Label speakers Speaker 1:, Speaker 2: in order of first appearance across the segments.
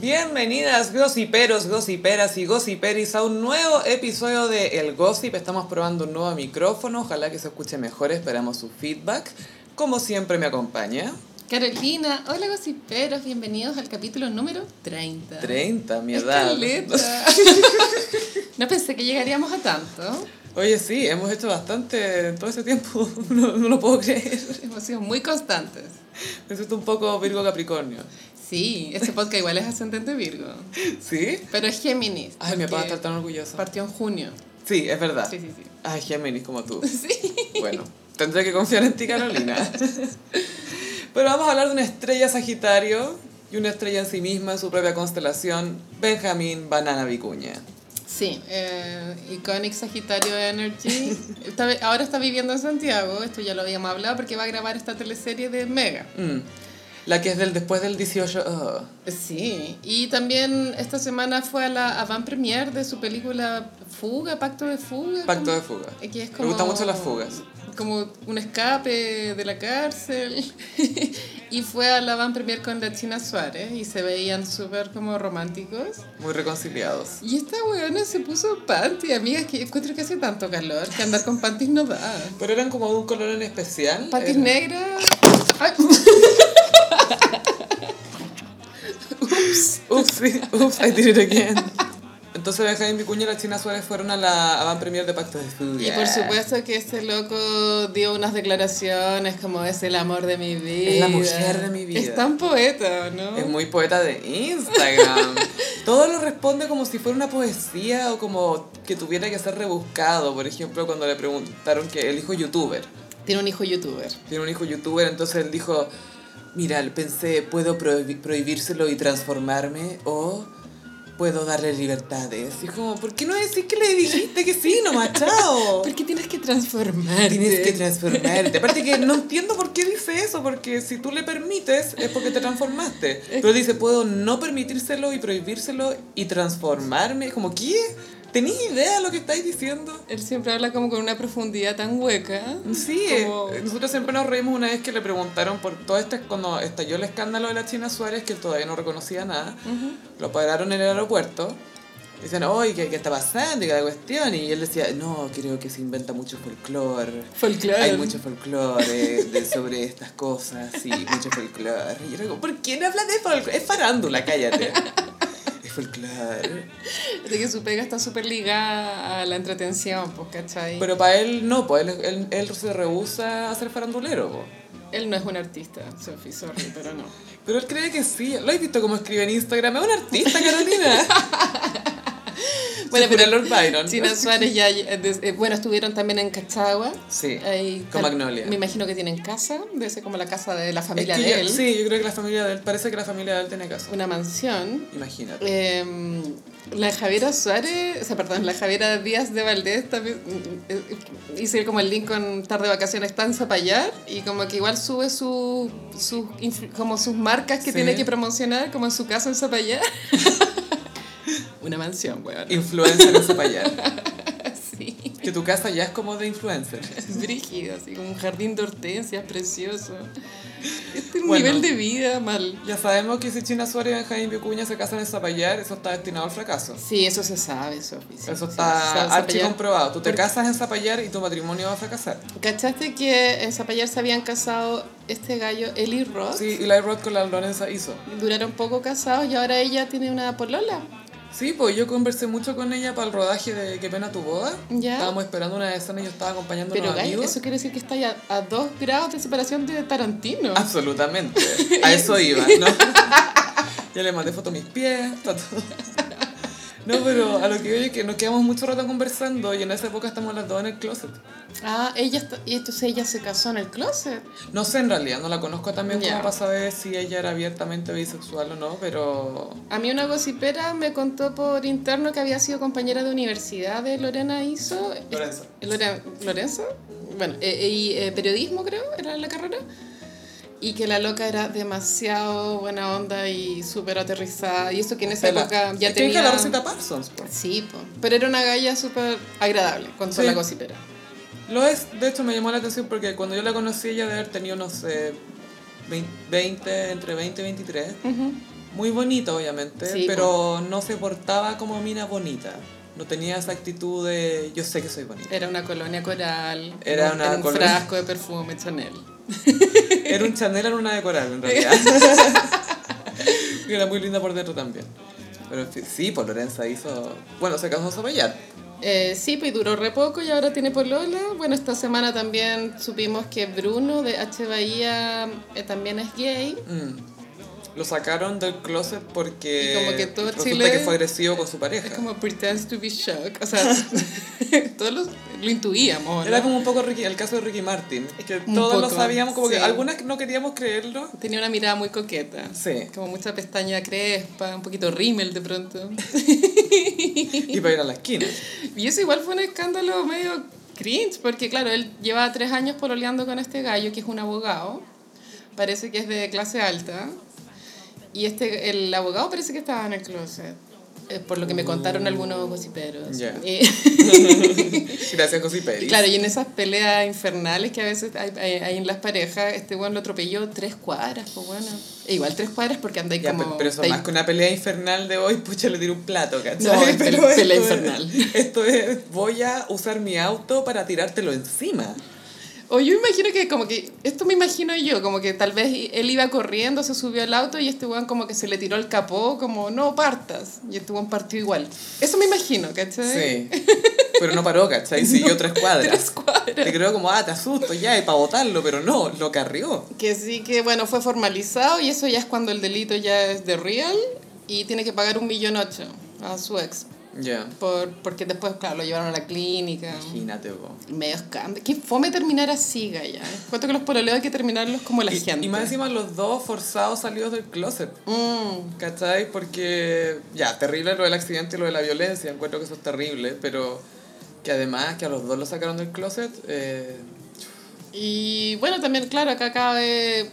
Speaker 1: Bienvenidas gossiperos, gossiperas y gossiperis a un nuevo episodio de El Gossip. Estamos probando un nuevo micrófono, ojalá que se escuche mejor, esperamos su feedback. Como siempre me acompaña.
Speaker 2: Carolina, hola gossiperos, bienvenidos al capítulo número 30.
Speaker 1: 30, mi edad.
Speaker 2: Escaleta. no pensé que llegaríamos a tanto.
Speaker 1: Oye, sí, hemos hecho bastante todo ese tiempo, no, no lo puedo creer.
Speaker 2: Hemos sido muy constantes.
Speaker 1: Me siento un poco Virgo Capricornio.
Speaker 2: Sí, este podcast igual es ascendente Virgo,
Speaker 1: ¿Sí?
Speaker 2: pero es Géminis.
Speaker 1: Ay, mi papá
Speaker 2: porque
Speaker 1: está tan orgulloso.
Speaker 2: Partió en junio.
Speaker 1: Sí, es verdad.
Speaker 2: Sí, sí, sí.
Speaker 1: Ay, Géminis, como tú. Bueno, tendré que confiar en ti, Carolina. Pero vamos a hablar de una estrella Sagitario y una estrella en sí misma, en su propia constelación, Benjamín Banana Vicuña.
Speaker 2: Sí, eh, Iconic Sagitario Energy. Está vi- ahora está viviendo en Santiago, esto ya lo habíamos hablado, porque va a grabar esta teleserie de Mega.
Speaker 1: Mm. La que es del después del 18. oh.
Speaker 2: Sí, y también esta semana fue a la avant premiere de su película Fuga, Pacto de Fuga.
Speaker 1: Pacto
Speaker 2: como-
Speaker 1: de fuga.
Speaker 2: que es
Speaker 1: Me
Speaker 2: como-
Speaker 1: gustan mucho las fugas.
Speaker 2: Como un escape de la cárcel. y fue a la van premier con la China Suárez y se veían súper como románticos.
Speaker 1: Muy reconciliados.
Speaker 2: Y esta weona se puso panty, amigas, que encuentro que hace tanto calor que andar con panties no da.
Speaker 1: Pero eran como de un color en especial.
Speaker 2: Panties
Speaker 1: Era-
Speaker 2: negras. Ay,
Speaker 1: Ups, sí, ups, I did it again. Entonces Benjamín Vicuña y la China Suárez fueron a la avant premier de Pacto de Fuga.
Speaker 2: Y por supuesto que este loco dio unas declaraciones como es el amor de mi vida.
Speaker 1: Es la mujer de mi vida.
Speaker 2: Es tan poeta, ¿no?
Speaker 1: Es muy poeta de Instagram. Todo lo responde como si fuera una poesía o como que tuviera que ser rebuscado. Por ejemplo, cuando le preguntaron que el hijo youtuber.
Speaker 2: Tiene un hijo youtuber.
Speaker 1: Tiene un hijo youtuber, entonces él dijo, mira, pensé, puedo prohibi- prohibírselo y transformarme o puedo darle libertades. Y es como, ¿por qué no decís que le dijiste que sí, nomás, chao?
Speaker 2: Porque tienes que transformar.
Speaker 1: Tienes que transformarte. Aparte que no entiendo por qué dice eso, porque si tú le permites es porque te transformaste. Pero dice, puedo no permitírselo y prohibírselo y transformarme. Como, ¿qué? ¿Tenís idea de lo que estáis diciendo?
Speaker 2: Él siempre habla como con una profundidad tan hueca.
Speaker 1: Sí,
Speaker 2: Como-
Speaker 1: eh, nosotros siempre nos reímos una vez que le preguntaron por todo este, cuando estalló el escándalo de la China Suárez, que él todavía no reconocía nada, lo pararon en el aeropuerto. Dicen, oye, ¿qué, qué está pasando? ¿Y qué la cuestión? Y él decía, no, creo que se inventa mucho folclore.
Speaker 2: Folclore.
Speaker 1: Hay mucho folclore de- sobre estas cosas y mucho folclore. Y yo digo, ¿por qué no hablas de folclore? Es farándula, cállate. Es folclore.
Speaker 2: De que su pega está súper ligada a la entretención, pues, ¿cachai?
Speaker 1: Pero para él no, pues él, él- él se rehúsa a ser farandulero. po.
Speaker 2: Él no es un artista, Sophie, sorry, pero no.
Speaker 1: Pero él cree que sí. ¿Lo has visto cómo escribe en Instagram? Es un artista, Carolina.
Speaker 2: Bueno,
Speaker 1: Sí, jura
Speaker 2: pero-
Speaker 1: Lord Byron.
Speaker 2: China Suárez ya, eh, des- eh, bueno, estuvieron también en Cachagua.
Speaker 1: Sí,
Speaker 2: Ahí
Speaker 1: con
Speaker 2: tal-
Speaker 1: Magnolia.
Speaker 2: Me imagino que tienen casa, debe ser como la casa de la
Speaker 1: Es
Speaker 2: familia
Speaker 1: que
Speaker 2: de
Speaker 1: yo-
Speaker 2: él,
Speaker 1: sí, yo creo que la familia de él, parece que la familia de él tiene casa.
Speaker 2: una mansión.
Speaker 1: Imagínate.
Speaker 2: Eh, la Javiera Suárez, o sea, perdón, la Javiera Díaz de Valdés también mm, eh, hice como el link con Tarde de Vacaciones está en Zapallar y como que igual sube su, sus influ- como sus marcas
Speaker 1: Sí.
Speaker 2: que tiene que promocionar como en su casa en Zapallar. una mansión, weón.
Speaker 1: Influencer en Zapallar.
Speaker 2: Sí.
Speaker 1: Que tu casa ya es como de influencer.
Speaker 2: Brígido, así como un jardín de hortensias precioso. Este es un
Speaker 1: Bueno.
Speaker 2: nivel de vida mal.
Speaker 1: Ya sabemos que si China Suárez y Benjamín Vicuña se casan en Zapallar, eso está destinado al fracaso.
Speaker 2: Sí, eso se sabe, Sofi. sí,
Speaker 1: Eso
Speaker 2: sí, se- se-
Speaker 1: está archi
Speaker 2: Zapallar-
Speaker 1: comprobado. Tú te
Speaker 2: Porque-
Speaker 1: casas en Zapallar y tu matrimonio va a fracasar.
Speaker 2: ¿Cachaste que en Zapallar se habían casado este gallo, Eli Roth?
Speaker 1: Sí, y la Roth con la Lorenza hizo.
Speaker 2: Duraron poco casados y ahora ella tiene una polola.
Speaker 1: Sí, pues yo conversé mucho con ella para el rodaje de Qué pena tu boda.
Speaker 2: Ya.
Speaker 1: Estábamos esperando una escena y yo estaba acompañando a
Speaker 2: Pero
Speaker 1: unos
Speaker 2: gallo,
Speaker 1: amigos.
Speaker 2: eso quiere decir que está ya a dos grados de separación de Tarantino.
Speaker 1: Ah. Absolutamente. A eso iba, ¿no? Ya le mandé foto a mis pies, está todo. No, pero a lo que yo es que nos quedamos mucho rato conversando y en esa época estamos las dos en el closet.
Speaker 2: Ah, ella está, y entonces ella se casó en el closet.
Speaker 1: No sé en realidad, no la conozco también
Speaker 2: Ya.
Speaker 1: como para saber si ella era abiertamente bisexual o no, pero
Speaker 2: A mí una gocipera me contó por interno que había sido compañera de universidad de Lorena Iso.
Speaker 1: Lorenzo.
Speaker 2: Eh, Loren- ¿Lorenzo? Bueno, eh, eh, y eh, periodismo creo, era la carrera. Y que la loca era demasiado buena onda y súper aterrizada. Y eso que en esa
Speaker 1: Pela.
Speaker 2: época ya
Speaker 1: Es que hay que
Speaker 2: tenía...
Speaker 1: la Rosita Parsons, po.
Speaker 2: Sí, po. pero era una galla súper agradable, con
Speaker 1: Sí.
Speaker 2: la gocipera.
Speaker 1: Lo es, de hecho me llamó la atención porque cuando yo la conocí ella de haber tenido, no sé, vein- 20, entre 20 y 23. muy bonita, obviamente,
Speaker 2: Sí,
Speaker 1: pero no se portaba como mina bonita. No tenía esa actitud de yo sé que soy bonita.
Speaker 2: Era una colonia coral.
Speaker 1: Era
Speaker 2: en
Speaker 1: una
Speaker 2: un
Speaker 1: colonia-
Speaker 2: frasco de perfume Chanel.
Speaker 1: Era un Chanel en una de coral, en realidad. y era muy linda por dentro también. Pero en fin, sí, por Lorenza hizo. Bueno, se casó Zapallar.
Speaker 2: Eh, sí, pues duró re poco y ahora tiene polola. Bueno, esta semana también supimos que Bruno de H. Bahía eh, también es gay.
Speaker 1: Mm. Lo sacaron del closet porque
Speaker 2: Y como que todo
Speaker 1: resulta
Speaker 2: Chile-
Speaker 1: que fue agresivo con su pareja.
Speaker 2: Es como pretends to be shocked. O sea, todos los- lo intuíamos, ¿no?
Speaker 1: Era como un poco Ricky- el caso de Ricky Martin. Que
Speaker 2: Un
Speaker 1: todos lo
Speaker 2: poco,
Speaker 1: sabíamos, como que
Speaker 2: sí.
Speaker 1: algunas no queríamos creerlo.
Speaker 2: Tenía una mirada muy coqueta.
Speaker 1: Sí.
Speaker 2: Como mucha pestaña crespa, un poquito rímel de pronto.
Speaker 1: Y para ir a la esquina.
Speaker 2: Y eso igual fue un escándalo medio cringe, porque claro, él lleva tres años pololeando con este gallo, que es un abogado, parece que es de clase alta, y este, el abogado parece que estaba en el closet, eh, por lo que me contaron algunos gossiperos.
Speaker 1: Uh. Ya.
Speaker 2: Y-
Speaker 1: Gracias, José Pérez.
Speaker 2: Claro, y en esas peleas infernales que a veces hay, hay- hay en las parejas, este weón lo atropelló tres cuadras, pues bueno. E igual tres cuadras porque andáis
Speaker 1: Ya,
Speaker 2: como...
Speaker 1: pe- pero eso
Speaker 2: andáis-
Speaker 1: más que una pelea infernal de hoy, pucha, le tiro un plato, ¿cachai?
Speaker 2: No, es
Speaker 1: Pero
Speaker 2: pe- pelea
Speaker 1: esto es-
Speaker 2: infernal.
Speaker 1: esto es, voy a usar mi auto para tirártelo encima.
Speaker 2: O yo imagino que como que, esto me imagino yo, como que tal vez i- él iba corriendo, se subió al auto y este weón como que se le tiró el capó, como no partas, y este weón partió igual. Eso me imagino, ¿cachai?
Speaker 1: Sí. Pero no paró, ¿cachai? Siguió tres cuadras.
Speaker 2: Tres cuadras.
Speaker 1: Te creo como, ah, te asusto ya, y para botarlo, pero no, lo carrió.
Speaker 2: Que sí, que bueno, fue formalizado y eso ya es cuando el delito ya es de real y tiene que pagar un millón ocho a su ex.
Speaker 1: Ya.
Speaker 2: Por, porque después, claro, lo llevaron a la clínica.
Speaker 1: Imagínate, po.
Speaker 2: Medio escándalo. Qué fome terminar así, Gaya. Cuento que los pololeos hay que terminarlos como la
Speaker 1: Y,
Speaker 2: gente.
Speaker 1: y más encima los dos forzados salidos del closet.
Speaker 2: Mm.
Speaker 1: ¿Cachai? Porque ya, terrible lo del accidente y lo de la violencia, encuentro que eso es terrible, pero que además que a los dos lo sacaron del closet, eh,
Speaker 2: Y bueno, también, claro, acá cabe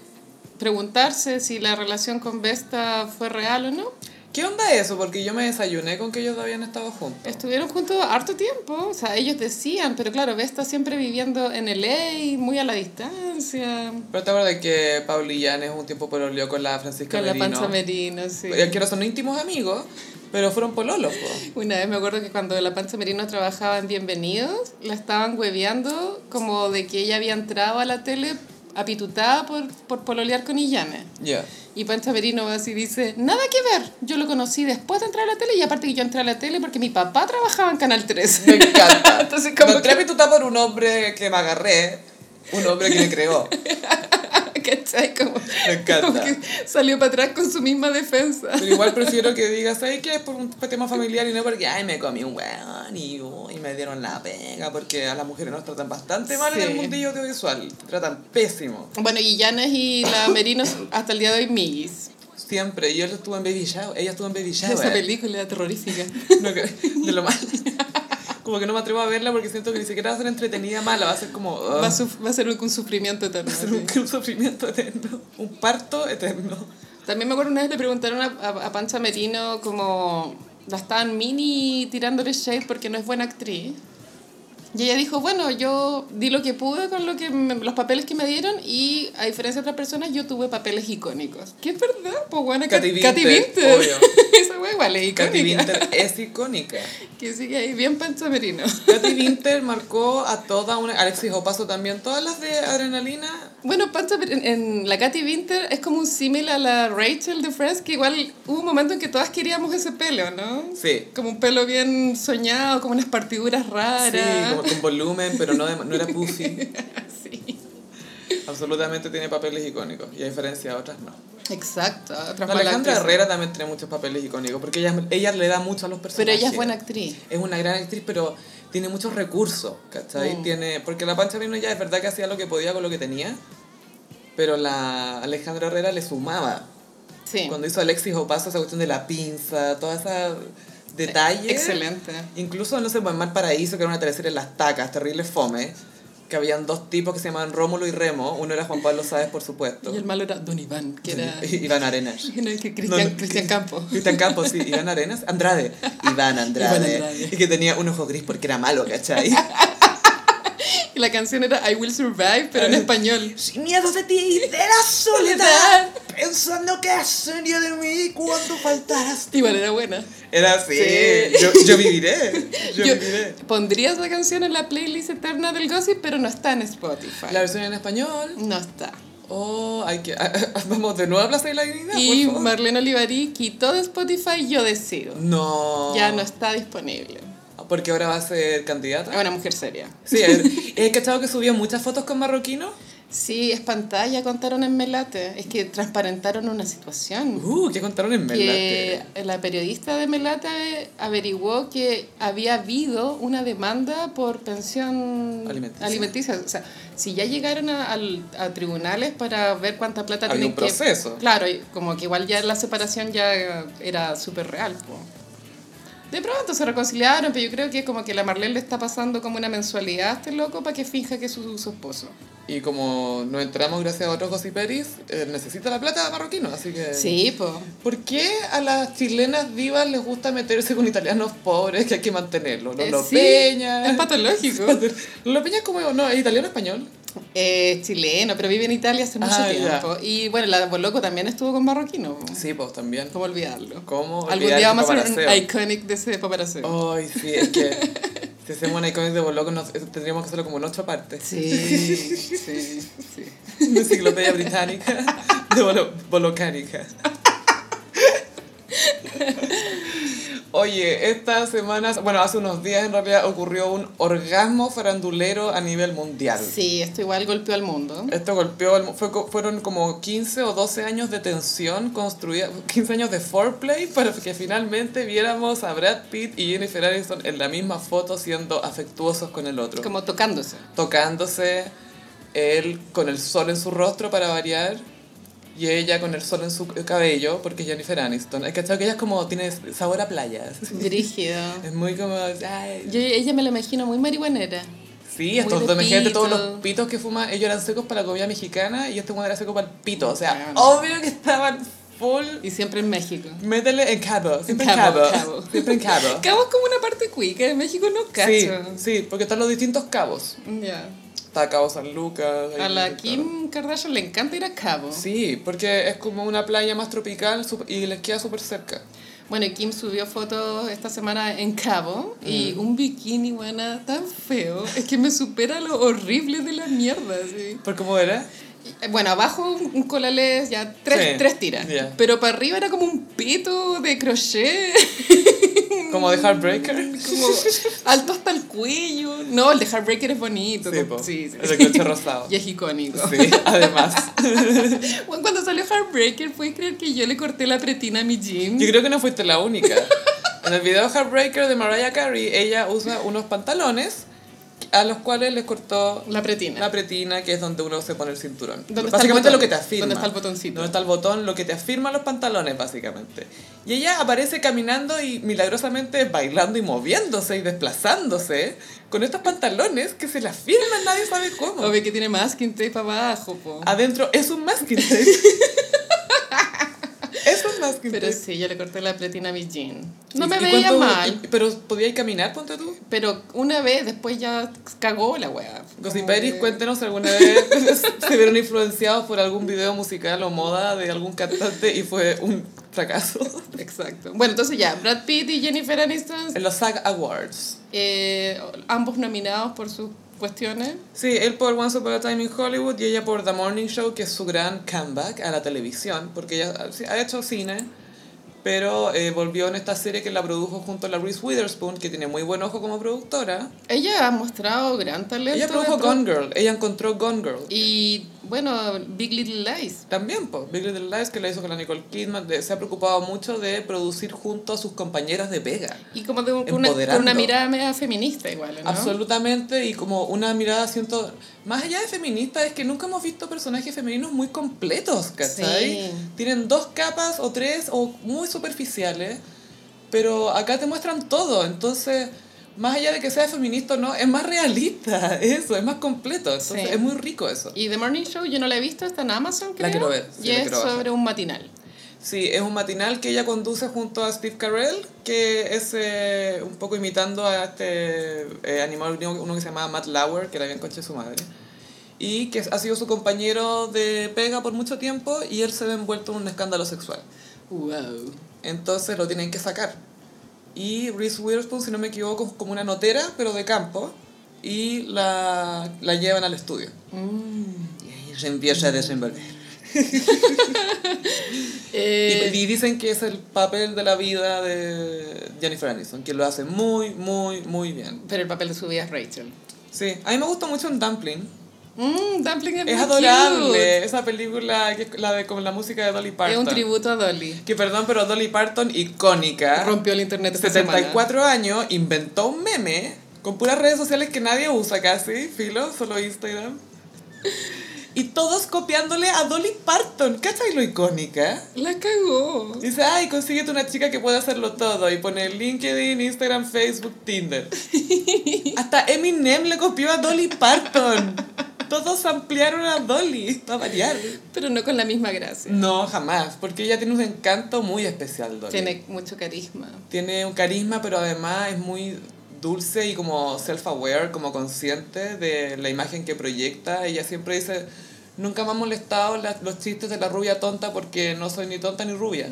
Speaker 2: preguntarse si la relación con Vesta fue real o no.
Speaker 1: ¿qué onda eso? Porque yo me desayuné con que ellos habían estado juntos.
Speaker 2: Estuvieron juntos harto tiempo, o sea, ellos decían, pero claro, Vesta siempre viviendo en LA, muy a la distancia,
Speaker 1: Pero te acuerdas que Pauli Llanes un tiempo pololeó con la Francisca
Speaker 2: con la
Speaker 1: Merino.
Speaker 2: panza merino, sí.
Speaker 1: Ellos que no son íntimos amigos, pero fueron pololos, po.
Speaker 2: Una vez me acuerdo que cuando la Panza Merino trabajaba en Bienvenidos, la estaban hueveando como de que ella había entrado a la tele apitutada por, por pololear con Illana.
Speaker 1: Ya.
Speaker 2: Y Pancha Merino va así y dice, nada que ver, yo lo conocí después de entrar a la tele y aparte que yo entré a la tele porque mi papá trabajaba en Canal 13.
Speaker 1: Me encanta.
Speaker 2: Entonces, como
Speaker 1: Lo entré apitutá por un hombre que me agarré, un hombre que me creó.
Speaker 2: ¿Cachai? Como,
Speaker 1: Me encanta.
Speaker 2: como que salió para atrás con su misma defensa.
Speaker 1: Pero igual prefiero que digas, ¿sabes qué? Es por un tema familiar y no porque, ay, me comí un weón y, uy, me dieron la pega, porque a las mujeres nos tratan bastante mal en
Speaker 2: Sí.
Speaker 1: el mundillo audiovisual. Tratan pésimo.
Speaker 2: Bueno, y Llanes y la Merino hasta el día de hoy miguis.
Speaker 1: Siempre. Y él estuvo en Baby Shower. Ella estuvo en Baby Shower.
Speaker 2: Esa película terrorífica.
Speaker 1: No, que- de lo mal. Como que no me atrevo a verla porque siento que ni siquiera va a ser entretenida mala, va a ser como. ah,
Speaker 2: Va a, suf- va a ser un, un sufrimiento eterno.
Speaker 1: va a ser
Speaker 2: sí.
Speaker 1: un, un sufrimiento eterno. Un parto eterno.
Speaker 2: También me acuerdo una vez le preguntaron a, a- a Pancha Merino como la estaban mini tirándole shade porque no es buena actriz. Y ella dijo, bueno, yo di lo que pude con lo que me- los papeles que me dieron y a diferencia de otras personas yo tuve papeles icónicos. ¿Qué es verdad? Pues bueno,
Speaker 1: Katy
Speaker 2: Cat-
Speaker 1: Winter, obvio.
Speaker 2: Esa wea igual es
Speaker 1: Katy
Speaker 2: icónica.
Speaker 1: Winter es icónica.
Speaker 2: Que sigue ahí bien Pancha Merino.
Speaker 1: Katy Winter marcó a toda una. Alexis Opaso también. Todas las de adrenalina
Speaker 2: Bueno, Pancha, Mer- en, en la Katy Winter es como un símil a la Rachel de Friends, que igual hubo un momento en que todas queríamos ese pelo, ¿no?
Speaker 1: Sí.
Speaker 2: Como un pelo bien soñado, como unas partiduras
Speaker 1: Sí, como
Speaker 2: raras.
Speaker 1: con volumen, pero no, de- no era puffy.
Speaker 2: Sí.
Speaker 1: Absolutamente tiene papeles icónicos. Y a diferencia de otras, no.
Speaker 2: Exacto. otras
Speaker 1: La
Speaker 2: malas
Speaker 1: Alejandra
Speaker 2: actrices.
Speaker 1: Herrera también tiene muchos papeles icónicos, porque ella, ella le da mucho a los personajes.
Speaker 2: Pero ella es buena actriz.
Speaker 1: Es una gran actriz, pero tiene muchos recursos,
Speaker 2: Mm.
Speaker 1: ¿cachai? Tiene, porque la Pancha Vino ya es verdad que hacía lo que podía con lo que tenía, pero la Alejandra Herrera le sumaba.
Speaker 2: Sí.
Speaker 1: Cuando hizo Alexis Opaso, esa cuestión de la pinza, toda esa detalle.
Speaker 2: Eh, Excelente.
Speaker 1: Incluso, no sé, pues, en Mal Paraíso, que era una tercera en Las Tacas, terrible fome, que habían dos tipos que se llamaban Rómulo y Remo, uno era Juan Pablo Sáez, por supuesto,
Speaker 2: Y el malo era Don Iván, que era...
Speaker 1: y- Iván Arenas.
Speaker 2: que era el que
Speaker 1: No,
Speaker 2: Cristian,
Speaker 1: no,
Speaker 2: Cristian Campos.
Speaker 1: Cristian Campos, sí, Iván Arenas, Andrade, Iván Andrade,
Speaker 2: Iván Andrade.
Speaker 1: y que tenía un ojo gris porque era malo, ¿cachai?
Speaker 2: Y la canción era I Will Survive, pero en español.
Speaker 1: Sin miedo de ti, de la soledad, en pensando qué sería de mí cuando faltaras.
Speaker 2: Igual era buena.
Speaker 1: Era así.
Speaker 2: Sí.
Speaker 1: Yo, yo viviré. Yo, viviré.
Speaker 2: pondría esa canción en la playlist eterna del gossip, pero no está en Spotify.
Speaker 1: La versión en español.
Speaker 2: No está.
Speaker 1: Oh, hay que. vamos de nuevo a Plaza de la Dignidad.
Speaker 2: Y
Speaker 1: por favor.
Speaker 2: Marlene Olivari quitó de Spotify Yo Decido.
Speaker 1: No.
Speaker 2: Ya no está disponible.
Speaker 1: Porque ahora va a ser
Speaker 2: Es
Speaker 1: candidata.
Speaker 2: una mujer seria.
Speaker 1: Sí, es, es que estaba que subió muchas fotos con marroquinos.
Speaker 2: Sí, es pantalla, contaron en Melate. Es que transparentaron una situación.
Speaker 1: Uh, que contaron en
Speaker 2: que
Speaker 1: Melate.
Speaker 2: la periodista de Melate averiguó que había habido una demanda por pensión
Speaker 1: Alimenticia.
Speaker 2: O sea, si ya llegaron a, al- a tribunales para ver cuánta plata
Speaker 1: Había
Speaker 2: tienen
Speaker 1: un proceso.
Speaker 2: que... Claro, y como que igual ya la separación ya era súper real. po. De pronto se reconciliaron, pero yo creo que como que la Marlene le está pasando como una mensualidad a este loco para que finja que es su, su esposo.
Speaker 1: Y como nos enteramos gracias a otros gossiperis, eh, necesita la plata marroquino, así que...
Speaker 2: Sí, pues.
Speaker 1: ¿Por qué a las chilenas divas les gusta meterse con italianos pobres que hay que mantenerlos? Los Peña...
Speaker 2: Eh, es patológico.
Speaker 1: Lolo Peña es como... No, es italiano-español.
Speaker 2: Eh, chileno, pero vive en Italia hace mucho
Speaker 1: Ah, ya.
Speaker 2: tiempo. Y bueno, la Boloco también estuvo con Marroquino.
Speaker 1: Sí, pues también.
Speaker 2: ¿Cómo olvidarlo?
Speaker 1: ¿Cómo
Speaker 2: Algún
Speaker 1: olvidar ese
Speaker 2: día vamos a hacer un
Speaker 1: paparaseo? Oh,
Speaker 2: iconic de ese paparazzo.
Speaker 1: Ay, sí, es que... Si hacemos una iconic de Boloco, nos- eso tendríamos que hacerlo como en ocho partes.
Speaker 2: Sí, sí, sí.
Speaker 1: Una enciclopedia británica de bolo- bolocánica. Oye, estas semanas, bueno, hace unos días en realidad ocurrió un orgasmo farandulero a nivel mundial.
Speaker 2: Sí, esto igual golpeó al mundo.
Speaker 1: Esto golpeó, al mu- fue co- fueron como 15 o 12 años de tensión construida, 15 años de foreplay para que finalmente viéramos a Brad Pitt y Jennifer Aniston en la misma foto siendo afectuosos con el otro
Speaker 2: Como tocándose.
Speaker 1: tocándose él con el sol en su rostro para variar y ella con el sol en su cabello porque es Jennifer Aniston. Hay que que ella es como tiene sabor a playas.
Speaker 2: Brígido.
Speaker 1: Es muy como ay.
Speaker 2: Yo ella me la imagino muy marihuanera.
Speaker 1: Sí, estos
Speaker 2: de
Speaker 1: dos imagínate todos
Speaker 2: pito.
Speaker 1: los pitos que fuma, ellos eran secos para la comida mexicana y este mundo era seco para el pito, o sea,
Speaker 2: Bueno.
Speaker 1: obvio que estaban full
Speaker 2: Y siempre en México.
Speaker 1: métele en cabo, siempre en
Speaker 2: Cabo,
Speaker 1: cabo,
Speaker 2: cabo.
Speaker 1: siempre en cabo.
Speaker 2: Cabo es como una parte cuica. En México no
Speaker 1: Sí,
Speaker 2: cacho.
Speaker 1: sí, porque están los distintos cabos.
Speaker 2: Ya.
Speaker 1: Está Cabo San Lucas.
Speaker 2: A
Speaker 1: ahí
Speaker 2: la
Speaker 1: está.
Speaker 2: Kim Kardashian le encanta ir a Cabo.
Speaker 1: Sí, porque es como una playa más tropical sup- y les queda súper cerca.
Speaker 2: Bueno, y Kim subió fotos esta semana en Cabo y
Speaker 1: Mm.
Speaker 2: un bikini, buena, tan feo. Es que me supera lo horrible de la mierda, sí.
Speaker 1: ¿Por cómo era?
Speaker 2: Y, eh, Bueno, abajo un un colales, ya tres,
Speaker 1: Sí,
Speaker 2: tres tiras.
Speaker 1: ya.
Speaker 2: Pero para arriba era como un pito de crochet,
Speaker 1: Como de Heartbreaker.
Speaker 2: Mm, como alto hasta el cuello. No, el de Heartbreaker es bonito.
Speaker 1: Sí,
Speaker 2: como-
Speaker 1: po.
Speaker 2: sí, sí.
Speaker 1: El de coche rosado.
Speaker 2: Y es icónico.
Speaker 1: Sí, además.
Speaker 2: Bueno, cuando salió Heartbreaker, ¿puedes creer que yo le corté la pretina a mi jean?
Speaker 1: Yo creo que no fuiste la única. En el video Heartbreaker de Mariah Carey, ella usa unos pantalones a los cuales les cortó
Speaker 2: La pretina.
Speaker 1: la pretina, que es donde uno se pone el cinturón.
Speaker 2: ¿Dónde está el
Speaker 1: básicamente
Speaker 2: botón?
Speaker 1: lo que te afirma.
Speaker 2: ¿Dónde está el botoncito?
Speaker 1: Donde está el botón, lo que te afirma los pantalones, básicamente. Y ella aparece caminando y milagrosamente bailando y moviéndose y desplazándose con estos pantalones que se la firman, nadie sabe cómo.
Speaker 2: Obvio que tiene masking tape abajo, po.
Speaker 1: Adentro es un masking tape. es un masking
Speaker 2: Pero
Speaker 1: tape.
Speaker 2: sí, yo le corté la pretina a mi jean. No
Speaker 1: ¿Y-
Speaker 2: me
Speaker 1: y
Speaker 2: veía
Speaker 1: cuánto-
Speaker 2: mal,
Speaker 1: y- pero podía caminar, ponte tú.
Speaker 2: pero una vez después ya cagó la wea. Eh,
Speaker 1: Gossiperis,
Speaker 2: Como que-
Speaker 1: cuéntenos si alguna vez se vieron influenciados por algún video musical o moda de algún cantante y fue un fracaso.
Speaker 2: Exacto. Bueno, entonces ya, Brad Pitt y Jennifer Aniston,
Speaker 1: En los SAG Awards.
Speaker 2: eh, ambos nominados por sus cuestiones.
Speaker 1: Sí, él por Once Upon a Time in Hollywood y ella por The Morning Show, que es su gran comeback a la televisión, porque ella ah, ha- ha hecho cine, pero eh, volvió en esta serie que la produjo junto a la Reese Witherspoon, que tiene muy buen ojo como productora.
Speaker 2: Ella ha mostrado gran talento.
Speaker 1: Ella produjo
Speaker 2: dentro-
Speaker 1: Gone Girl, ella encontró Gone Girl.
Speaker 2: Y bueno, Big Little Lies.
Speaker 1: También, po, Big Little Lies, que la hizo con la Nicole Kidman, de- se ha preocupado mucho de producir junto a sus compañeras de pega.
Speaker 2: Y como de un- con una,
Speaker 1: Empoderando.
Speaker 2: con una mirada media feminista igual, ¿no?
Speaker 1: Absolutamente, y como una mirada, siento, más allá de feminista, es que nunca hemos visto personajes femeninos muy completos, ¿cachai?
Speaker 2: Sí.
Speaker 1: Tienen dos capas o tres o muy superficiales, pero acá te muestran todo, entonces, más allá de que sea feminista o no, es más realista eso, es más completo, entonces
Speaker 2: Sí.
Speaker 1: es muy rico eso.
Speaker 2: Y The Morning Show yo no la he visto, está en Amazon, creo.
Speaker 1: La quiero ver, sí,
Speaker 2: y
Speaker 1: la
Speaker 2: es
Speaker 1: quiero bajar.
Speaker 2: sobre un matinal.
Speaker 1: Sí, es un matinal que ella conduce junto a Steve Carell, que es eh, un poco imitando a este eh, animador gringo, uno que se llamaba Matt Lauer, que era bien coche su madre. y que ha sido su compañero de pega por mucho tiempo y él se ve envuelto en un escándalo sexual.
Speaker 2: Wow.
Speaker 1: Entonces lo tienen que sacar. Y Reese Witherspoon, si no me equivoco, es como una notera, pero de campo, y la, la llevan al estudio.
Speaker 2: Mm.
Speaker 1: Y ahí se empieza a desenvolver.
Speaker 2: Eh,
Speaker 1: Y, pues y dicen que es el papel de la vida de Jennifer Aniston, que lo hace muy, muy, muy bien.
Speaker 2: pero el papel de su vida es Rachel.
Speaker 1: Sí, a mí me gusta mucho en Dumpling.
Speaker 2: Mm, Dumpling es,
Speaker 1: Es
Speaker 2: muy
Speaker 1: adorable.
Speaker 2: cute.
Speaker 1: Esa película, que es la de, con la música de Dolly Parton.
Speaker 2: Es un tributo a Dolly.
Speaker 1: Que perdón, pero Dolly Parton, icónica.
Speaker 2: Rompió el internet esta
Speaker 1: 74 años, inventó un meme con puras redes sociales que nadie usa casi, filo, solo Instagram. Y todos copiándole a Dolly Parton, ¿cachai lo icónica?
Speaker 2: semana. La cagó.
Speaker 1: Dice, ay, consíguete una chica que pueda hacerlo todo. Y pone LinkedIn, Instagram, Facebook, Tinder. Hasta Eminem le copió a Dolly Parton. Todos ampliaron a Dolly, para variar.
Speaker 2: Pero no con la misma gracia.
Speaker 1: No, jamás, porque ella tiene un encanto muy especial, Dolly.
Speaker 2: Tiene mucho carisma.
Speaker 1: Tiene un carisma, pero además es muy dulce y como self-aware, como consciente de la imagen que proyecta. Ella siempre dice, nunca me han molestado las- los chistes de la rubia tonta porque no soy ni tonta ni rubia.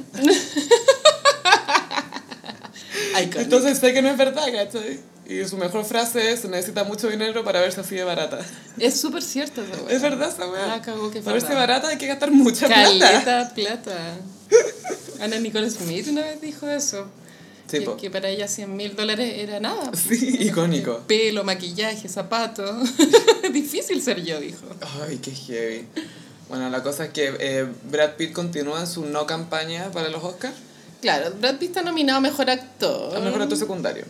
Speaker 1: Entonces sé que no es verdad, ¿cachai? Y su mejor frase es, necesita mucho dinero para verse así de barata.
Speaker 2: es súper cierto esa weá.
Speaker 1: Es verdad esa weá.
Speaker 2: La Ah, cagó que es
Speaker 1: Para verse
Speaker 2: verdad.
Speaker 1: barata hay que gastar mucha plata.
Speaker 2: Caleta plata. Ana Nicole Smith una vez dijo eso.
Speaker 1: Sí,
Speaker 2: que,
Speaker 1: po.
Speaker 2: que para ella 100 mil dólares era nada.
Speaker 1: Sí, icónico.
Speaker 2: Pelo, maquillaje, zapato. Difícil ser yo, dijo.
Speaker 1: Ay, qué heavy. Bueno, la cosa es que eh, Brad Pitt continúa en su no campaña para los Oscars.
Speaker 2: Claro, Brad Pitt está nominado a Mejor Actor.
Speaker 1: A mejor actor secundario.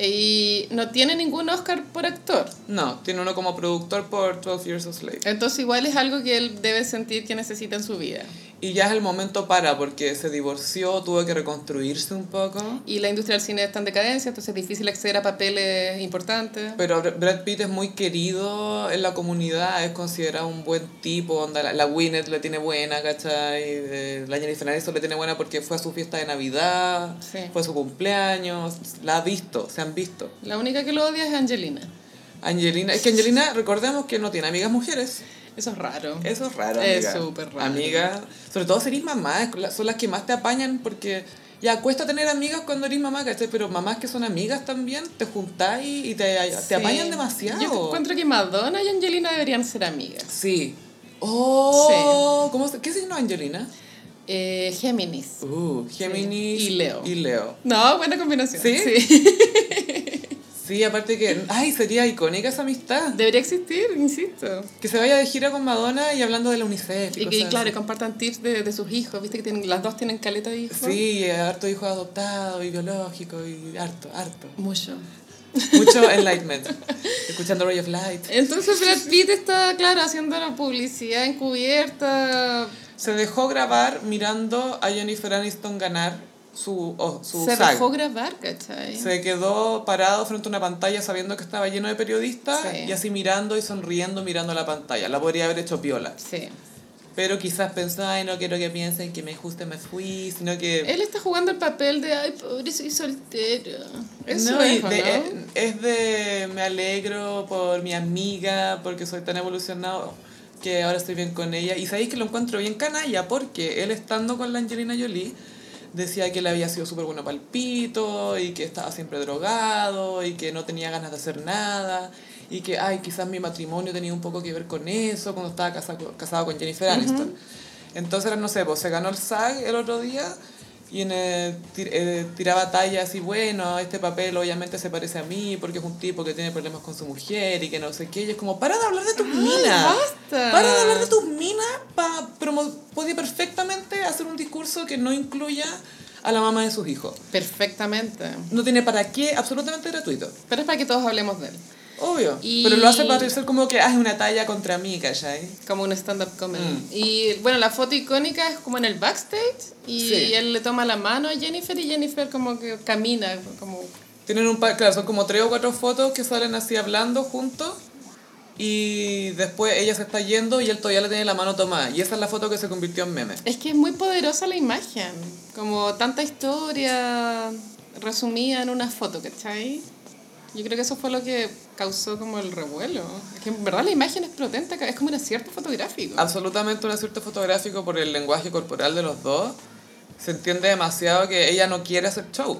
Speaker 2: Y no tiene ningún Oscar por actor.
Speaker 1: No, tiene uno como productor por 12 Years a Slave.
Speaker 2: Entonces igual es algo que él debe sentir que necesita en su vida.
Speaker 1: Y ya es el momento para, porque se divorció, tuvo que reconstruirse un poco.
Speaker 2: Y la industria del cine está en decadencia, entonces es difícil acceder a papeles importantes.
Speaker 1: Pero Br- Brad Pitt es muy querido en la comunidad, es considerado un buen tipo. Onda, la, la Gwyneth le tiene buena, ¿cachai? Eh, la Jennifer Aniston le tiene buena porque fue a su fiesta de Navidad,
Speaker 2: Sí.
Speaker 1: fue a su cumpleaños, la ha visto, se han visto.
Speaker 2: La única que lo odia es Angelina.
Speaker 1: Angelina, es que Angelina, recordemos que no tiene amigas mujeres.
Speaker 2: Eso es raro.
Speaker 1: Eso es raro, amiga.
Speaker 2: Es súper raro.
Speaker 1: Amiga, sobre todo si eres mamá, es la- son las que más te apañan porque ya cuesta tener amigas cuando eres mamá, ¿cachai? Pero mamás que son amigas también, te juntás y, y te, te
Speaker 2: Sí.
Speaker 1: apañan demasiado.
Speaker 2: Yo encuentro que Madonna y Angelina deberían ser amigas.
Speaker 1: Sí. Oh, ¿cómo se- ¿qué signo Angelina?
Speaker 2: Eh, Géminis.
Speaker 1: Uh, Géminis.
Speaker 2: Y Leo.
Speaker 1: Y Leo.
Speaker 2: No, buena combinación.
Speaker 1: ¿Sí? Sí, aparte que, ay, sería icónica esa amistad.
Speaker 2: Debería existir, insisto.
Speaker 1: Que se vaya de gira con Madonna y hablando de la UNICEF.
Speaker 2: Y, que,
Speaker 1: cosas
Speaker 2: y claro,
Speaker 1: así.
Speaker 2: compartan tips de, de sus hijos. Viste que tienen, las dos tienen caleta de hijos.
Speaker 1: Sí, eh, harto hijo adoptado y biológico y harto, harto.
Speaker 2: Mucho.
Speaker 1: Mucho enlightenment. Escuchando Ray of Light.
Speaker 2: Entonces Brad Pitt está, claro, haciendo una publicidad encubierta.
Speaker 1: Se dejó grabar mirando a Jennifer Aniston ganar su, oh, su
Speaker 2: Se
Speaker 1: SAG.
Speaker 2: dejó grabar, ¿cachai?
Speaker 1: Se quedó parado frente a una pantalla sabiendo que estaba lleno de periodistas
Speaker 2: Sí.
Speaker 1: y así mirando y sonriendo mirando la pantalla. La podría haber hecho piola.
Speaker 2: Sí.
Speaker 1: Pero quizás pensó, ay, no quiero que piensen que me juste me fui, sino que...
Speaker 2: Él está jugando el papel de, ay, pobre, soy soltero. Eso
Speaker 1: No, y
Speaker 2: es, ¿o
Speaker 1: de-
Speaker 2: no?
Speaker 1: eh, es de me alegro por mi amiga, porque soy tan evolucionado que ahora estoy bien con ella. Y sabéis que lo encuentro bien canalla, porque él estando con la Angelina Jolie decía que él había sido súper bueno palpito y que estaba siempre drogado y que no tenía ganas de hacer nada y que, ay, quizás mi matrimonio tenía un poco que ver con eso cuando estaba casa- casado con Jennifer Aniston. Entonces, no sé, pues se ganó el SAG el otro día y en, eh, tir- eh, tiraba talla así, bueno, este papel obviamente se parece a mí porque es un tipo que tiene problemas con su mujer y que no sé qué. Y es como, para de hablar de tus minas.
Speaker 2: Ah, basta.
Speaker 1: Para de hablar de tus minas. Pa promo- podía perfectamente hacer un discurso que no incluya a la mamá de sus hijos.
Speaker 2: Perfectamente.
Speaker 1: No tiene para qué, absolutamente gratuito.
Speaker 2: Pero es para que todos hablemos de él.
Speaker 1: Obvio.
Speaker 2: Y-
Speaker 1: Pero lo hace parecer como que, ah, es una talla contra mí, ¿cachai?
Speaker 2: Como un stand-up comedy.
Speaker 1: Mm.
Speaker 2: Y bueno, la foto icónica es como en el backstage. Y
Speaker 1: Sí.
Speaker 2: él le toma la mano a Jennifer y Jennifer como que camina. Como...
Speaker 1: Tienen un par, claro, son como tres o cuatro fotos que salen así hablando juntos. Y después ella se está yendo y él todavía le tiene la mano tomada. Y esa es la foto que se convirtió en meme.
Speaker 2: Es que es muy poderosa la imagen. Como tanta historia resumida en una foto, ¿cachai? Yo creo que eso fue lo que causó como el revuelo. Es que en verdad la imagen es potente, es como un acierto fotográfico.
Speaker 1: Ah, Absolutamente un acierto fotográfico por el lenguaje corporal de los dos. Se entiende demasiado que ella no quiere hacer show.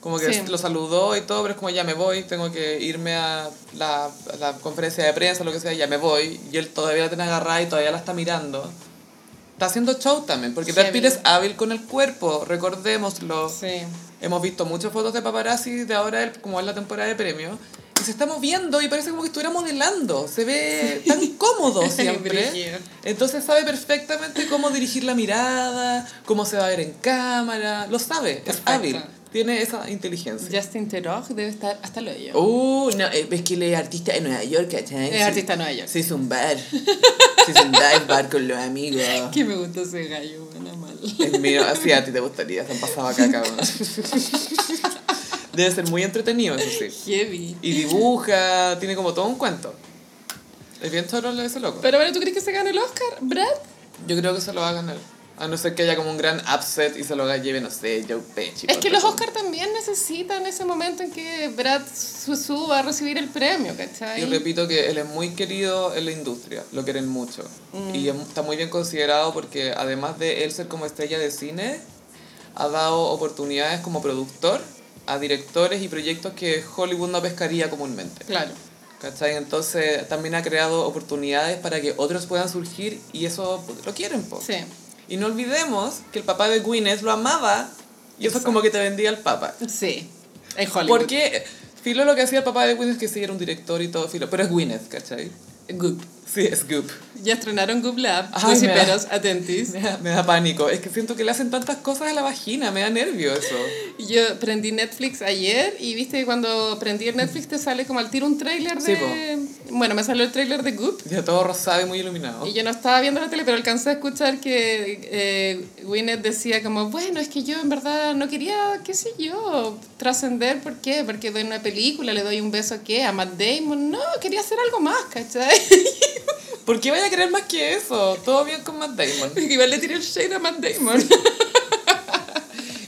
Speaker 1: Como que
Speaker 2: Sí.
Speaker 1: lo saludó y todo, pero es como ya me voy, tengo que irme a la, a la conferencia de prensa, lo que sea, ya me voy. Y él todavía la tiene agarrada y todavía la está mirando. Está haciendo show también, porque Brad Pitt
Speaker 2: Heavy.
Speaker 1: es hábil con el cuerpo, recordémoslo.
Speaker 2: Sí.
Speaker 1: Hemos visto muchas fotos de paparazzi de ahora, del- como es la temporada de premios, y se está moviendo y parece como que estuviera modelando. Se ve tan cómodo
Speaker 2: Brígido.
Speaker 1: siempre. Entonces sabe perfectamente cómo dirigir la mirada, cómo se va a ver en cámara. Lo sabe,
Speaker 2: Perfecto.
Speaker 1: es hábil. Tiene esa inteligencia.
Speaker 2: Justin Theroux debe estar hasta lo yo.
Speaker 1: Uh, no, eh, es que él es artista en Nueva York, ¿cachai?
Speaker 2: es
Speaker 1: Sí.
Speaker 2: artista de Nueva York.
Speaker 1: Se hizo un bar. Se hizo un dive bar con los amigos.
Speaker 2: Que me gusta ese gallo, buena mal.
Speaker 1: Es mío, así a ti te gustaría, se han pasado acá, cabrón. Debe ser muy entretenido, eso sí.
Speaker 2: Heavy.
Speaker 1: Y dibuja, tiene como todo un cuento. Es bien choro ese loco.
Speaker 2: Pero bueno, ¿tú crees que se gane el Oscar, Brad?
Speaker 1: Yo creo que se lo va a ganar. A no ser que haya como un gran upset y se lo lleve, no sé, Joe Pesci.
Speaker 2: Es que
Speaker 1: otra
Speaker 2: los
Speaker 1: cosa.
Speaker 2: Oscar también necesitan ese momento en que Brad su- suba a recibir el premio,
Speaker 1: Yo
Speaker 2: ¿cachai?
Speaker 1: repito que él es muy querido en la industria, lo quieren mucho.
Speaker 2: Mm.
Speaker 1: Y es- está muy bien considerado porque además de él ser como estrella de cine, ha dado oportunidades como productor a directores y proyectos que Hollywood no pescaría comúnmente.
Speaker 2: Claro.
Speaker 1: ¿Cachai? Entonces también ha creado oportunidades para que otros puedan surgir y eso lo quieren, po.
Speaker 2: Sí.
Speaker 1: Y no olvidemos que el papá de Gwyneth lo amaba y eso es como que te vendía el papá.
Speaker 2: Sí. En Hollywood.
Speaker 1: Porque Filo lo que hacía el papá de Gwyneth es que sí era un director y todo Filo, pero es Gwyneth, ¿cachai?
Speaker 2: Goop.
Speaker 1: Sí, es Goop.
Speaker 2: Ya estrenaron Goop Lab.
Speaker 1: Ay, me da-
Speaker 2: Gossiperos, atentis.
Speaker 1: Me da, me da pánico, es que siento que le hacen tantas cosas a la vagina, me da nervio eso.
Speaker 2: Yo prendí Netflix ayer y viste que cuando prendí el Netflix te sale como al tiro un tráiler
Speaker 1: Sí,
Speaker 2: de... bueno, me salió el tráiler de Goop.
Speaker 1: Ya todo rosado y muy iluminado.
Speaker 2: Y yo no estaba viendo la tele, pero alcancé a escuchar que eh, Gwyneth decía como, bueno, es que yo en verdad no quería, qué sé yo, trascender, ¿por qué? Porque doy una película, le doy un beso, ¿qué? A Matt Damon, no, quería hacer algo más, ¿cachai?
Speaker 1: ¿Por qué vaya a creer más que eso? Todo bien con Matt Damon.
Speaker 2: Igual le tiré el shade a Matt Damon.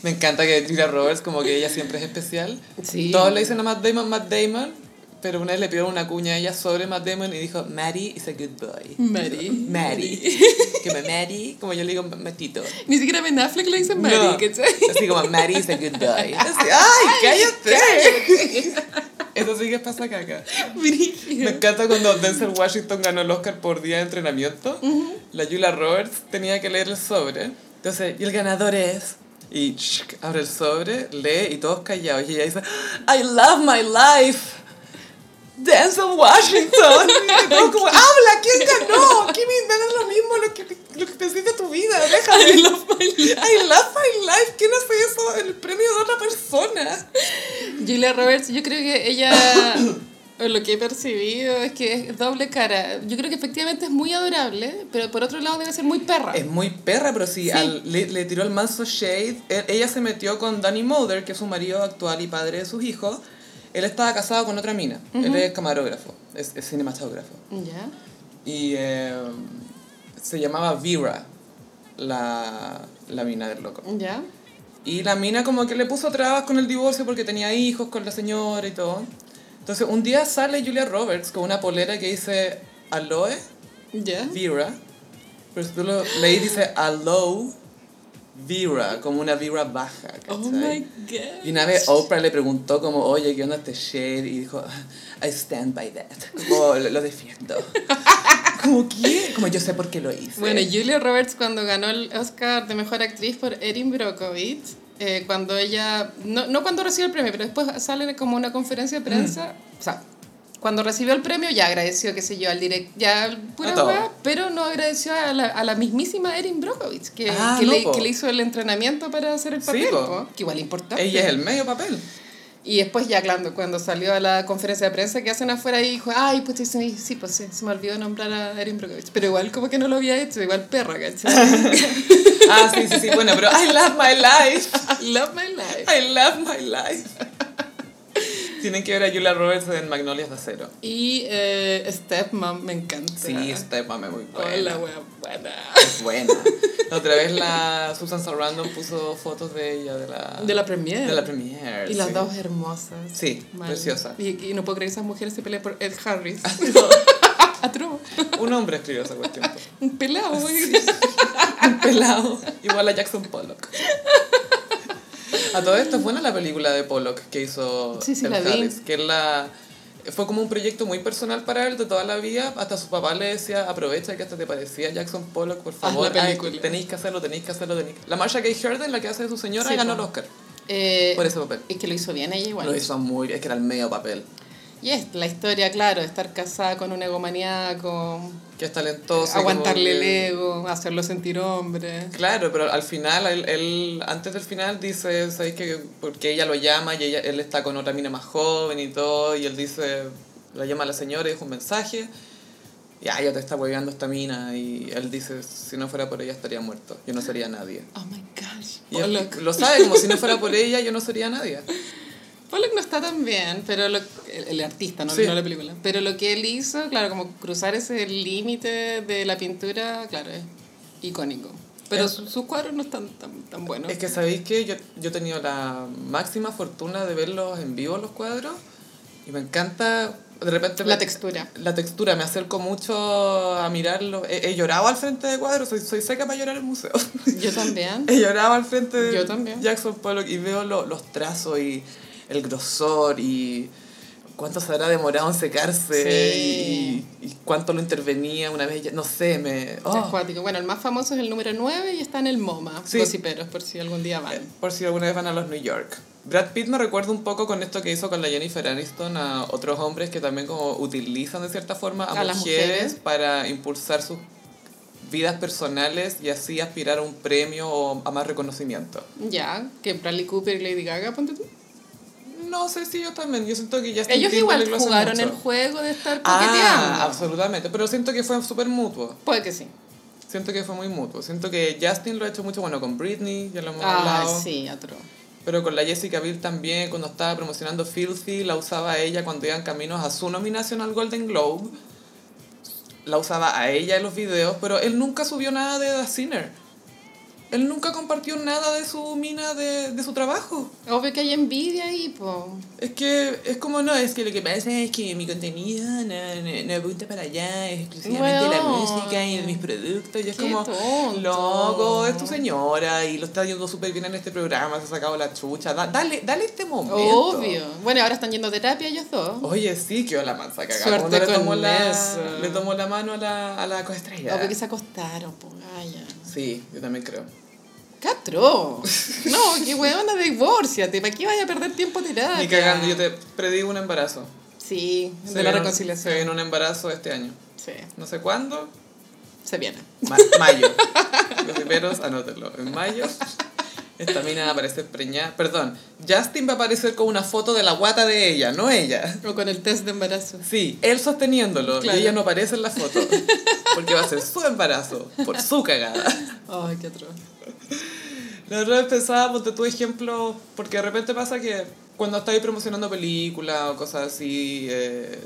Speaker 1: Me encanta que Julia Roberts, como que ella siempre es especial.
Speaker 2: Sí.
Speaker 1: Todos le dicen a Matt Damon, Matt Damon, pero una vez le pidieron una cuña a ella sobre Matt Damon y dijo, Matty is a good boy.
Speaker 2: Matty.
Speaker 1: Matty. Como Matty, como yo le digo, Matito.
Speaker 2: Ni siquiera Ben Affleck le dice Mary,
Speaker 1: No.
Speaker 2: ¿cachai?
Speaker 1: Así como, Matty is a good boy. Así, ¡Ay, cállate! Eso sí que pasa caca. Me
Speaker 2: Brígido.
Speaker 1: encanta cuando Denzel Washington ganó el Oscar por día de entrenamiento. La Julia Roberts tenía que leer el sobre. Entonces, y el ganador es. Y shk, abre el sobre, lee y todos callados. Y ella dice: I love my life. Denzel Washington. Y todos como, habla, ¿quién ganó? ¿Quién es lo mismo lo que, lo que pensé de tu vida? Déjame. I love my life. ¿Quién hace eso? El premio de otra persona.
Speaker 2: Julia Roberts, yo creo que ella, o lo que he percibido, es que es doble cara. Yo creo que efectivamente es muy adorable, pero por otro lado debe ser muy perra.
Speaker 1: Es muy perra, pero sí,
Speaker 2: Sí.
Speaker 1: al- le, le tiró el manso shade. E- Ella se metió con Danny Mulder, que es su marido actual y padre de sus hijos. Él estaba casado con otra mina. Él es camarógrafo, es, es cinematógrafo.
Speaker 2: ¿Ya?
Speaker 1: Y eh, se llamaba Vera, la, la mina del loco.
Speaker 2: ¿Ya?
Speaker 1: Y la mina como que le puso trabas con el divorcio porque tenía hijos con la señora y todo. Entonces un día sale Julia Roberts con una polera que dice Aloe.
Speaker 2: ¿Ya?
Speaker 1: Vera, pero si tú lo leí dice hello Vera, como una Vera baja.
Speaker 2: Oh
Speaker 1: ¿cachai?
Speaker 2: my god.
Speaker 1: Y una vez Oprah le preguntó como, oye, ¿qué onda este shade? Y dijo, I stand by that. Como, lo, lo defiendo. como, ¿qué? Como, yo sé por qué lo hice.
Speaker 2: Bueno, Julia Roberts cuando ganó el Oscar de Mejor Actriz por Erin Brockovich, eh, cuando ella, no, no cuando recibió el premio, pero después sale como una conferencia de prensa,
Speaker 1: Mm.
Speaker 2: o sea, cuando recibió el premio ya agradeció, qué sé yo, al director, ya pura
Speaker 1: A todo.
Speaker 2: hueá, pero no agradeció a la, a la mismísima Erin Brockovich, que,
Speaker 1: Ah,
Speaker 2: que
Speaker 1: no,
Speaker 2: le,
Speaker 1: po.
Speaker 2: que le hizo el entrenamiento para hacer el
Speaker 1: Sí,
Speaker 2: papel,
Speaker 1: po.
Speaker 2: po, que igual importa.
Speaker 1: Ella es el medio papel.
Speaker 2: Y después ya claro, cuando salió a la conferencia de prensa que hacen afuera y dijo, ay, pues sí, sí, sí, pues sí, se me olvidó nombrar a Erin Brockovich. Pero igual como que no lo había hecho, igual perra, ¿cachai?
Speaker 1: Ah, sí, sí, sí, bueno, pero I love my life.
Speaker 2: Love my life.
Speaker 1: I love my life. Tienen que ver a Julia Roberts en Magnolias de Acero.
Speaker 2: Y eh, Stepmom me encanta.
Speaker 1: Sí, esta mame muy buena.
Speaker 2: Hola, wea buena.
Speaker 1: Es buena. La otra vez la Susan Sarandon puso fotos de ella de la,
Speaker 2: De la premiere.
Speaker 1: de la premiere.
Speaker 2: y las
Speaker 1: sí.
Speaker 2: dos hermosas.
Speaker 1: Sí,
Speaker 2: Mal.
Speaker 1: preciosa.
Speaker 2: Y, y no puedo creer que esas mujeres se peleen por Ed Harris. Atro.
Speaker 1: Un hombre escribió esa cuestión. po.
Speaker 2: Un pelado. güey.
Speaker 1: Un pelado. Igual a Jackson Pollock. A todo esto es buena la película de Pollock que hizo
Speaker 2: Sí, sí,
Speaker 1: Ed
Speaker 2: la vi.
Speaker 1: Harris, que él la fue como un proyecto muy personal para él de toda la vida, hasta su papá le decía, aprovecha que hasta te parecía Jackson Pollock, por favor,
Speaker 2: la
Speaker 1: ay,
Speaker 2: película".
Speaker 1: tenéis que hacerlo, tenéis que hacerlo, tenéis que... La Marsha Gay Harden, la que hace de su señora,
Speaker 2: Sí,
Speaker 1: ganó
Speaker 2: po.
Speaker 1: el Oscar
Speaker 2: Eh,
Speaker 1: por ese papel.
Speaker 2: es que lo hizo bien ella igual.
Speaker 1: Lo hizo muy bien, es que era el medio papel.
Speaker 2: Y es la historia, claro, de estar casada con un egomaníaco,
Speaker 1: Que es talentoso.
Speaker 2: Eh, aguantarle
Speaker 1: como
Speaker 2: el
Speaker 1: que-
Speaker 2: ego, hacerlo sentir hombre.
Speaker 1: Claro, pero al final, él, él- antes del final dice, ¿sabéis que Porque ella lo llama y ella, él está con otra mina más joven y todo, y él dice, la llama a la señora y deja un mensaje, y ah, ya te está hueveando esta mina, y él dice, si no fuera por ella estaría muerto, yo no sería nadie.
Speaker 2: Oh my gosh.
Speaker 1: Y él
Speaker 2: Pollock.
Speaker 1: lo sabe, como si no fuera por ella yo no sería nadie.
Speaker 2: Pollock no está tan bien, pero lo- el, el artista, no,
Speaker 1: Sí.
Speaker 2: no la película. Pero lo que él hizo, claro, como cruzar ese límite de la pintura, claro, es icónico. Pero
Speaker 1: Es-
Speaker 2: su- sus cuadros no están tan, tan buenos.
Speaker 1: Es que sabéis que yo, yo he tenido la máxima fortuna de verlos en vivo los cuadros, y me encanta, de repente...
Speaker 2: la
Speaker 1: me-
Speaker 2: textura.
Speaker 1: la textura, me acerco mucho a mirarlo. He, he llorado al frente de cuadros, soy, soy seca para llorar en museo.
Speaker 2: Yo también.
Speaker 1: he llorado al frente de
Speaker 2: Yo también.
Speaker 1: Jackson Pollock y veo lo- los trazos y el grosor y cuánto se habrá demorado en secarse
Speaker 2: Sí.
Speaker 1: y, y cuánto lo intervenía una vez. ya- No sé, me...
Speaker 2: Es
Speaker 1: oh.
Speaker 2: acuático. Bueno, el más famoso es el número 9 y está en el MoMA.
Speaker 1: Sí.
Speaker 2: Gossiperos, por si algún día van.
Speaker 1: Por si alguna vez van a los New York. Brad Pitt me recuerda un poco con esto que hizo con la Jennifer Aniston a otros hombres que también como utilizan de cierta forma a,
Speaker 2: A las
Speaker 1: mujeres,
Speaker 2: mujeres.
Speaker 1: para impulsar sus vidas personales y así aspirar a un premio o a más reconocimiento.
Speaker 2: Ya, que Bradley Cooper y Lady Gaga, ponte tú.
Speaker 1: No sé si yo también, yo siento que ya Justin
Speaker 2: Este Ellos igual
Speaker 1: Timberlake lo hace
Speaker 2: jugaron
Speaker 1: mucho.
Speaker 2: el juego de estar
Speaker 1: Ah,
Speaker 2: coqueteando.
Speaker 1: absolutamente, pero siento que fue súper mutuo.
Speaker 2: Puede que sí.
Speaker 1: Siento que fue muy mutuo. Siento que Justin lo ha hecho mucho, bueno, con Britney, ya lo hemos
Speaker 2: Ah,
Speaker 1: hablado.
Speaker 2: sí, atro.
Speaker 1: Pero con la Jessica Biel también, cuando estaba promocionando Filthy, la usaba ella cuando iban caminos a su nominación al Golden Globe. La usaba a ella en los videos, pero él nunca subió nada de The Sinner. Él nunca compartió nada de su mina, de, de su trabajo.
Speaker 2: Obvio que hay envidia ahí, po.
Speaker 1: Es que es como, no, es que lo que pasa es que mi contenido no, no, no apunta para allá, es exclusivamente la
Speaker 2: Weón.
Speaker 1: música y mis productos. Y es
Speaker 2: Qué
Speaker 1: como,
Speaker 2: tonto.
Speaker 1: loco, es tu señora y lo está yendo súper bien en este programa, se ha sacado la chucha. da- dale, dale este momento.
Speaker 2: Obvio. Bueno, ahora están yendo a terapia ellos dos.
Speaker 1: Oye, sí, quedó la mansa cagada.
Speaker 2: Suerte
Speaker 1: Cuando le
Speaker 2: con
Speaker 1: tomó la,
Speaker 2: eso.
Speaker 1: le tomó la mano a la, a la coestrella.
Speaker 2: Obvio que se acostaron, po. Gaya.
Speaker 1: Sí, yo también creo.
Speaker 2: ¡Catro! No, qué huevona, divórciate. ¿Para qué vaya a perder tiempo a terapia?
Speaker 1: Ni cagando, yo te predigo un embarazo.
Speaker 2: Sí,
Speaker 1: Se
Speaker 2: Ah, de la
Speaker 1: viene-
Speaker 2: reconciliación.
Speaker 1: Se viene un embarazo este año.
Speaker 2: Sí,
Speaker 1: No sé cuándo,
Speaker 2: se viene.
Speaker 1: Ma- mayo. Los primeros, anótenlo. En mayo, esta mina va a aparecer preñada. Perdón, Justin va a aparecer con una foto de la guata de ella, no ella.
Speaker 2: O con el test de embarazo.
Speaker 1: Sí, él sosteniéndolo
Speaker 2: Claro.
Speaker 1: y ella no aparece en la foto. Porque va a ser su embarazo, por su cagada.
Speaker 2: Ay, qué atroz.
Speaker 1: La otra vez pensaba, ponte tu ejemplo, porque de repente pasa que cuando estás promocionando películas o cosas así, eh,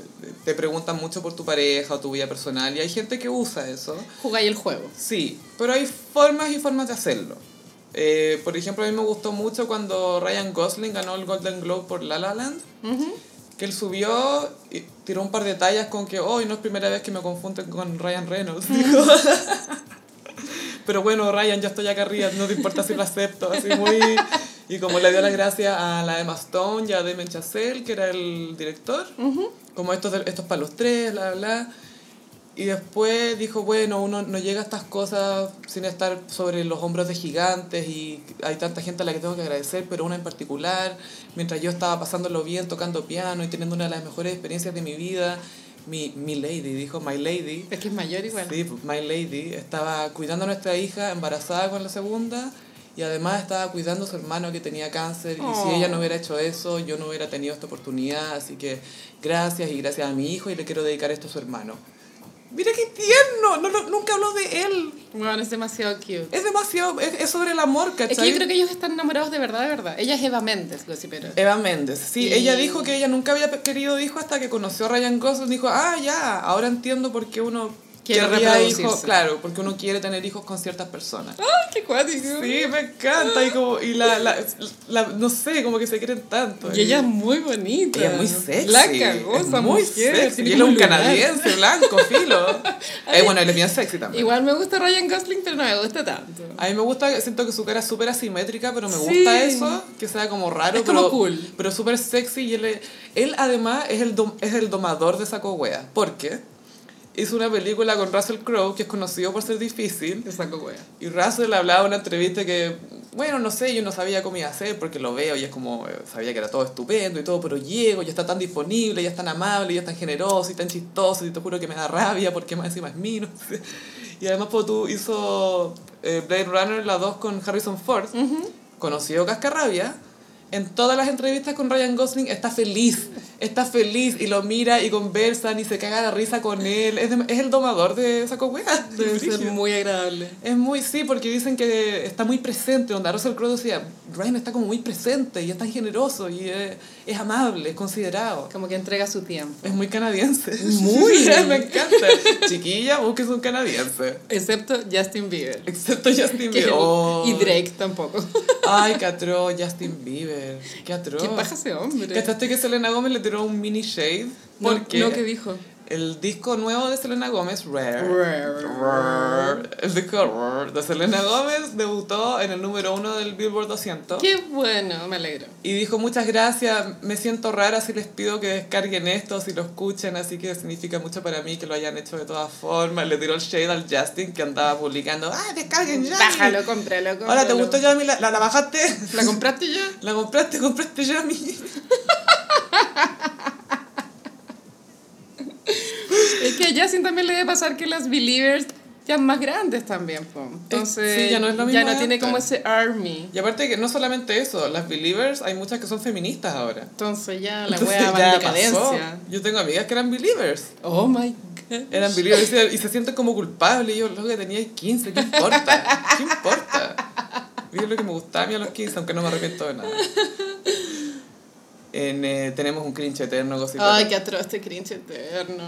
Speaker 1: te preguntan mucho por tu pareja o tu vida personal y hay gente que usa eso.
Speaker 2: Jugáis el juego.
Speaker 1: Sí, pero hay formas y formas de hacerlo. Eh, por ejemplo, a mí me gustó mucho cuando Ryan Gosling ganó el Golden Globe por La La Land, que él subió y tiró un par de tallas con que, hoy no es primera vez que me confunden con Ryan Reynolds. dijo. pero bueno, Ryan, ya estoy acá arriba, no te importa si lo acepto, así muy... Y como le dio las gracias a la Emma Stone y a Damien Chazelle, que era el director, como estos, estos para los tres, bla, bla, bla. Y después dijo, bueno, uno no llega a estas cosas sin estar sobre los hombros de gigantes y hay tanta gente a la que tengo que agradecer, pero una en particular, mientras yo estaba pasándolo bien tocando piano y teniendo una de las mejores experiencias de mi vida, mi, mi lady, dijo my lady,
Speaker 2: Es que es mayor igual.
Speaker 1: sí, pues, my lady, estaba cuidando a nuestra hija embarazada con la segunda y además estaba cuidando a su hermano que tenía cáncer y
Speaker 2: Oh.
Speaker 1: si ella no hubiera hecho eso, yo no hubiera tenido esta oportunidad, así que gracias y gracias a mi hijo y le quiero dedicar esto a su hermano. Mira qué tierno, no, no- nunca habló de él.
Speaker 2: Bueno, es demasiado cute.
Speaker 1: Es demasiado, es, es sobre el amor, ¿cachai?
Speaker 2: Es que yo creo que ellos están enamorados de verdad, de verdad. Ella es Eva Méndez, lo pero
Speaker 1: Eva Méndez, sí,
Speaker 2: Y-
Speaker 1: ella dijo que ella nunca había querido hijo hasta que conoció a Ryan Gosling, dijo, ah, ya, ahora entiendo por qué uno
Speaker 2: Quiere
Speaker 1: querría
Speaker 2: reproducirse.
Speaker 1: hijos, claro, porque uno quiere tener hijos con ciertas personas.
Speaker 2: ¡Ay, qué cuático!
Speaker 1: Sí, me encanta, y como, y la, la, la- no sé, como que se quieren tanto.
Speaker 2: Y ella es muy bonita.
Speaker 1: Ella es muy sexy.
Speaker 2: La cagó,
Speaker 1: es
Speaker 2: esa
Speaker 1: muy
Speaker 2: mujer,
Speaker 1: sexy.
Speaker 2: tiene
Speaker 1: Y él es
Speaker 2: como
Speaker 1: un
Speaker 2: lunar.
Speaker 1: canadiense blanco, filo. eh, bueno, él es bien sexy también.
Speaker 2: Igual me gusta Ryan Gosling, pero no me gusta tanto.
Speaker 1: A mí me gusta, siento que su cara es súper asimétrica, pero me
Speaker 2: Sí.
Speaker 1: gusta eso, que sea como raro,
Speaker 2: Es como
Speaker 1: pero,
Speaker 2: cool.
Speaker 1: pero súper sexy. Y él, es- él además es el, dom- es el domador de Saco Wea, porque hizo una película con Russell Crowe, que es conocido por ser difícil,
Speaker 2: Te saco wea.
Speaker 1: y Russell hablaba en una entrevista que, bueno, no sé, yo no sabía cómo iba a hacer porque lo veo y es como, eh, sabía que era todo estupendo y todo, pero llego, ya está tan disponible, ya es tan amable, ya es tan generoso y tan chistoso y te juro que me da rabia porque más encima es mío. no sé. Y además, pues tú hizo eh, Blade Runner, la 2 con Harrison Ford, conocido Cascarrabia. En todas las entrevistas con Ryan Gosling está feliz, está feliz y lo mira y conversan y se caga de risa con él. Es, de- es el domador de Saco Wea.
Speaker 2: Debe ser muy agradable.
Speaker 1: Es muy, sí, porque dicen que está muy presente. Onda Russell Crowe decía, Ryan está como muy presente y es tan generoso y es, es amable, es considerado.
Speaker 2: Como que entrega su tiempo.
Speaker 1: Es muy canadiense.
Speaker 2: Muy.
Speaker 1: Me encanta. Chiquilla, busques un canadiense.
Speaker 2: Excepto Justin Bieber.
Speaker 1: Excepto Justin
Speaker 2: Que-
Speaker 1: Bieber. Oh.
Speaker 2: Y Drake tampoco.
Speaker 1: Ay, qué atroz, Justin Bieber. Qué atroz.
Speaker 2: ¿Qué paja ese hombre?
Speaker 1: ¿Cachaste que Selena Gómez le tiró un mini shade?
Speaker 2: No-
Speaker 1: Porque
Speaker 2: No, que dijo.
Speaker 1: el disco nuevo de Selena Gómez, Rare,
Speaker 2: Rare.
Speaker 1: El disco Rare de Selena Gómez debutó en el número uno del Billboard 200.
Speaker 2: Qué bueno, me alegro.
Speaker 1: Y dijo, muchas gracias, me siento rara si les pido que descarguen esto, si lo escuchen, así que significa mucho para mí que lo hayan hecho de todas formas. Le tiró el shade al Justin que andaba publicando, ah, descarguen ya.
Speaker 2: Bájalo, cómpralo, cómpralo.
Speaker 1: Ahora, ¿te gustó Yami? ¿La, la, la bajaste?
Speaker 2: ¿La compraste ya?
Speaker 1: ¿La compraste? ¿Compraste Yami?
Speaker 2: Es que a Justin también le debe pasar que las Believers ya más grandes también, po. Entonces,
Speaker 1: Eh, sí, ya no es lo mismo
Speaker 2: ya
Speaker 1: de
Speaker 2: no tiene
Speaker 1: antes.
Speaker 2: como ese army.
Speaker 1: Y aparte que no solamente eso, las Believers, hay muchas que son feministas ahora.
Speaker 2: Entonces ya la
Speaker 1: Entonces,
Speaker 2: wea va
Speaker 1: ya
Speaker 2: en
Speaker 1: pasó.
Speaker 2: decadencia.
Speaker 1: Yo tengo amigas que eran Believers.
Speaker 2: Oh my god.
Speaker 1: Eran believers y se, y se sienten como culpables. Y yo, lo que tenía 15, ¿qué importa? ¿Qué importa? Vi lo que me gustaba a mí a los 15, aunque no me arrepiento de nada. En, eh, tenemos un cringe eterno, cosita.
Speaker 2: Ay, qué atroz este cringe eterno.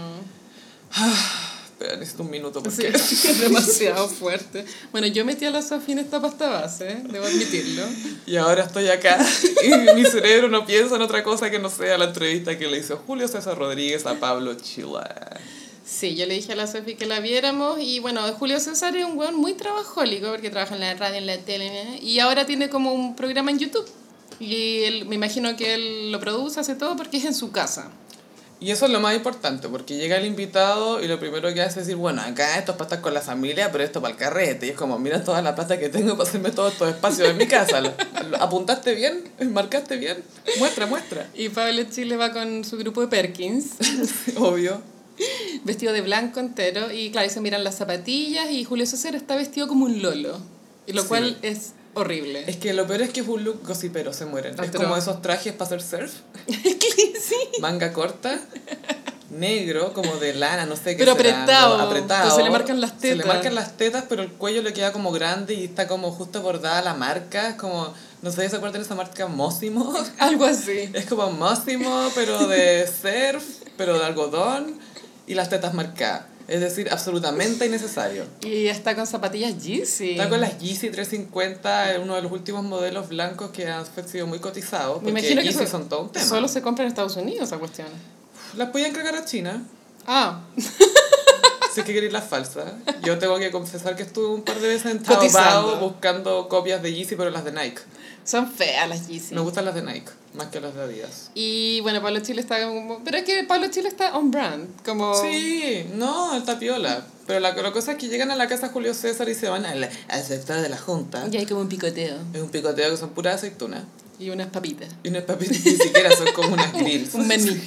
Speaker 1: Espera, necesito un minuto
Speaker 2: Sí,
Speaker 1: porque...
Speaker 2: es demasiado fuerte. Bueno, yo metí a la Sofía en esta pasta base, ¿eh? debo admitirlo.
Speaker 1: Y ahora estoy acá y mi cerebro no piensa en otra cosa que no sea la entrevista que le hizo Julio César Rodríguez a Pablo Chila.
Speaker 2: Sí, yo le dije a la Sofi que la viéramos y bueno, Julio César es un weón muy trabajólico porque trabaja en la radio, en la tele ¿eh? y ahora tiene como un programa en YouTube. Y él, me imagino que él lo produce, hace todo porque es en su casa.
Speaker 1: Y eso es lo más importante, porque llega el invitado y lo primero que hace es decir, bueno, acá esto es para estar con la familia, pero esto para el carrete. Y es como, mira toda la plata que tengo para hacerme todos estos espacios en mi casa. Lo- lo- ¿Apuntaste bien? ¿Marcaste bien? Muestra, muestra.
Speaker 2: Y Pablo Chile va con su grupo de Perkins,
Speaker 1: Obvio.
Speaker 2: vestido de blanco entero y claro, ahí se miran las zapatillas y Julio César está vestido como un lolo, y lo
Speaker 1: Sí.
Speaker 2: cual es horrible.
Speaker 1: Es que lo peor es que es un look gossipero, se mueren. Es
Speaker 2: Atroz.
Speaker 1: como esos trajes para hacer surf. Manga corta. Negro, como de lana, no sé qué
Speaker 2: Pero
Speaker 1: será,
Speaker 2: apretado,
Speaker 1: no, apretado.
Speaker 2: pues se le marcan las
Speaker 1: Se le
Speaker 2: tetas.
Speaker 1: marcan las tetas, pero el cuello le queda como grande y está como justo bordada la marca. Es como, no sé si se acuerdan de esa marca Mósimo.
Speaker 2: Algo así.
Speaker 1: Es como Mósimo, pero de surf, pero de algodón y las tetas marcadas. Es decir, absolutamente innecesario.
Speaker 2: Y está con zapatillas Yeezy.
Speaker 1: Está con las Yeezy 350, es uno de los últimos modelos blancos que han sido muy cotizados. Porque
Speaker 2: Me imagino que
Speaker 1: Yeezy
Speaker 2: so-
Speaker 1: son todo un tema.
Speaker 2: solo se compra en Estados Unidos esa cuestión.
Speaker 1: Las podían cargar a China,
Speaker 2: Ah,
Speaker 1: si es que queréis las falsas. Yo tengo que confesar que estuve un par de veces en Taobao
Speaker 2: Cotizando.
Speaker 1: buscando copias de Yeezy, pero las de Nike.
Speaker 2: son feas las Yeezy.
Speaker 1: Me gustan las de Nike, más que las de Adidas.
Speaker 2: Y bueno, Pablo Chile está como... Pero es que Pablo Chile está on brand. Como...
Speaker 1: Sí, no, está piola. Pero la, la cosa es que llegan a la casa Julio César y se van al, al sector de la junta.
Speaker 2: Y hay como un picoteo.
Speaker 1: Es un picoteo que son puras aceitunas.
Speaker 2: Y unas papitas.
Speaker 1: Y no es papita, ni siquiera son como unas grills.
Speaker 2: Un maní.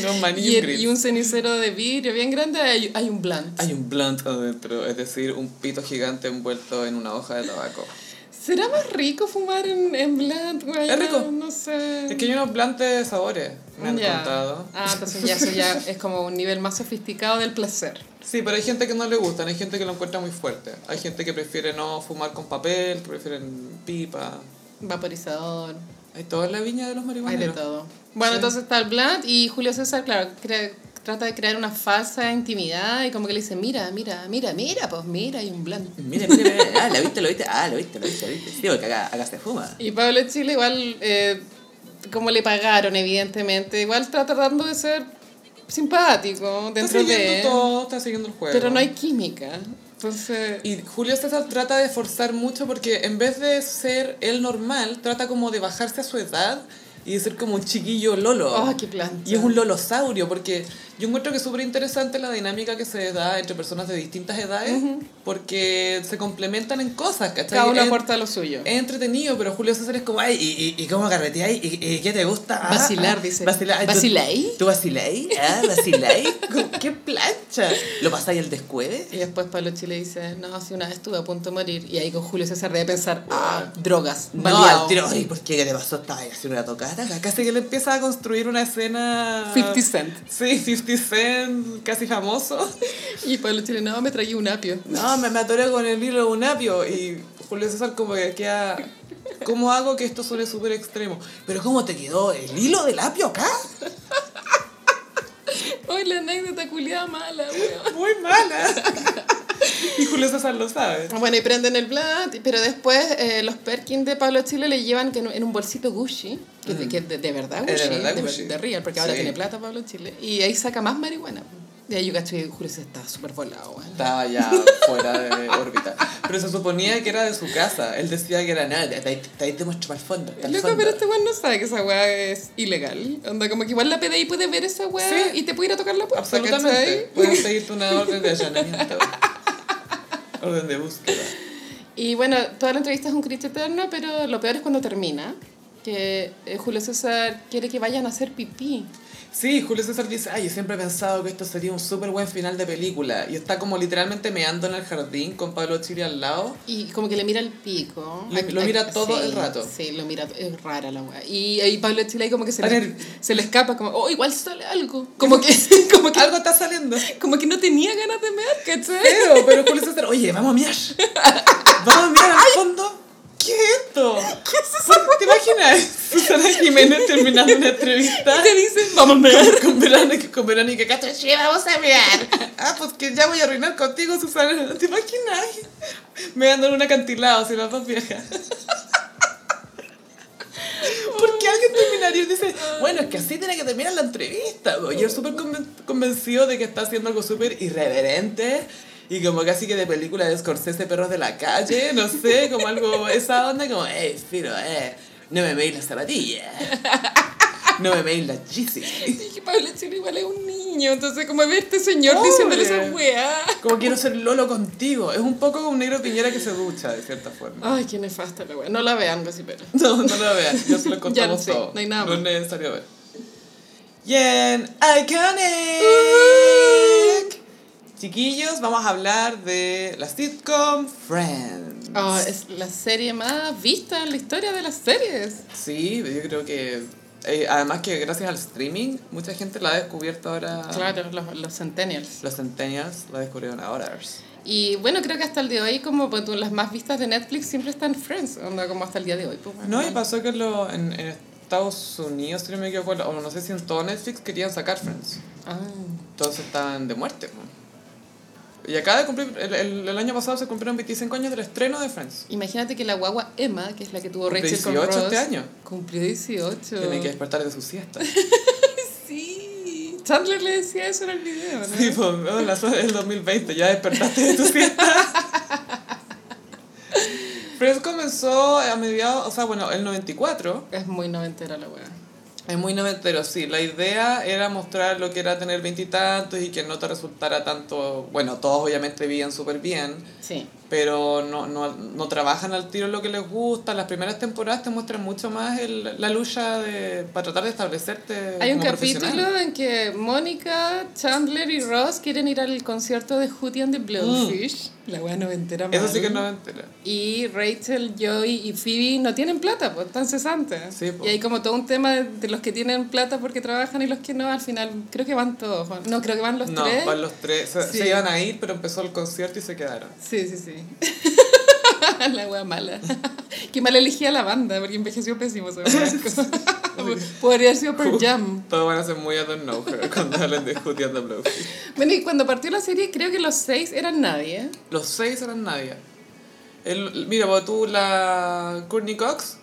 Speaker 1: Unos maní
Speaker 2: y,
Speaker 1: grills.
Speaker 2: y un cenicero de vidrio bien grande. Hay, hay un blunt.
Speaker 1: Hay un blunt adentro, es decir, un pito gigante envuelto en una hoja de tabaco.
Speaker 2: ¿Será más rico fumar en, en blunt, güey?
Speaker 1: Es rico.
Speaker 2: No, no sé.
Speaker 1: Es que hay unos plantes de sabores, me han
Speaker 2: Ya.
Speaker 1: contado.
Speaker 2: Ah, entonces ya eso ya es como un nivel más sofisticado del placer.
Speaker 1: Sí, pero hay gente que no le gustan, hay gente que lo encuentra muy fuerte. Hay gente que prefiere no fumar con papel, que prefieren pipa.
Speaker 2: Vaporizador,
Speaker 1: Hay todo en la viña de los
Speaker 2: hay
Speaker 1: marihuaneros.
Speaker 2: de todo. Bueno,
Speaker 1: Sí.
Speaker 2: entonces está el Blunt y Julio César, claro, crea- trata de crear una falsa intimidad y como que le dice, mira, mira, mira, mira, pues mira, hay un Blunt.
Speaker 3: Mira, mira, mira. Ah, lo viste, lo viste. Ah, lo viste, lo viste, lo viste. Sí, porque acá, acá se fuma.
Speaker 2: Y Pablo Chile igual, eh, como le pagaron, evidentemente, igual está tratando de ser simpático
Speaker 1: Está
Speaker 2: dentro
Speaker 1: siguiendo
Speaker 2: de...
Speaker 1: todo, está siguiendo el juego.
Speaker 2: Pero no hay química. Entonces...
Speaker 1: Y Julio César trata de forzar mucho porque en vez de ser el normal, trata como de bajarse a su edad y de ser como un chiquillo lolo.
Speaker 2: ¡Oh, qué planta!
Speaker 1: Y es un lolosaurio, porque yo encuentro que es súper interesante la dinámica que se da entre personas de distintas edades, porque se complementan en cosas, ¿cachai?
Speaker 2: Cada uno
Speaker 1: Es-
Speaker 2: aporta lo suyo.
Speaker 1: Es entretenido, pero Julio César es como, ay, ¿y, y, y cómo carreteáis? ¿Y, y qué te gusta? Ah,
Speaker 2: Vacilar,
Speaker 1: ah,
Speaker 2: dice.
Speaker 1: Vacilar.
Speaker 2: ¿Vaciláis?
Speaker 3: ¿Tú, tú vaciláis? Ah, vaciláis. ¿Con ¿Qué plancha? ¿Lo pasáis al descueve?
Speaker 2: Y después Pablo Chile dice, no, si una vez estuve a punto de morir. Y ahí con Julio César debe pensar, ah, drogas,
Speaker 3: No,
Speaker 2: baleado.
Speaker 3: al tiro. Ay, ¿por qué? ¿Qué te pasó? ¿Estabas haciendo una tocata?
Speaker 1: Tú- Casi que le empieza a construir una escena...
Speaker 2: 50 Cent.
Speaker 1: Sí, 50 Cent, casi famoso.
Speaker 2: Y Pablo Chile, no, me traí un apio.
Speaker 1: No, me, me atoré con el hilo de un apio y Julio César como que queda... ¿Cómo hago que esto suene súper extremo?
Speaker 3: ¿Pero cómo te quedó el hilo del apio acá?
Speaker 2: Hoy la anécdota culiada mala, weón.
Speaker 1: Muy mala. Y Julio César lo sabe.
Speaker 2: Bueno, y prenden el blat, pero después eh, los Perkins de Pablo Chile le llevan que en, en un bolsito Gucci, que, que Mm. es de, de verdad
Speaker 1: Es
Speaker 2: Gucci,
Speaker 1: de verdad
Speaker 2: de,
Speaker 1: Gucci.
Speaker 2: de real, porque ahora
Speaker 1: Sí.
Speaker 2: tiene plata Pablo Chile, y ahí saca más marihuana. Y ahí yo cacho que Julio César está súper volado, weón.
Speaker 1: Estaba ya fuera de órbita. Pero se suponía que era de su casa. Él decía que era nada.
Speaker 3: Está ahí, está ahí te muestro para el fondo. Para el
Speaker 2: Loco,
Speaker 3: fondo.
Speaker 2: pero
Speaker 1: Ah,
Speaker 2: este weón no sabe que esa weá es ilegal. Onda, como que igual la PDI puede ver esa weá
Speaker 1: Sí.
Speaker 2: y te puede ir a tocar
Speaker 1: pues,
Speaker 2: la puerta.
Speaker 1: Absolutamente.
Speaker 2: ¿cachai?
Speaker 1: Pueden pedirte una orden de allanamiento. orden de búsqueda.
Speaker 2: Y bueno, toda la entrevista es un Cristo eterno, pero lo peor es cuando termina. Que eh, Julio César quiere que vayan a hacer pipí.
Speaker 1: Sí, Julio César dice, ay, yo siempre he pensado que esto sería un súper buen final de película. Y está como literalmente meando en el jardín con Pablo Chile al lado.
Speaker 2: Y como que le mira el pico.
Speaker 1: Lo-
Speaker 2: Ay,
Speaker 1: lo
Speaker 2: ay,
Speaker 1: mira todo
Speaker 2: sí,
Speaker 1: el rato.
Speaker 2: Sí, lo mira. Es rara la weá. Y, y Pablo Chile ahí como que se
Speaker 1: A
Speaker 2: le,
Speaker 1: ver.
Speaker 2: se le escapa, como, oh, igual sale algo. Como que, como que,
Speaker 1: Algo está saliendo.
Speaker 2: como que no tenía ganas de mear, ¿cachai?
Speaker 1: Pero, pero Julio César, oye, vamos a mirar. Vamos a mirar al fondo. ¿Qué es esto? ¿Qué es eso? ¿Te imaginas? Susana Jiménez terminando una entrevista.
Speaker 2: Y te dicen, vamos a mear.
Speaker 1: Con Verónica, con Verónica Castro, sí, vamos a mirar. Ah, pues que ya voy a arruinar contigo, Susana. ¿No te imaginas? Me ando en un acantilado, si las dos viejas. Porque alguien terminaría y dice, bueno, es que así tiene que terminar la entrevista. po. Y él súper conven- convencido de que está haciendo algo súper irreverente y como casi que de película de Scorsese, perros de la calle, no sé, como algo, esa onda, como, hey, Firo, eh, no me veis las zapatillas, no me veis las Yeezy.
Speaker 2: dije, Pablo Chile igual es un niño, entonces como ve este señor
Speaker 1: Pobre.
Speaker 2: diciéndole esa weá.
Speaker 1: Como quiero ser Lolo contigo. Es un poco como un negro piñera que se ducha, de cierta forma.
Speaker 2: Ay, qué nefasta la weá. No la vean, pero
Speaker 1: No, no lo vean. Ya se lo
Speaker 2: Ya lo
Speaker 1: contamos
Speaker 2: sé,
Speaker 1: todo.
Speaker 2: no hay nada
Speaker 1: No es
Speaker 2: más.
Speaker 1: necesario ver. Y en Iconic. Chiquillos, vamos a hablar de la sitcom Friends.
Speaker 2: Ah, es la serie más vista en la historia de las series.
Speaker 1: Sí, yo creo que... eh, además que gracias al streaming, mucha gente la ha descubierto ahora.
Speaker 2: Claro, los, los Centennials.
Speaker 1: Los centennials la descubrieron ahora.
Speaker 2: Y bueno, creo que hasta el día de hoy, como pues, tú, las más vistas de Netflix siempre están Friends, onda, como hasta el día de hoy. pues,
Speaker 1: No, y
Speaker 2: bueno.
Speaker 1: pasó que lo, en, en Estados Unidos, si no me equivoco, o no sé si en todo Netflix querían sacar Friends.
Speaker 2: Ah.
Speaker 1: Entonces estaban de muerte. po. Y acaba de cumplir, el, el, el año pasado se cumplieron 25 años del estreno de Friends.
Speaker 2: Imagínate que la guagua Emma, que es la que tuvo Rachel con
Speaker 1: 18
Speaker 2: Ross,
Speaker 1: este año.
Speaker 2: cumplió 18.
Speaker 1: Tienen que despertar de su siesta.
Speaker 2: Sí. Chandler le decía eso en el video, ¿no?
Speaker 1: Sí, po, no, las horas del 2020, ya despertaste de tu siesta. Friends comenzó a mediados, o sea, bueno, el 94.
Speaker 2: Es muy noventera la weá.
Speaker 1: Es muy noventero, sí. La idea era mostrar lo que era tener veintitantos y, que no te resultara tanto... Bueno, todos obviamente vivían súper bien,
Speaker 2: Sí.
Speaker 1: pero no, no, no trabajan al tiro lo que les gusta. Las primeras temporadas te muestran mucho más el- la lucha de, para tratar de establecerte.
Speaker 2: Hay un
Speaker 1: como
Speaker 2: capítulo
Speaker 1: profesional.
Speaker 2: en que Mónica, Chandler y Ross quieren ir al concierto de Hootie and the Blowfish. La wea noventera
Speaker 1: Mm. Eso sí
Speaker 2: mal.
Speaker 1: que no me entera.
Speaker 2: Y Rachel, Joey y Phoebe no tienen plata, pues están cesantes.
Speaker 1: Sí, po.
Speaker 2: Y hay como todo un tema de, de los que tienen plata porque trabajan y los que no. Al final creo que van todos. ¿o No, creo que van los
Speaker 1: no,
Speaker 2: tres.
Speaker 1: van los tres. Se, se
Speaker 2: Sí.
Speaker 1: iban a ir, pero empezó el concierto y se quedaron.
Speaker 2: Sí, sí, sí. la wea mala. Qué mal elegía la banda porque envejeció pésimo esa wea. Podría haber sido Pearl Jam.
Speaker 1: Todos van a ser muy a Don't Know Her cuando hablen de Hootie and the Blowfish.
Speaker 2: Bueno, y cuando partió la serie creo que los seis eran nadie.
Speaker 1: Los seis eran nadie. El, mira, pues tú, la Courtney Cox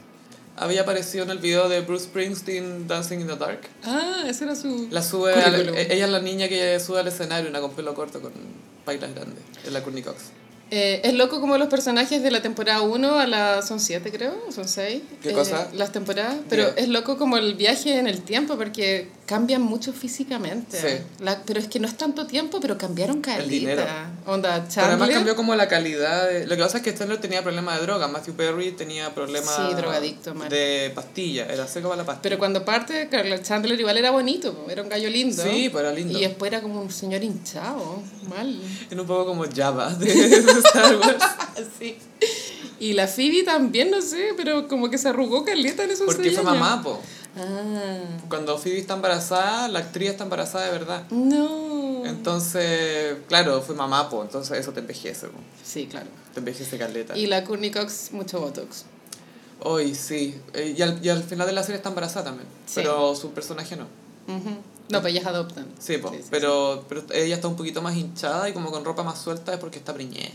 Speaker 1: había aparecido en el video de Bruce Springsteen Dancing in the Dark.
Speaker 2: Ah, ese era su...
Speaker 1: La sube al-
Speaker 2: Currículum.
Speaker 1: e- ella es la niña que sube al escenario, una con pelo corto, con bailas grandes. Es la Courtney Cox.
Speaker 2: Eh, es loco como los personajes de la temporada 1 a la... Son 7 creo, o son 6.
Speaker 1: ¿Qué cosa?
Speaker 2: Las temporadas, pero
Speaker 1: Ya.
Speaker 2: es loco como el viaje en el tiempo porque cambian mucho físicamente.
Speaker 1: Sí.
Speaker 2: La- pero es que no es tanto tiempo, pero cambiaron caleta.
Speaker 1: dinero.
Speaker 2: Onda,
Speaker 1: Pero además
Speaker 2: Chandler.
Speaker 1: cambió como la calidad. de- lo que pasa es que Chandler tenía problemas de droga. Matthew Perry tenía problemas
Speaker 2: Sí, drogadicto, mal.
Speaker 1: de pastilla. Era seco para la pastilla.
Speaker 2: Pero cuando parte, Carlos Chandler igual era bonito, po, era un gallo lindo.
Speaker 1: Sí, pero era lindo.
Speaker 2: Y después era como un señor hinchado, mal.
Speaker 1: Era un poco como Java de, de Star Wars.
Speaker 2: Sí. Y la Phoebe también, no sé, pero como que se arrugó caleta en esos
Speaker 1: Porque
Speaker 2: seis
Speaker 1: fue
Speaker 2: años.
Speaker 1: mamá, po.
Speaker 2: Ah.
Speaker 1: Cuando Phoebe está embarazada, la actriz está embarazada de verdad.
Speaker 2: No.
Speaker 1: Entonces, claro, fue mamá, po, entonces eso te envejece, po.
Speaker 2: Sí, claro.
Speaker 1: te envejece caleta.
Speaker 2: Y la Courtney Cox, mucho Botox.
Speaker 1: Hoy sí, Eh, y, al, y al final de la serie está embarazada también,
Speaker 2: Sí.
Speaker 1: pero su personaje no.
Speaker 2: Ujú. No, pues ellas adoptan.
Speaker 1: Sí, po,
Speaker 2: Sí, sí,
Speaker 1: pero, pero ella está un poquito más hinchada y como con ropa más suelta es porque está preñada.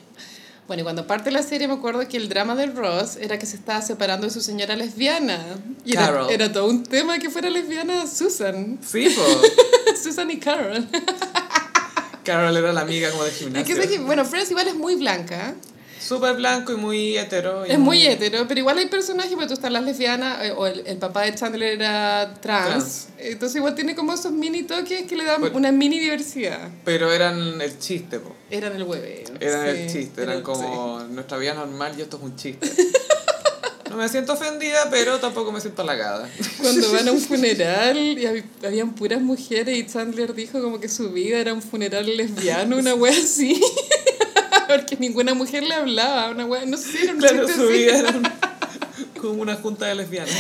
Speaker 2: Bueno, y cuando parte la serie me acuerdo que el drama de Ross era que se estaba separando de su señora lesbiana. Y era,
Speaker 1: Carol.
Speaker 2: era todo un tema que fuera lesbiana Susan.
Speaker 1: Sí, po.
Speaker 2: Susan y Carol.
Speaker 1: Carol era la amiga como de
Speaker 2: Es que
Speaker 1: gimnasio.
Speaker 2: sé que- bueno, Friends igual es muy blanca.
Speaker 1: Súper blanco y muy hetero. y
Speaker 2: Es muy hetero, pero igual hay personajes, porque tú estás las lesbianas, eh, o el, el papá de Chandler era trans,
Speaker 1: Trans.
Speaker 2: Entonces igual tiene como esos mini toques que le dan
Speaker 1: Bueno.
Speaker 2: una mini diversidad.
Speaker 1: Pero eran el chiste, po.
Speaker 2: Eran el hueve.
Speaker 1: Eran
Speaker 2: sí,
Speaker 1: el chiste, eran
Speaker 2: era-
Speaker 1: como nuestra vida normal y esto es un chiste. No me siento ofendida, pero tampoco me siento halagada.
Speaker 2: sí. Cuando van a un funeral y hab- habían puras mujeres y Chandler dijo como que su vida era un funeral lesbiano, una wea así. Porque ninguna mujer le hablaba, una wea, no sé, era un
Speaker 1: Claro,
Speaker 2: chiste
Speaker 1: su
Speaker 2: así.
Speaker 1: vida era un- como una junta de lesbianas.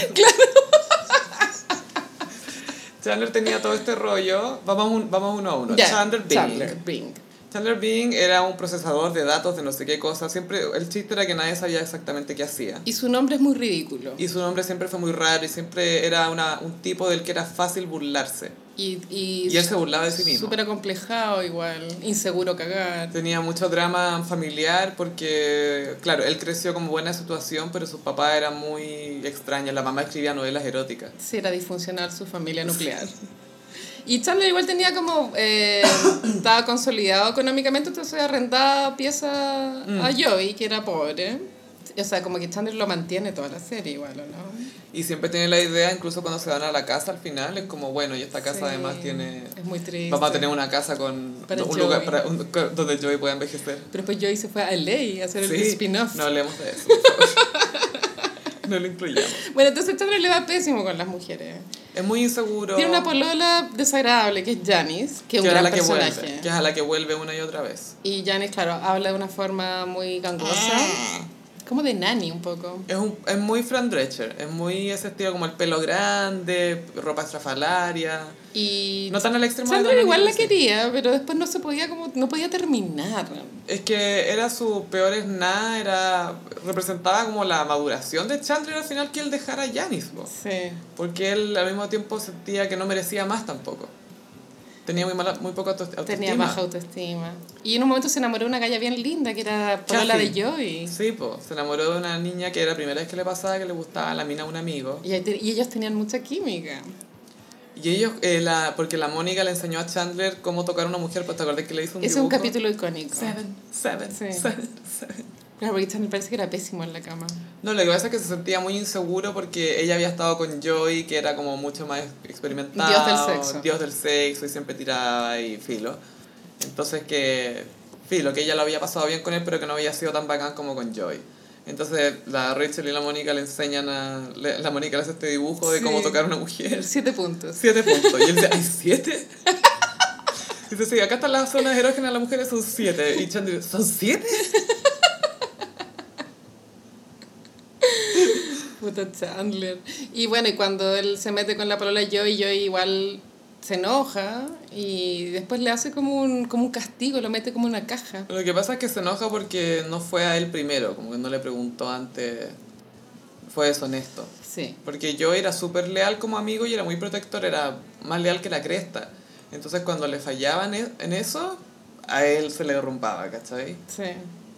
Speaker 1: Chandler tenía todo este rollo. Vamos, un- vamos uno a uno.
Speaker 2: Ya,
Speaker 1: Chandler Bing.
Speaker 2: Chandler
Speaker 1: Chandler.
Speaker 2: Bing.
Speaker 1: Bing era un procesador de datos de no sé qué cosa. Siempre el chiste era que nadie sabía exactamente qué hacía.
Speaker 2: Y su nombre es muy ridículo.
Speaker 1: Y su nombre siempre fue muy raro y siempre era una, un tipo del que era fácil burlarse.
Speaker 2: Y, y,
Speaker 1: Y él se burlaba de sí mismo.
Speaker 2: Súper acomplejado igual, inseguro cagar.
Speaker 1: Tenía mucho drama familiar porque, claro, él creció con buena situación, pero su papá era muy extraño. La mamá escribía novelas eróticas.
Speaker 2: Sí, era disfuncional su familia nuclear. Y Chandler igual tenía como, eh, estaba consolidado económicamente, entonces arrendaba pieza
Speaker 1: Mm.
Speaker 2: a Joey, que era pobre. O sea, como que Chandler lo mantiene toda la serie igual, ¿o no?
Speaker 1: Y siempre tiene la idea, incluso cuando se van a la casa al final, es como, bueno, y esta casa
Speaker 2: Sí.
Speaker 1: además tiene...
Speaker 2: Es muy triste.
Speaker 1: Vamos a tener una casa con
Speaker 2: Para
Speaker 1: un
Speaker 2: Joey.
Speaker 1: lugar para un- con- donde Joey pueda envejecer.
Speaker 2: Pero después Joey se fue a LA a hacer el
Speaker 1: Sí,
Speaker 2: spin-off.
Speaker 1: no hablemos de eso. por favor. no lo incluyamos.
Speaker 2: Bueno, entonces Chandler le va pésimo con las mujeres.
Speaker 1: Es muy inseguro.
Speaker 2: Tiene una polola desagradable, que es Janice, que es
Speaker 1: que es
Speaker 2: un
Speaker 1: a
Speaker 2: gran
Speaker 1: la que
Speaker 2: personaje.
Speaker 1: vuelve, que es a la que vuelve una y otra vez.
Speaker 2: Y Janice, claro, habla de una forma muy gangosa.
Speaker 1: Ah.
Speaker 2: Como de nani un poco.
Speaker 1: Es, un, es muy Fran Drescher, es muy ese estilo como el pelo grande, ropa estrafalaria.
Speaker 2: Y
Speaker 1: No tan al extremo de
Speaker 2: Sandra
Speaker 1: Donna
Speaker 2: igual la
Speaker 1: Nicholson.
Speaker 2: quería, pero después no se podía como no podía terminar.
Speaker 1: Es que era su peor es nada, era, representaba como la maduración de Chandler al final que él dejara a Janis, po.
Speaker 2: Sí.
Speaker 1: porque él al mismo tiempo sentía que no merecía más tampoco. Tenía muy, mala, muy poco auto- autoestima.
Speaker 2: Tenía baja autoestima. Y en un momento se enamoró de una galla bien linda que era polola
Speaker 1: Kathy.
Speaker 2: de Joey.
Speaker 1: Sí, po. se enamoró de una niña que era la primera vez que le pasaba que le gustaba la mina a un amigo.
Speaker 2: Y, ahí te- y ellos tenían mucha química.
Speaker 1: Y ellos, eh, la, porque la Mónica le enseñó a Chandler cómo tocar a una mujer, pues te acordás que le hizo un
Speaker 2: Ese es
Speaker 1: dibujo.
Speaker 2: un capítulo icónico.
Speaker 1: Seven, seven,
Speaker 2: Sí.
Speaker 1: seven.
Speaker 2: Claro, porque Chandler parece que era pésimo en la cama.
Speaker 1: No, lo que pasa es que se sentía muy inseguro porque ella había estado con Joey, que era como mucho más experimentado.
Speaker 2: Dios del sexo.
Speaker 1: Dios del sexo, y siempre tiraba y filo. Entonces que filo, que ella lo había pasado bien con él, pero que no había sido tan bacán como con Joy. Entonces la Rachel y la Mónica le enseñan a... le- la Mónica le hace este dibujo de cómo
Speaker 2: Sí.
Speaker 1: tocar a una mujer.
Speaker 2: Siete puntos.
Speaker 1: Siete puntos. Y él dice, ¿hay siete? Dice, sí, acá están las zonas erógenas de las mujeres, son siete. Y Chandler, ¿son siete?
Speaker 2: Puta Chandler. Y bueno, y cuando él se mete con la palola Joy, Joy igual se enoja y después le hace como un, como un castigo, lo mete como en una caja.
Speaker 1: Lo que pasa es que se enoja porque no fue a él primero, como que no le preguntó antes. Fue deshonesto.
Speaker 2: Sí.
Speaker 1: Porque yo era súper leal como amigo y era muy protector, era más leal que la cresta. Entonces cuando le fallaban e- en eso, a él se le derrumbaba, ¿cachai?
Speaker 2: Sí.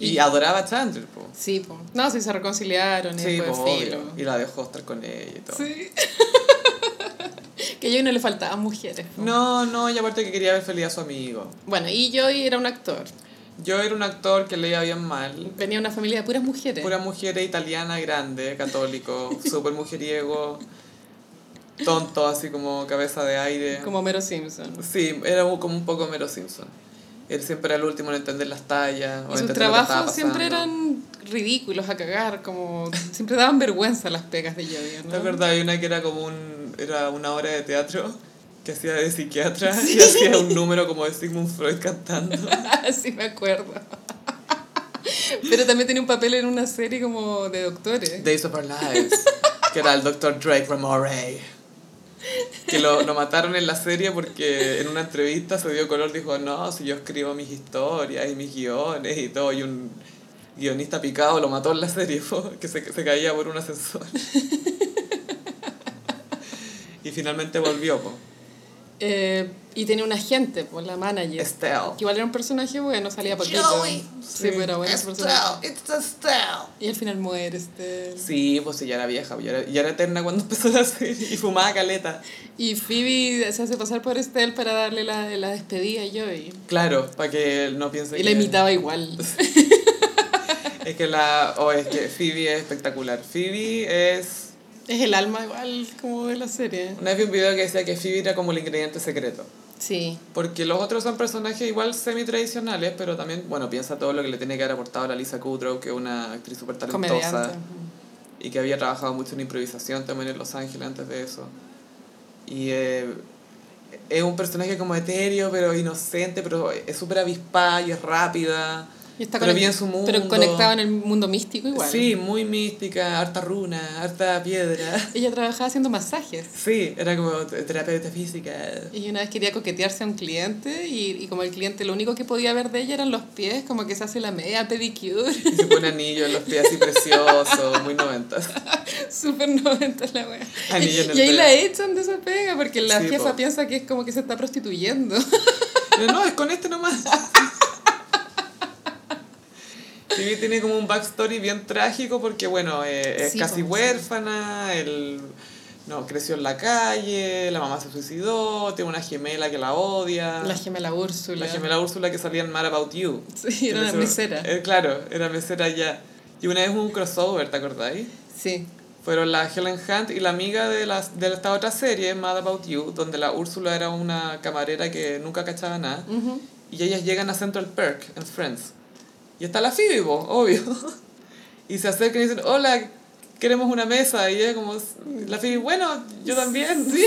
Speaker 1: Y, adoraba a Chandler, po.
Speaker 2: Sí, po. No, sí, se reconciliaron y
Speaker 1: Sí,
Speaker 2: después
Speaker 1: po, obvio.
Speaker 2: filo.
Speaker 1: Y la dejó estar con ella y todo.
Speaker 2: Sí. que a Joy no le faltaban mujeres. po.
Speaker 1: No, no, y aparte que quería ver feliz a su amigo.
Speaker 2: Bueno, y Joy era un actor.
Speaker 1: Yo era un actor que leía bien mal.
Speaker 2: Venía de una familia de puras mujeres.
Speaker 1: Pura mujer italiana grande, católico, súper mujeriego, tonto, así como cabeza de aire.
Speaker 2: Como Homero Simpson.
Speaker 1: Sí, era un- como un poco Mero Simpson. Él siempre era el último en entender las tallas. o entender lo
Speaker 2: Y sus
Speaker 1: que estaba
Speaker 2: trabajos
Speaker 1: pasando.
Speaker 2: siempre eran ridículos a cagar, como siempre daban vergüenza las pegas de Joy, ¿no?
Speaker 1: ¿Te acuerdas? Hay una que era como un, era una obra de teatro que hacía de psiquiatra y hacía un número como de Sigmund Freud cantando.
Speaker 2: sí me acuerdo. Pero también tenía un papel en una serie como de doctores.
Speaker 1: Days of Our Lives, que era el Dr. Drake Ramore. Que lo, lo mataron en la serie porque en una entrevista se dio color, dijo, no, si yo escribo mis historias y mis guiones y todo, y un guionista picado lo mató en la serie, po, que se, se caía por un ascensor. Y finalmente volvió, po.
Speaker 2: Eh, y tenía un agente, pues la manager.
Speaker 1: Estelle.
Speaker 2: Que igual era un personaje bueno, salía poquito.
Speaker 3: Joey.
Speaker 2: Sí, pero era bueno ese personaje.
Speaker 3: It's a style.
Speaker 2: Y al final muere este.
Speaker 1: Sí, pues sí, ya era vieja, ya era, ya era eterna cuando empezó la serie y fumaba caleta.
Speaker 2: Y Phoebe se hace pasar por Estelle para darle la, la despedida a Joey.
Speaker 1: Claro, para que él no piense
Speaker 2: Y la
Speaker 1: que-
Speaker 2: imitaba igual.
Speaker 1: Es que la. O es que Phoebe es espectacular. Phoebe es.
Speaker 2: Es el alma igual como de la serie.
Speaker 1: Una vez vi un video que decía que Phoebe era como el ingrediente secreto.
Speaker 2: Sí.
Speaker 1: Porque los otros son personajes igual semi-tradicionales, pero también, bueno, piensa todo lo que le tiene que haber aportado a la Lisa Kudrow, que es una actriz súper talentosa.
Speaker 2: Comediante.
Speaker 1: Y que había trabajado mucho en improvisación también en Los Ángeles antes de eso. Y eh, es un personaje como etéreo, pero inocente, pero es súper avispada y es rápida.
Speaker 2: Y está
Speaker 1: pero
Speaker 2: conect-
Speaker 1: bien su mundo.
Speaker 2: Pero conectado en el mundo místico igual.
Speaker 1: Sí, muy mística, harta runa, harta piedra.
Speaker 2: Ella trabajaba haciendo masajes.
Speaker 1: Sí, era como te- terapeuta física.
Speaker 2: Y una vez quería coquetearse a un cliente y, y como el cliente lo único que podía ver de ella eran los pies, como que se hace la media pedicure.
Speaker 1: Y se pone anillo en los pies así precioso, muy noventas.
Speaker 2: Súper 90 la wea. Y,
Speaker 1: Anillo en el
Speaker 2: y ahí
Speaker 1: dedo.
Speaker 2: la echan de esa pega porque la
Speaker 1: Sí,
Speaker 2: jefa
Speaker 1: po.
Speaker 2: piensa que es como que se está prostituyendo.
Speaker 1: Pero no, es con este nomás. Phoebe tiene como un backstory bien trágico porque, bueno, eh, es
Speaker 2: Sí,
Speaker 1: casi
Speaker 2: pues, sí.
Speaker 1: huérfana, él no, creció en la calle, la mamá se suicidó, tiene una gemela que la odia.
Speaker 2: La gemela Úrsula.
Speaker 1: Ah. La gemela Úrsula que salía en Mad About You.
Speaker 2: Sí, era una
Speaker 1: Entonces,
Speaker 2: mesera.
Speaker 1: eh, claro, era mesera ya. Y una vez hubo un crossover, ¿te acordáis?
Speaker 2: Sí.
Speaker 1: Fueron la Helen Hunt y la amiga de, las, de esta otra serie, Mad About You, donde la Úrsula era una camarera que nunca cachaba nada.
Speaker 2: Ujú.
Speaker 1: Y ellas llegan a Central Perk en Friends. Y está la Phoebe, po, obvio. Y se acercan y dicen, hola, queremos una mesa. Y ella como, la Phoebe, bueno, yo también.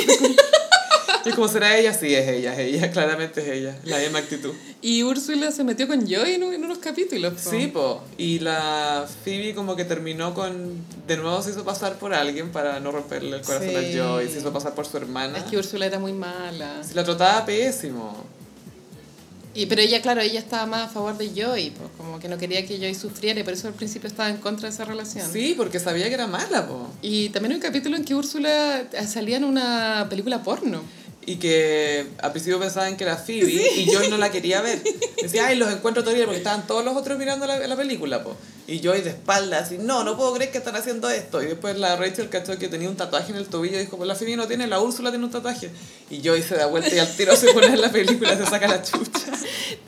Speaker 1: Y es como, ¿será ella? Sí, es ella, es ella, claramente es ella. La misma actitud.
Speaker 2: Y Úrsula se metió con Joy en, un- en unos capítulos. po.
Speaker 1: Sí, po. Y la Phoebe como que terminó con... De nuevo se hizo pasar por alguien para no romperle el corazón
Speaker 2: Sí.
Speaker 1: a Joy. Se hizo pasar por su hermana.
Speaker 2: Es que Úrsula era muy mala.
Speaker 1: Se la trataba pésimo.
Speaker 2: Y, pero ella, claro, ella estaba más a favor de Joy, po, como que no quería que Joy sufriera y por eso al principio estaba en contra de esa relación.
Speaker 1: Sí, porque sabía que era mala, po.
Speaker 2: Y también hay un capítulo en que Úrsula eh, salía en una película porno.
Speaker 1: Y que al principio pensaban que era Phoebe y Joy no la quería ver. Decía, ay, los encuentro todavía porque estaban todos los otros mirando la, la película, po. Y Joy de espaldas, así, no, no puedo creer que están haciendo esto. Y después la Rachel cachó que tenía un tatuaje en el tobillo y dijo, pues la Phoebe no tiene, la Úrsula tiene un tatuaje. Y Joy se da vuelta y al tiro se pone en la película, se saca la chucha.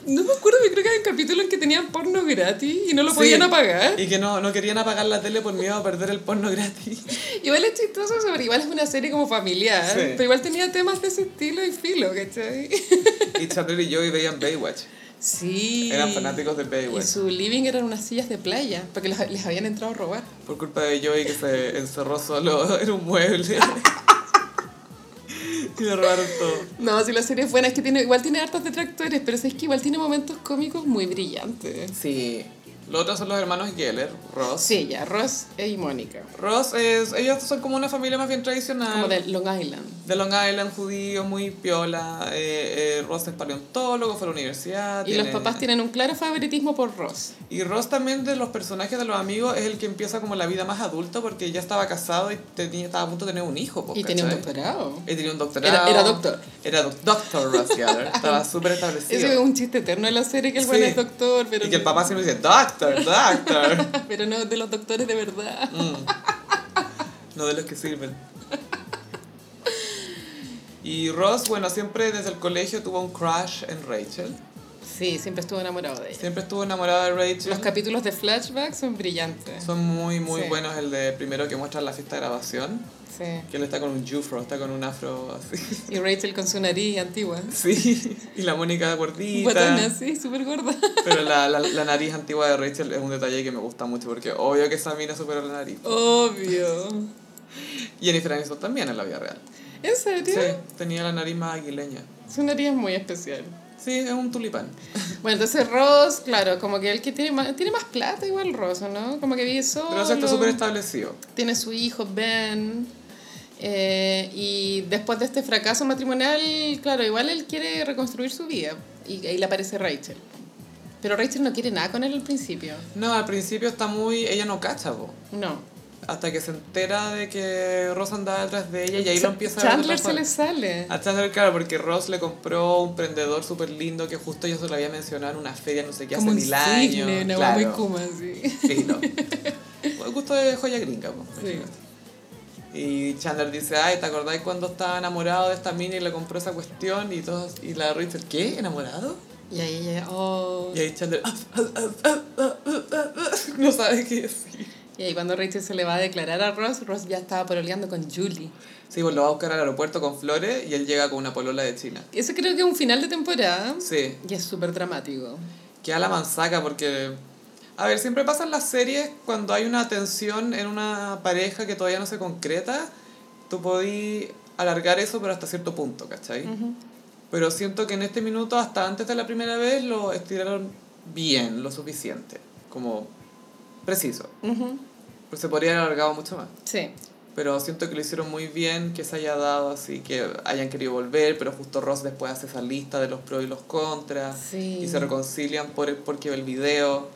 Speaker 2: No me acuerdo, yo creo que hay un capítulo en que tenían porno gratis y no lo
Speaker 1: Sí.
Speaker 2: podían apagar.
Speaker 1: Y que no, no querían apagar la tele por miedo a perder el porno gratis.
Speaker 2: Igual es chistoso, eso, porque igual es una serie como familiar,
Speaker 1: Sí.
Speaker 2: pero igual tenía temas de ese estilo y filo, ¿cachai?
Speaker 1: Y Chandler y Joy veían Baywatch.
Speaker 2: Sí.
Speaker 1: Eran fanáticos de Baywatch.
Speaker 2: Y su living eran unas sillas de playa, porque las- les habían entrado a robar.
Speaker 1: Por culpa de Joey que se encerró solo en un mueble. y le robaron todo.
Speaker 2: No, si la serie es buena, es que tiene, igual tiene hartos detractores, pero es que igual tiene momentos cómicos muy brillantes.
Speaker 3: Sí.
Speaker 1: Los otros son los hermanos Geller, Ross.
Speaker 2: Sí, ya, Ross y Mónica.
Speaker 1: Ross es. Ellos son como una familia más bien tradicional.
Speaker 2: Como de Long Island.
Speaker 1: de Long Island, judío, muy piola. Eh, eh, Ross es paleontólogo, fue a la universidad.
Speaker 2: Y los
Speaker 1: tiene-
Speaker 2: papás tienen un claro favoritismo por Ross.
Speaker 1: Y Ross también de los personajes de los amigos es el que empieza como la vida más adulta porque ya estaba casado y tenía, estaba a punto de tener un hijo. po,
Speaker 2: Y tenía un
Speaker 1: ¿cachai?
Speaker 2: doctorado.
Speaker 1: Y tenía un doctorado.
Speaker 2: Era- era doctor.
Speaker 1: Era doc- doctor Ross Geller. Estaba súper establecido.
Speaker 2: Eso es un chiste eterno de la serie, que el
Speaker 1: Sí.
Speaker 2: buen es doctor, pero...
Speaker 1: Y que el papá siempre dice, doctor, doctor. Mm.
Speaker 2: Pero no de los doctores de verdad.
Speaker 1: No de los que sirven. Y Ross, bueno, siempre desde el colegio tuvo un crush en Rachel.
Speaker 2: Sí, siempre estuvo enamorado de ella.
Speaker 1: Siempre estuvo enamorada de Rachel.
Speaker 2: Los capítulos de flashback son brillantes.
Speaker 1: Son muy, muy
Speaker 2: Sí.
Speaker 1: buenos. El de primero que muestra la fiesta de grabación.
Speaker 2: Sí.
Speaker 1: Que él está con un jufro, está con un afro así.
Speaker 2: Y Rachel con su nariz antigua.
Speaker 1: Sí. Y la Mónica
Speaker 2: Guatona,
Speaker 1: gordita.
Speaker 2: sí, súper gorda.
Speaker 1: Pero la, la, la nariz antigua de Rachel es un detalle que me gusta mucho porque obvio que esa mina superó la nariz.
Speaker 2: Obvio.
Speaker 1: Y Jennifer Aniston también en la vida real.
Speaker 2: ¿En
Speaker 1: Sí,
Speaker 2: serio?
Speaker 1: tenía la nariz más aguileña.
Speaker 2: Su nariz es muy especial.
Speaker 1: Sí, es un tulipán.
Speaker 2: Bueno, entonces Ross, claro, como que el que tiene más, tiene más plata igual Ross, ¿o Oh, ¿no? Como que vive solo.
Speaker 1: Pero eso está súper establecido.
Speaker 2: tiene su hijo Ben. eh, y después de este fracaso matrimonial, claro, igual él quiere reconstruir su vida. Y ahí le aparece Rachel. Pero Rachel no quiere nada con él al principio.
Speaker 1: No, al principio está muy... Ella no cacha, po.
Speaker 2: No.
Speaker 1: Hasta que se entera de que Ross andaba detrás de ella y ahí lo
Speaker 2: Ch-
Speaker 1: empieza a
Speaker 2: Chandler se
Speaker 1: retrasar.
Speaker 2: le sale.
Speaker 1: A Chandler, claro, porque Ross le compró un prendedor súper lindo que justo yo se lo había mencionado en una feria, no sé qué,
Speaker 2: Como
Speaker 1: hace
Speaker 2: un
Speaker 1: mil
Speaker 2: cisne,
Speaker 1: años.
Speaker 2: una
Speaker 1: claro.
Speaker 2: guagua y Kuma, sí.
Speaker 1: Sí, no. El gusto de joya gringa, po,
Speaker 2: Sí.
Speaker 1: imagínate. Y Chandler dice, ay, ¿te acordás cuando estaba enamorado de esta mina y le compró esa cuestión? Y todos, y la Rachel, ¿qué? ¿Enamorado?
Speaker 2: Y ahí ella, oh.
Speaker 1: Y ahí Chandler, "Ah, ah, ah, ah, ah, ah, ah, ah", no sabe qué decir.
Speaker 2: Y ahí cuando Rachel se le va a declarar a Ross, Ross ya estaba pololeando con Julie.
Speaker 1: Sí, pues lo va a buscar al aeropuerto con flores y él llega con una polola de China.
Speaker 2: Eso creo que es un final de temporada.
Speaker 1: Sí,
Speaker 2: Y es súper dramático.
Speaker 1: queda la manzaca porque... A ver, siempre pasan las series cuando hay una tensión en una pareja que todavía no se concreta, tú podí alargar eso pero hasta cierto punto, ¿cachai? Pero siento que en este minuto, hasta antes de la primera vez, lo estiraron bien, lo suficiente, como preciso.
Speaker 2: Ujú.
Speaker 1: Pues se podría haber alargado mucho más.
Speaker 2: Sí.
Speaker 1: Pero siento que lo hicieron muy bien, que se haya dado así, que hayan querido volver, pero justo Ross después hace esa lista de los pros y los contras.
Speaker 2: Sí.
Speaker 1: Y se reconcilian por, porque ve el video.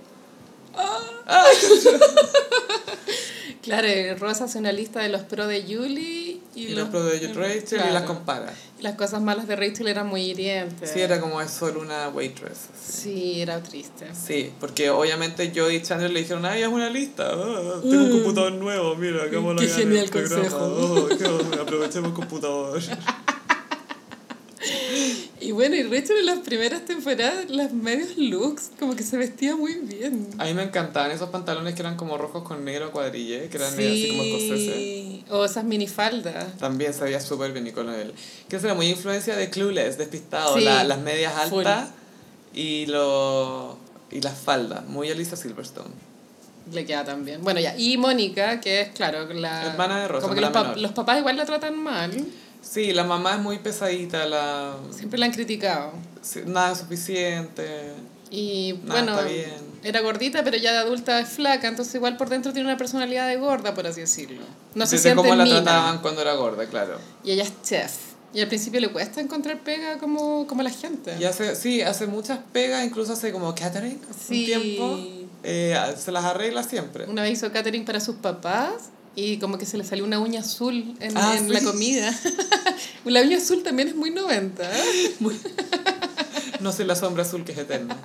Speaker 2: Claro, y Ross hace una lista de los pros de Julie y,
Speaker 1: Y, los pros de Rachel y las
Speaker 2: claro.
Speaker 1: compara.
Speaker 2: Las cosas malas de Rachel eran muy hirientes.
Speaker 1: Sí, era como es solo una waitress.
Speaker 2: Sí, era triste.
Speaker 1: Sí, porque obviamente yo y Chandler le dijeron, ay, es una lista. ah, tengo un computador nuevo, mira, cómo lo
Speaker 2: Mm. Qué
Speaker 1: hagan en
Speaker 2: genial
Speaker 1: el programa,
Speaker 2: consejo.
Speaker 1: oh, qué bueno, aprovechemos el computador.
Speaker 2: Y bueno, y Rachel en las primeras temporadas, las medios looks, como que se vestía muy bien.
Speaker 1: A mí me encantaban esos pantalones que eran como rojos con negro cuadrille, que eran así como escoceses.
Speaker 2: O esas minifaldas.
Speaker 1: También sabía súper bien y con él. Que será muy influencia de Clueless, despistado.
Speaker 2: Sí,
Speaker 1: la- las medias
Speaker 2: full.
Speaker 1: altas y, lo, y las faldas. Muy Alisa Silverstone.
Speaker 2: Le queda también. Bueno, ya. Y Mónica, que es, claro, la...
Speaker 1: Hermana de Rosa,
Speaker 2: Como que
Speaker 1: la
Speaker 2: los, pa-
Speaker 1: menor.
Speaker 2: los papás igual la tratan mal.
Speaker 1: Sí, la mamá es muy pesadita, la,
Speaker 2: Siempre la han criticado.
Speaker 1: sí, nada es suficiente.
Speaker 2: Y
Speaker 1: No,
Speaker 2: bueno,
Speaker 1: Ah, está bien.
Speaker 2: era gordita, pero ya de adulta es flaca, entonces igual por dentro tiene una personalidad de gorda, por así decirlo. No se
Speaker 1: Desde
Speaker 2: siente
Speaker 1: cómo la
Speaker 2: mina.
Speaker 1: trataban cuando era gorda, claro.
Speaker 2: Y ella es chef. Y al principio le cuesta encontrar pega como, como la gente.
Speaker 1: Y hace, sí, hace muchas pegas, incluso hace como catering
Speaker 2: Sí.
Speaker 1: un tiempo. Eh, se las arregla siempre.
Speaker 2: Una vez hizo catering para sus papás y como que se le salió una uña azul en,
Speaker 1: Ah,
Speaker 2: en
Speaker 1: sí.
Speaker 2: la comida. la uña azul también es muy 90. ¿eh?
Speaker 1: No sé la sombra azul que es eterna.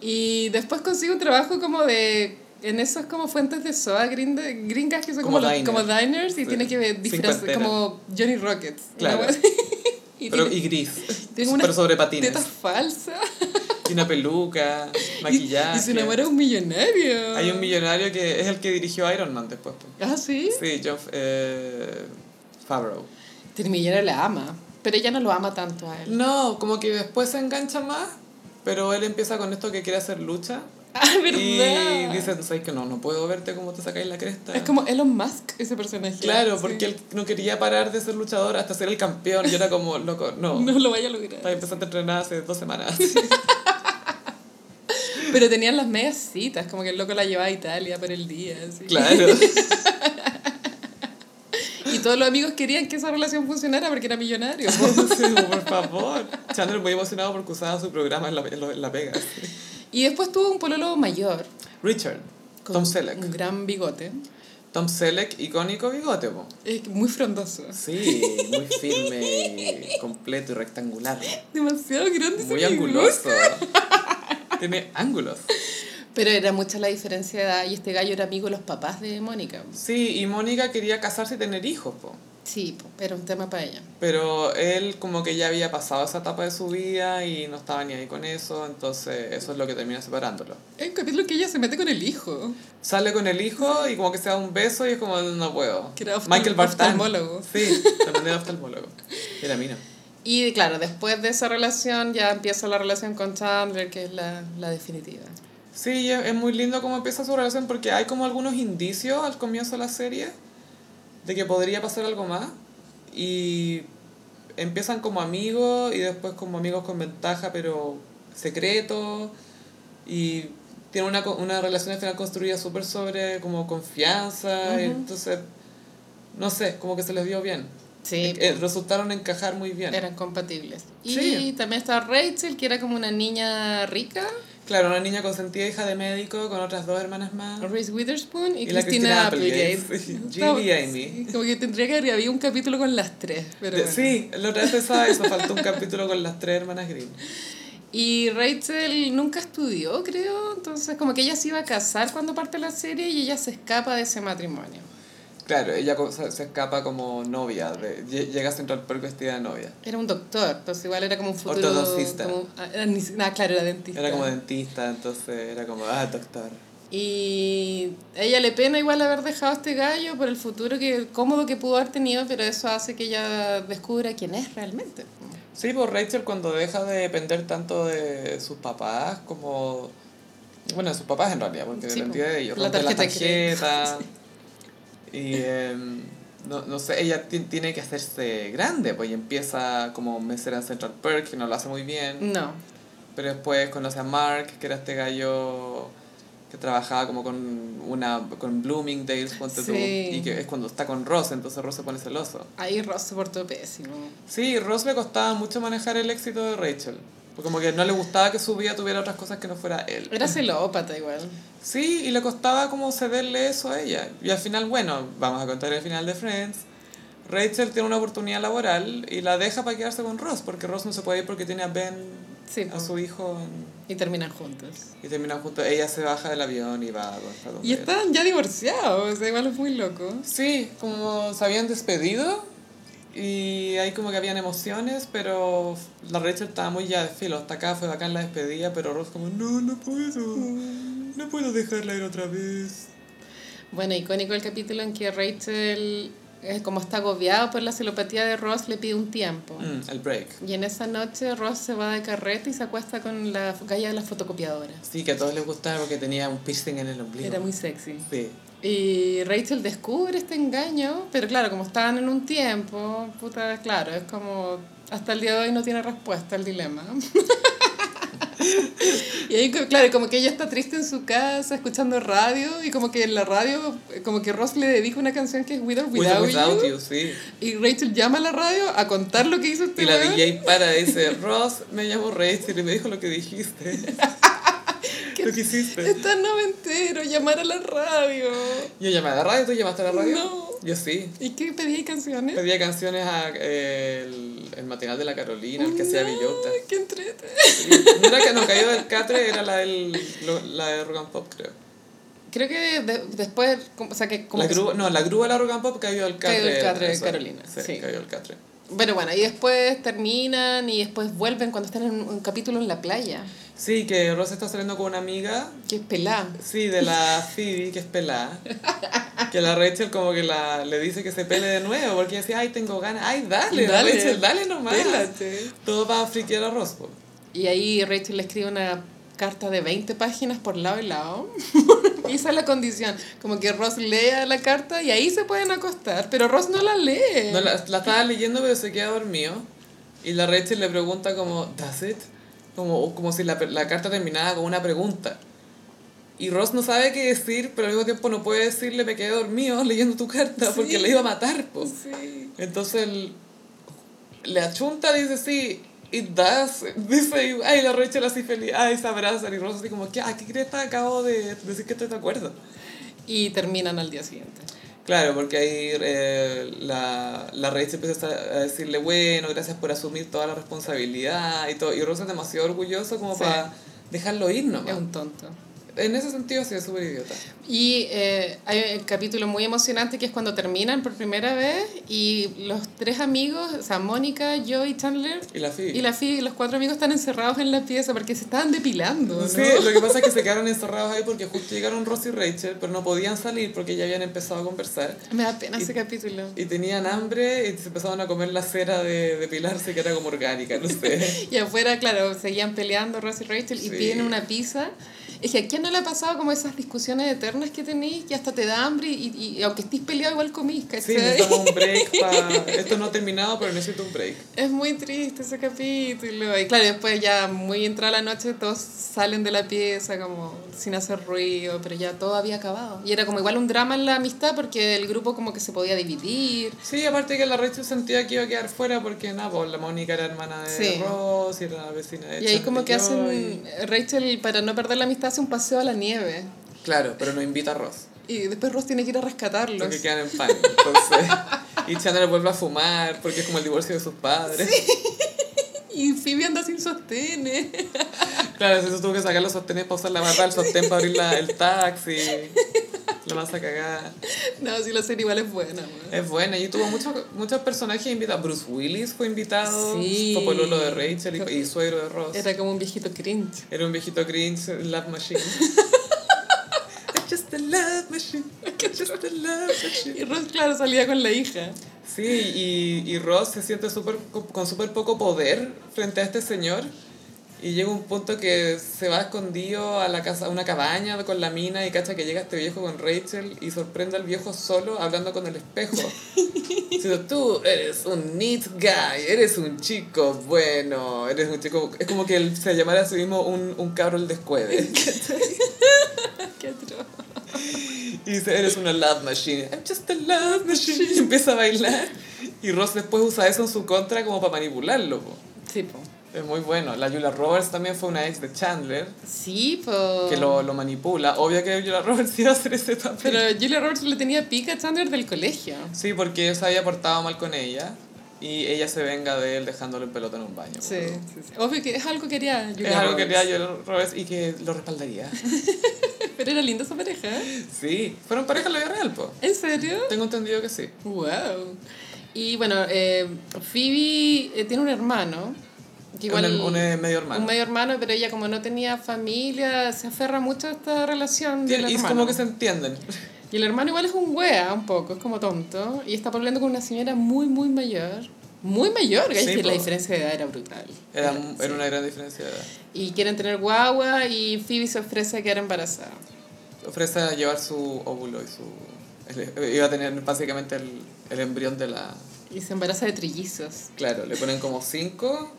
Speaker 2: Y después consigue un trabajo como de... En esas como fuentes de soda grinda- gringas que son
Speaker 1: Como
Speaker 2: como, los-
Speaker 1: diner.
Speaker 2: como diners y
Speaker 1: Sí.
Speaker 2: tiene que disfrazar
Speaker 1: Cincuentera.
Speaker 2: como Johnny Rockets. una
Speaker 1: Claro.
Speaker 2: wea así. y
Speaker 1: Pero,
Speaker 2: tiene
Speaker 1: y gris.
Speaker 2: Tiene unas
Speaker 1: Pero sobre patines.
Speaker 2: tetas falsas.
Speaker 1: Y una peluca,
Speaker 2: Y,
Speaker 1: maquillaje.
Speaker 2: y se enamora de un millonario.
Speaker 1: Hay un millonario que es el que dirigió Iron Man después. po.
Speaker 2: Ah, sí.
Speaker 1: Sí, John eh, Favreau.
Speaker 2: Termillero Este la ama, pero ella no lo ama tanto a él.
Speaker 1: No, como que después se engancha más, pero él empieza con esto que quiere hacer lucha.
Speaker 2: Ah,
Speaker 1: Y dice, ¿sabes que No, no puedo verte como te sacáis la cresta.
Speaker 2: Es como Elon Musk, ese personaje.
Speaker 1: Claro,
Speaker 2: Sí.
Speaker 1: porque él no quería parar de ser luchador hasta ser el campeón. Yo era como, loco, no.
Speaker 2: No lo vaya a
Speaker 1: Estaba
Speaker 2: lograr.
Speaker 1: empezando a entrenar hace dos semanas.
Speaker 2: Pero tenían las medias citas, como que el loco la llevaba a Italia por el día. así.
Speaker 1: Claro.
Speaker 2: Y todos los amigos querían que esa relación funcionara porque era millonario. po.
Speaker 1: Sí, como, por favor. Chandler muy emocionado porque usaba su programa en La, en lo- en la Vega.
Speaker 2: Y después tuvo un pololo mayor.
Speaker 1: Richard.
Speaker 2: con
Speaker 1: Tom Selleck.
Speaker 2: Un gran bigote.
Speaker 1: Tom Selleck, icónico bigote, po.
Speaker 2: Es que muy frondoso.
Speaker 1: Sí, muy firme, completo y rectangular.
Speaker 2: Demasiado grande ese
Speaker 1: Muy
Speaker 2: bigote.
Speaker 1: anguloso. Tiene ángulos.
Speaker 2: Pero era mucha la diferencia de edad y este gallo era amigo de los papás de Mónica.
Speaker 1: Sí, y Mónica quería casarse y tener hijos, po.
Speaker 2: Sí, po, pero un tema para ella.
Speaker 1: Pero él como que ya había pasado esa etapa de su vida y no estaba ni ahí con eso, entonces eso es lo que termina separándolo.
Speaker 2: Es un capítulo que ella se mete con el hijo.
Speaker 1: Sale con el hijo y como que se da un beso y es como, no puedo.
Speaker 2: Que era oftal-
Speaker 1: Michael Bartan.
Speaker 2: oftalmólogo.
Speaker 1: Sí, también era oftalmólogo. Era mina.
Speaker 2: Y claro, después de esa relación ya empieza la relación con Chandler, que es la, la definitiva.
Speaker 1: Sí, y es, es muy lindo cómo empieza su relación porque hay como algunos indicios al comienzo de la serie de que podría pasar algo más y empiezan como amigos y después como amigos con ventaja pero secretos y tienen una, co- una relación al final construida súper sobre como confianza y entonces no sé, como que se les dio bien.
Speaker 2: Sí,
Speaker 1: Eh, resultaron encajar muy bien.
Speaker 2: eran compatibles. Y
Speaker 1: Sí.
Speaker 2: también está Rachel, que era como una niña rica,
Speaker 1: Claro, una niña consentida, hija de médico, con otras dos hermanas más.
Speaker 2: Reese Witherspoon y,
Speaker 1: Ah. Y la
Speaker 2: Christina
Speaker 1: Christina
Speaker 2: Applegate.
Speaker 1: Applegate.
Speaker 2: Estaba-
Speaker 1: Judy y Amy.
Speaker 2: pues, sí, Como que tendría que haber habido un capítulo con las tres. Pero
Speaker 1: De-
Speaker 2: bueno.
Speaker 1: Sí, la otra vez pensaba eso, faltó un capítulo con las tres hermanas Grimm.
Speaker 2: Y Rachel nunca estudió, creo. Entonces, como que ella se iba a casar cuando parte la serie y ella se escapa de ese matrimonio.
Speaker 1: Claro, ella co- se, se escapa como novia, de- lle- llega a Central Park vestida de novia.
Speaker 2: Era un doctor, entonces igual era como un futuro...
Speaker 1: Ortodoncista.
Speaker 2: como- ah, era ni- ah, claro, era dentista.
Speaker 1: Era como dentista, entonces era como, ah, doctor.
Speaker 2: Y a ella le pena igual haber dejado a este gallo por el futuro que cómodo que pudo haber tenido, pero eso hace que ella descubra quién es realmente.
Speaker 1: Sí, pues Rachel cuando deja de depender tanto de sus papás, como... Bueno, de sus papás en realidad, porque
Speaker 2: Sí,
Speaker 1: dependía
Speaker 2: po.
Speaker 1: de ellos.
Speaker 2: La
Speaker 1: rompe las
Speaker 2: tarjeta de crédito.
Speaker 1: tarjetas. Y em, no, no sé, ella ti- tiene que hacerse grande, pues y empieza como mesera en Central Park, que no lo hace muy bien.
Speaker 2: No,
Speaker 1: Pero después conoce a Mark, que era este gallo que trabajaba como con una con Bloomingdale's, ponte tú,
Speaker 2: Sí.
Speaker 1: y que es cuando está con Ross, entonces Ross se pone celoso.
Speaker 2: ahí Ross se portó pésimo.
Speaker 1: Sí, Ross le costaba mucho manejar el éxito de Rachel. porque Como que no le gustaba que su vida tuviera otras cosas que no fuera él.
Speaker 2: Era celópata igual.
Speaker 1: Sí, y le costaba como cederle eso a ella. Y al final, bueno, vamos a contar el final de Friends. Rachel tiene una oportunidad laboral y la deja para quedarse con Ross, porque Ross no se puede ir porque tiene a Ben,
Speaker 2: Sí,
Speaker 1: a su hijo en,
Speaker 2: y terminan juntos.
Speaker 1: Y terminan juntos. Ella se baja del avión y va a Gonzalo Bombero.
Speaker 2: Y están ya divorciados, o sea, igual es muy loco.
Speaker 1: Sí, como se habían despedido y ahí como que habían emociones, pero la Rachel estaba muy ya de filo. Hasta acá fue bacán la despedida, pero Ross como, no, no puedo. No puedo dejarla ir otra vez.
Speaker 2: Bueno, icónico el capítulo en que Rachel, eh, como está agobiada por la celopatía de Ross, le pide un tiempo.
Speaker 1: Mm, el break.
Speaker 2: Y en esa noche Ross se va de carreta y se acuesta con la galla de las fotocopiadoras.
Speaker 1: Sí, que a todos les gustaba porque tenía un piercing en el ombligo.
Speaker 2: Era muy sexy.
Speaker 1: Sí.
Speaker 2: Y Rachel descubre este engaño, pero claro, como estaban en un tiempo, puta, claro, es como hasta el día de hoy no tiene respuesta el dilema. y ahí, co- claro, como que ella está triste en su casa, escuchando radio, y como que en la radio, como que Ross le dedica una canción que es With or
Speaker 1: With
Speaker 2: Without,
Speaker 1: or without
Speaker 2: You,
Speaker 1: you, sí.
Speaker 2: y Rachel llama a la radio a contar lo que hizo este
Speaker 1: Y la
Speaker 2: weón.
Speaker 1: DJ para y dice, Ross, me llamo Rachel y me dijo lo que dijiste. lo que hiciste.
Speaker 2: Es tan noventero llamar a la radio.
Speaker 1: Yo llamé a la radio, ¿tú llamaste a la radio?
Speaker 2: No.
Speaker 1: Yo sí.
Speaker 2: ¿Y qué pedía canciones?
Speaker 1: Pedía canciones a eh, el, el matinal de la Carolina, el que hacía Villota.
Speaker 2: Ay, Mm, qué entrete.
Speaker 1: No era que no cayó del catre, era la, del, lo- la de Rock and Pop, creo.
Speaker 2: Creo que de- después, como- o sea, que como
Speaker 1: La
Speaker 2: que-
Speaker 1: grúa, no, la grúa de la Rock and Pop cayó del catre.
Speaker 2: Cayó del catre de
Speaker 1: eso.
Speaker 2: Carolina,
Speaker 1: Sí,
Speaker 2: sí.
Speaker 1: cayó del catre.
Speaker 2: Pero bueno, y después terminan y después vuelven cuando están en un, un capítulo en la playa.
Speaker 1: Sí, que Rosa está saliendo con una amiga,
Speaker 2: Que es pelada.
Speaker 1: sí, de la Phoebe, que es pelada. Que la Rachel como que la, le dice que se pele de nuevo, porque decía, ay, tengo ganas, ay, dale,
Speaker 2: Dale.
Speaker 1: Rachel, dale nomás.
Speaker 2: Pélate.
Speaker 1: Todo va a friquear a Ross. po.
Speaker 2: Y ahí Rachel le escribe una carta de 20 páginas por lado y lado. y esa es la condición. Como que Ross lea la carta y ahí se pueden acostar. Pero Ross no la lee.
Speaker 1: No, la, la estaba leyendo, pero se queda dormido. Y la Rachel le pregunta como, ¿does it? Como, como si la, la carta terminaba con una pregunta. Y Ross no sabe qué decir, pero al mismo tiempo no puede decirle, me quedé dormido leyendo tu carta, porque
Speaker 2: Sí.
Speaker 1: le iba a matar, po.
Speaker 2: Sí.
Speaker 1: Entonces el- le achunta, dice, sí, it does. Dice, y- ay, la Rachel así feliz, ay, se abrazan. Y Ross así como, ¿qué? ¿A qué cresta acabo de decir que estoy de acuerdo?
Speaker 2: Y terminan al día siguiente.
Speaker 1: Claro, porque ahí eh, la, la Rachel empieza a decirle, bueno, gracias por asumir toda la responsabilidad y todo. Y Rosa es demasiado orgulloso como
Speaker 2: Sí.
Speaker 1: para dejarlo ir
Speaker 2: Es
Speaker 1: nomás.
Speaker 2: un tonto.
Speaker 1: En ese sentido sí es súper idiota.
Speaker 2: Y eh, hay un capítulo muy emocionante que es cuando terminan por primera vez y los tres amigos, o sea, Mónica, yo y Chandler,
Speaker 1: Y la Phoebe.
Speaker 2: y la Phoebe, los cuatro amigos están encerrados en la pieza porque se estaban depilando. ¿no?
Speaker 1: Sí, lo que pasa es que se quedaron encerrados ahí porque justo llegaron Ross y Rachel, pero no podían salir porque ya habían empezado a conversar.
Speaker 2: Me da pena ese
Speaker 1: Y-
Speaker 2: capítulo.
Speaker 1: Y tenían hambre y se empezaron a comer la cera de, de Pilarse que era como orgánica, no sé.
Speaker 2: Y afuera, claro, seguían peleando Ross y Rachel
Speaker 1: Sí.
Speaker 2: y piden una pizza. Es que a quién no le ha pasado como esas discusiones eternas que tenéis, que hasta te da hambre y, y- y aunque estés peleado igual comís,
Speaker 1: Sí,
Speaker 2: ¿cachai?
Speaker 1: necesitamos un break para... Esto no ha terminado, pero necesito un break.
Speaker 2: Es muy triste ese capítulo. Y claro, después ya muy entrada la noche, todos salen de la pieza como sin hacer ruido, pero ya todo había acabado. Y era como igual un drama en la amistad porque el grupo como que se podía dividir.
Speaker 1: Sí, aparte que la Rachel sentía que iba a quedar fuera porque nada, pues la Mónica era hermana de
Speaker 2: Sí.
Speaker 1: Ross y era la vecina de
Speaker 2: Y ahí como que
Speaker 1: Chandler y-
Speaker 2: hacen, Rachel para no perder la amistad hace un paseo a la nieve.
Speaker 1: Claro, pero no invita a Ross,
Speaker 2: Y después Ross tiene que ir a rescatarlos.
Speaker 1: porque quedan en pan. Entonces, y Chandler vuelve a fumar porque es como el divorcio de sus padres.
Speaker 2: Y Phoebe anda sin sostenes.
Speaker 1: Claro, eso tuvo que sacar los sostenes para usar la barra del sostén para abrir la- el taxi. La masa cagada.
Speaker 2: No, si la serie igual es buena. weón.
Speaker 1: Es buena, y tuvo muchos muchos personajes invitados. Bruce Willis fue invitado,
Speaker 2: Sí.
Speaker 1: fue pololo de Rachel y, y suegro de Ross.
Speaker 2: Era como un viejito cringe.
Speaker 1: Era un viejito cringe love machine. just a love machine. Just a love machine.
Speaker 2: Y Ross, claro, salía con la hija.
Speaker 1: Sí, y, y Ross se siente súper co- con súper poco poder frente a este señor. Y llega un punto que se va escondido a la casa, a una cabaña con la mina y cacha que llega este viejo con Rachel y sorprende al viejo solo hablando con el espejo. Diciendo, tú eres un neat guy, eres un chico bueno, eres un chico... Es como que él se llamara a sí mismo un, un cabro el descueve.
Speaker 2: Qué atroz.
Speaker 1: Y dice, eres una love machine. I'm just a love machine. Y empieza a bailar. Y Ross después usa eso en su contra como para manipularlo. po.
Speaker 2: Sí, po.
Speaker 1: Es muy bueno. La Julia Roberts también fue una ex de Chandler
Speaker 2: Sí, po.
Speaker 1: que lo, lo manipula. Obvio que Julia Roberts iba a hacer ese papel.
Speaker 2: Pero Julia Roberts le tenía pica a Chandler del colegio.
Speaker 1: Sí, porque él se había portado mal con ella. Y ella se venga de él dejándolo en pelota en un baño.
Speaker 2: Sí,
Speaker 1: boludo.
Speaker 2: sí, sí. Obvio que es algo que haría Julia
Speaker 1: Es algo que
Speaker 2: Roberts.
Speaker 1: haría Julia Roberts y que lo respaldaría.
Speaker 2: Pero era linda esa pareja. ¿eh?
Speaker 1: Sí. Fueron pareja en la vida real, po.
Speaker 2: ¿En serio?
Speaker 1: Tengo entendido que sí.
Speaker 2: Wow. Y bueno, eh, Phoebe eh, tiene un hermano. que
Speaker 1: un, un, eh, medio hermano.
Speaker 2: Un medio hermano, pero ella como no tenía familia, se aferra mucho a esta relación. del
Speaker 1: Tiene- y es
Speaker 2: hermano.
Speaker 1: como que se entienden.
Speaker 2: Y el hermano igual es un wea un poco, es como tonto. Y está hablando con una señora muy, muy mayor. Muy mayor, que
Speaker 1: Sí,
Speaker 2: es que
Speaker 1: po.
Speaker 2: la diferencia de edad era brutal.
Speaker 1: Era,
Speaker 2: Sí.
Speaker 1: era una gran diferencia de edad.
Speaker 2: Y quieren tener guagua y Phoebe se ofrece a quedar embarazada.
Speaker 1: ofrece a llevar su óvulo y su... el- eh, iba a tener básicamente el, el embrión de la...
Speaker 2: Y se embaraza de trillizos.
Speaker 1: Claro, le ponen como cinco.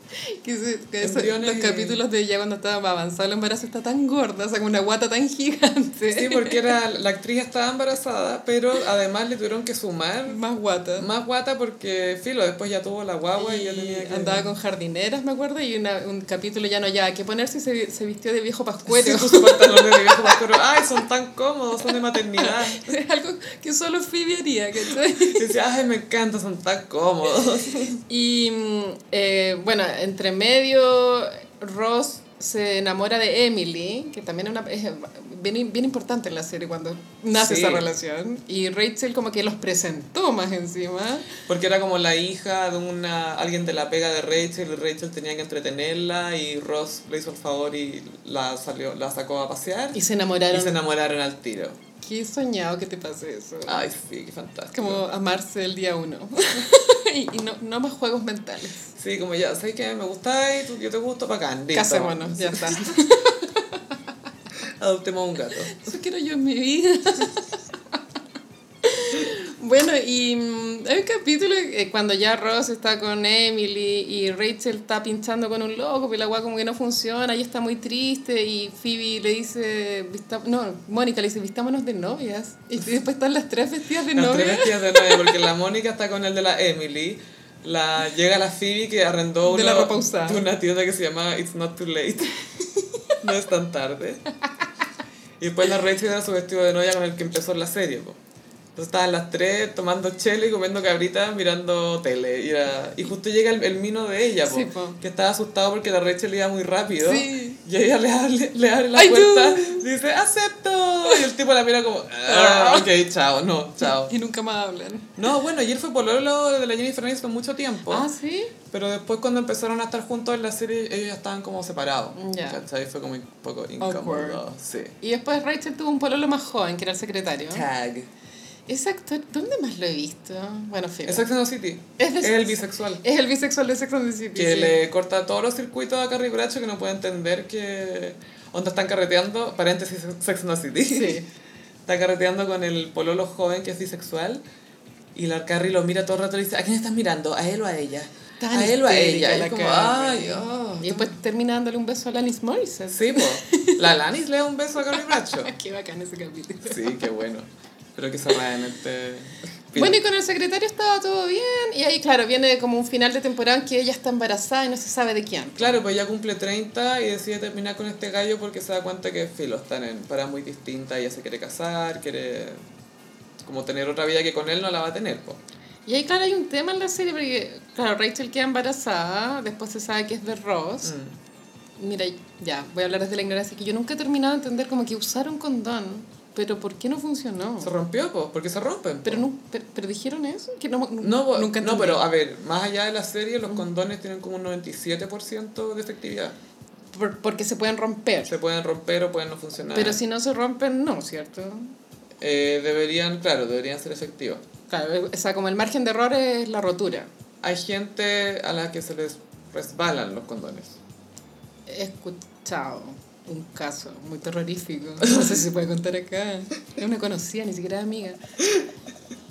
Speaker 2: Que se- que eso-
Speaker 1: Embriones.
Speaker 2: los capítulos de ella cuando estaba avanzado el embarazo está tan gorda, o sea, con una guata tan gigante.
Speaker 1: Sí, porque era, la actriz estaba embarazada, pero además le tuvieron que sumar
Speaker 2: Más guata.
Speaker 1: más guata porque, filo, después ya tuvo la guagua y, ya tenía
Speaker 2: Y
Speaker 1: que...
Speaker 2: andaba con jardineras, me acuerdo, y una- un capítulo ya no ya que ponerse y se, se vistió de viejo
Speaker 1: Sí,
Speaker 2: pascuero.
Speaker 1: puso pantalones de viejo pascuero. Ay, son tan cómodos, son de maternidad.
Speaker 2: Es algo que solo Phoebe haría, ¿cachai?
Speaker 1: Y decía, ay, me encanta, son tan cómodos.
Speaker 2: Y mm, eh, bueno, entre medio, Ross se enamora de Emily, que también es, una, es bien, bien importante en la serie cuando nace
Speaker 1: Sí.
Speaker 2: esa relación. Y Rachel como que los presentó más encima.
Speaker 1: Porque era como la hija de una alguien de la pega de Rachel y Rachel tenía que entretenerla y Ross le hizo el favor y la salió la sacó a pasear
Speaker 2: Y
Speaker 1: y,
Speaker 2: se enamoraron.
Speaker 1: se enamoraron al tiro.
Speaker 2: Qué soñado que te pase eso.
Speaker 1: Ay, sí, qué fantástico.
Speaker 2: Como amarse el día uno. y y no, no más juegos mentales.
Speaker 1: Sí, como ya, ¿sabes qué? Me gustáis, tú- yo te gusto, bacán. listo.
Speaker 2: Casémonos, ya está.
Speaker 1: Adoptemos un gato.
Speaker 2: Eso quiero yo en mi vida. Bueno, y mm, hay un capítulo eh, cuando ya Ross está con Emily y Rachel está pinchando con un loco, pero la agua como que no funciona, y está muy triste y Phoebe le dice, "Vista- no, Mónica le dice, vistámonos de novias. Y después están las tres vestidas de
Speaker 1: Las tres
Speaker 2: novias.
Speaker 1: vestidas de novia, porque la Mónica está con el de la Emily. La, llega la Phoebe que arrendó
Speaker 2: De la
Speaker 1: una-
Speaker 2: ropa usada.
Speaker 1: de una tienda que se llama It's Not Too Late. No es tan tarde. Y después la Rachel era su vestido de novia con el que empezó la serie. po. Entonces estaban las tres tomando chela y comiendo cabritas, mirando tele. Y, era- y justo llega el, el mino de ella, po,
Speaker 2: Sí, po.
Speaker 1: que estaba asustado porque la Rachel iba muy rápido.
Speaker 2: Sí.
Speaker 1: Y ella le abre, le abre la
Speaker 2: Ay,
Speaker 1: puerta
Speaker 2: no.
Speaker 1: y dice, acepto. Y el tipo la mira como, ah, ok, chao, no, chao.
Speaker 2: Y nunca más hablan.
Speaker 1: No, bueno, y él fue pololo de la Jennifer Aniston mucho tiempo.
Speaker 2: Ah, sí.
Speaker 1: Pero después cuando empezaron a estar juntos en la serie, ellos ya estaban como separados.
Speaker 2: Ya.
Speaker 1: ¿Cachai? Fue como un poco incómodo.
Speaker 2: Awkward.
Speaker 1: Sí.
Speaker 2: Y después Rachel tuvo un pololo más joven, que era el secretario.
Speaker 1: Tag.
Speaker 2: Ese actor, ¿dónde más lo he visto? Bueno, fíjate.
Speaker 1: Es Sex and the City.
Speaker 2: Es
Speaker 1: Es,
Speaker 2: de-
Speaker 1: el bisexual.
Speaker 2: Es el bisexual de Sex and the City.
Speaker 1: Que
Speaker 2: sí.
Speaker 1: le corta todos los circuitos a Carrie Bracho que no puede entender que... Onda están carreteando, paréntesis, Sex and the City.
Speaker 2: Sí.
Speaker 1: Está carreteando con el pololo joven que es bisexual. Y la Carrie lo mira todo el rato y le dice, ¿a quién estás mirando? ¿A él o a ella?
Speaker 2: Tan
Speaker 1: a él o a
Speaker 2: histérica
Speaker 1: ella. Y
Speaker 2: la
Speaker 1: es como,
Speaker 2: Carrie.
Speaker 1: ay, Dios.
Speaker 2: Y después termina dándole un beso a Alanis Morissette.
Speaker 1: Sí, pues. La Lanis le da un beso a Carrie Bracho.
Speaker 2: Qué bacán ese capítulo.
Speaker 1: Sí, qué bueno. Pero que se raya en este.
Speaker 2: Bueno, y con el secretario estaba todo bien. Y ahí, claro, viene como un final de temporada en que ella está embarazada y no se sabe de quién.
Speaker 1: Claro, pues ya cumple 30 y decide terminar con este gallo porque se da cuenta que filo, están en para muy distintas. Ella se quiere casar, quiere como tener otra vida que con él no la va a tener, po.
Speaker 2: Y ahí, claro, hay un tema en la serie porque, claro, Rachel queda embarazada. Después se sabe que es de Ross.
Speaker 1: Mm.
Speaker 2: Mira, ya, voy a hablar desde la ignorancia. Que yo nunca he terminado de entender como que usaron condón. Pero ¿por qué no funcionó?
Speaker 1: Se rompió, po, porque se rompen. po.
Speaker 2: Oh. Pero, no, pero, pero dijeron eso. Que no,
Speaker 1: No, po,
Speaker 2: nunca
Speaker 1: no,
Speaker 2: entendí. Mm.
Speaker 1: pero a ver, más allá de la serie, los condones tienen como un 97% de efectividad.
Speaker 2: Por- porque se pueden romper.
Speaker 1: Se pueden romper o pueden no funcionar.
Speaker 2: Pero si no se rompen, no, ¿cierto?
Speaker 1: Eh, deberían, claro, deberían ser efectivos.
Speaker 2: Claro, o sea, como el margen de error es la rotura.
Speaker 1: Hay gente a la que se les resbalan los condones.
Speaker 2: He escuchado un caso muy terrorífico, no sé si se puede contar acá, es una conocida, ni siquiera amiga,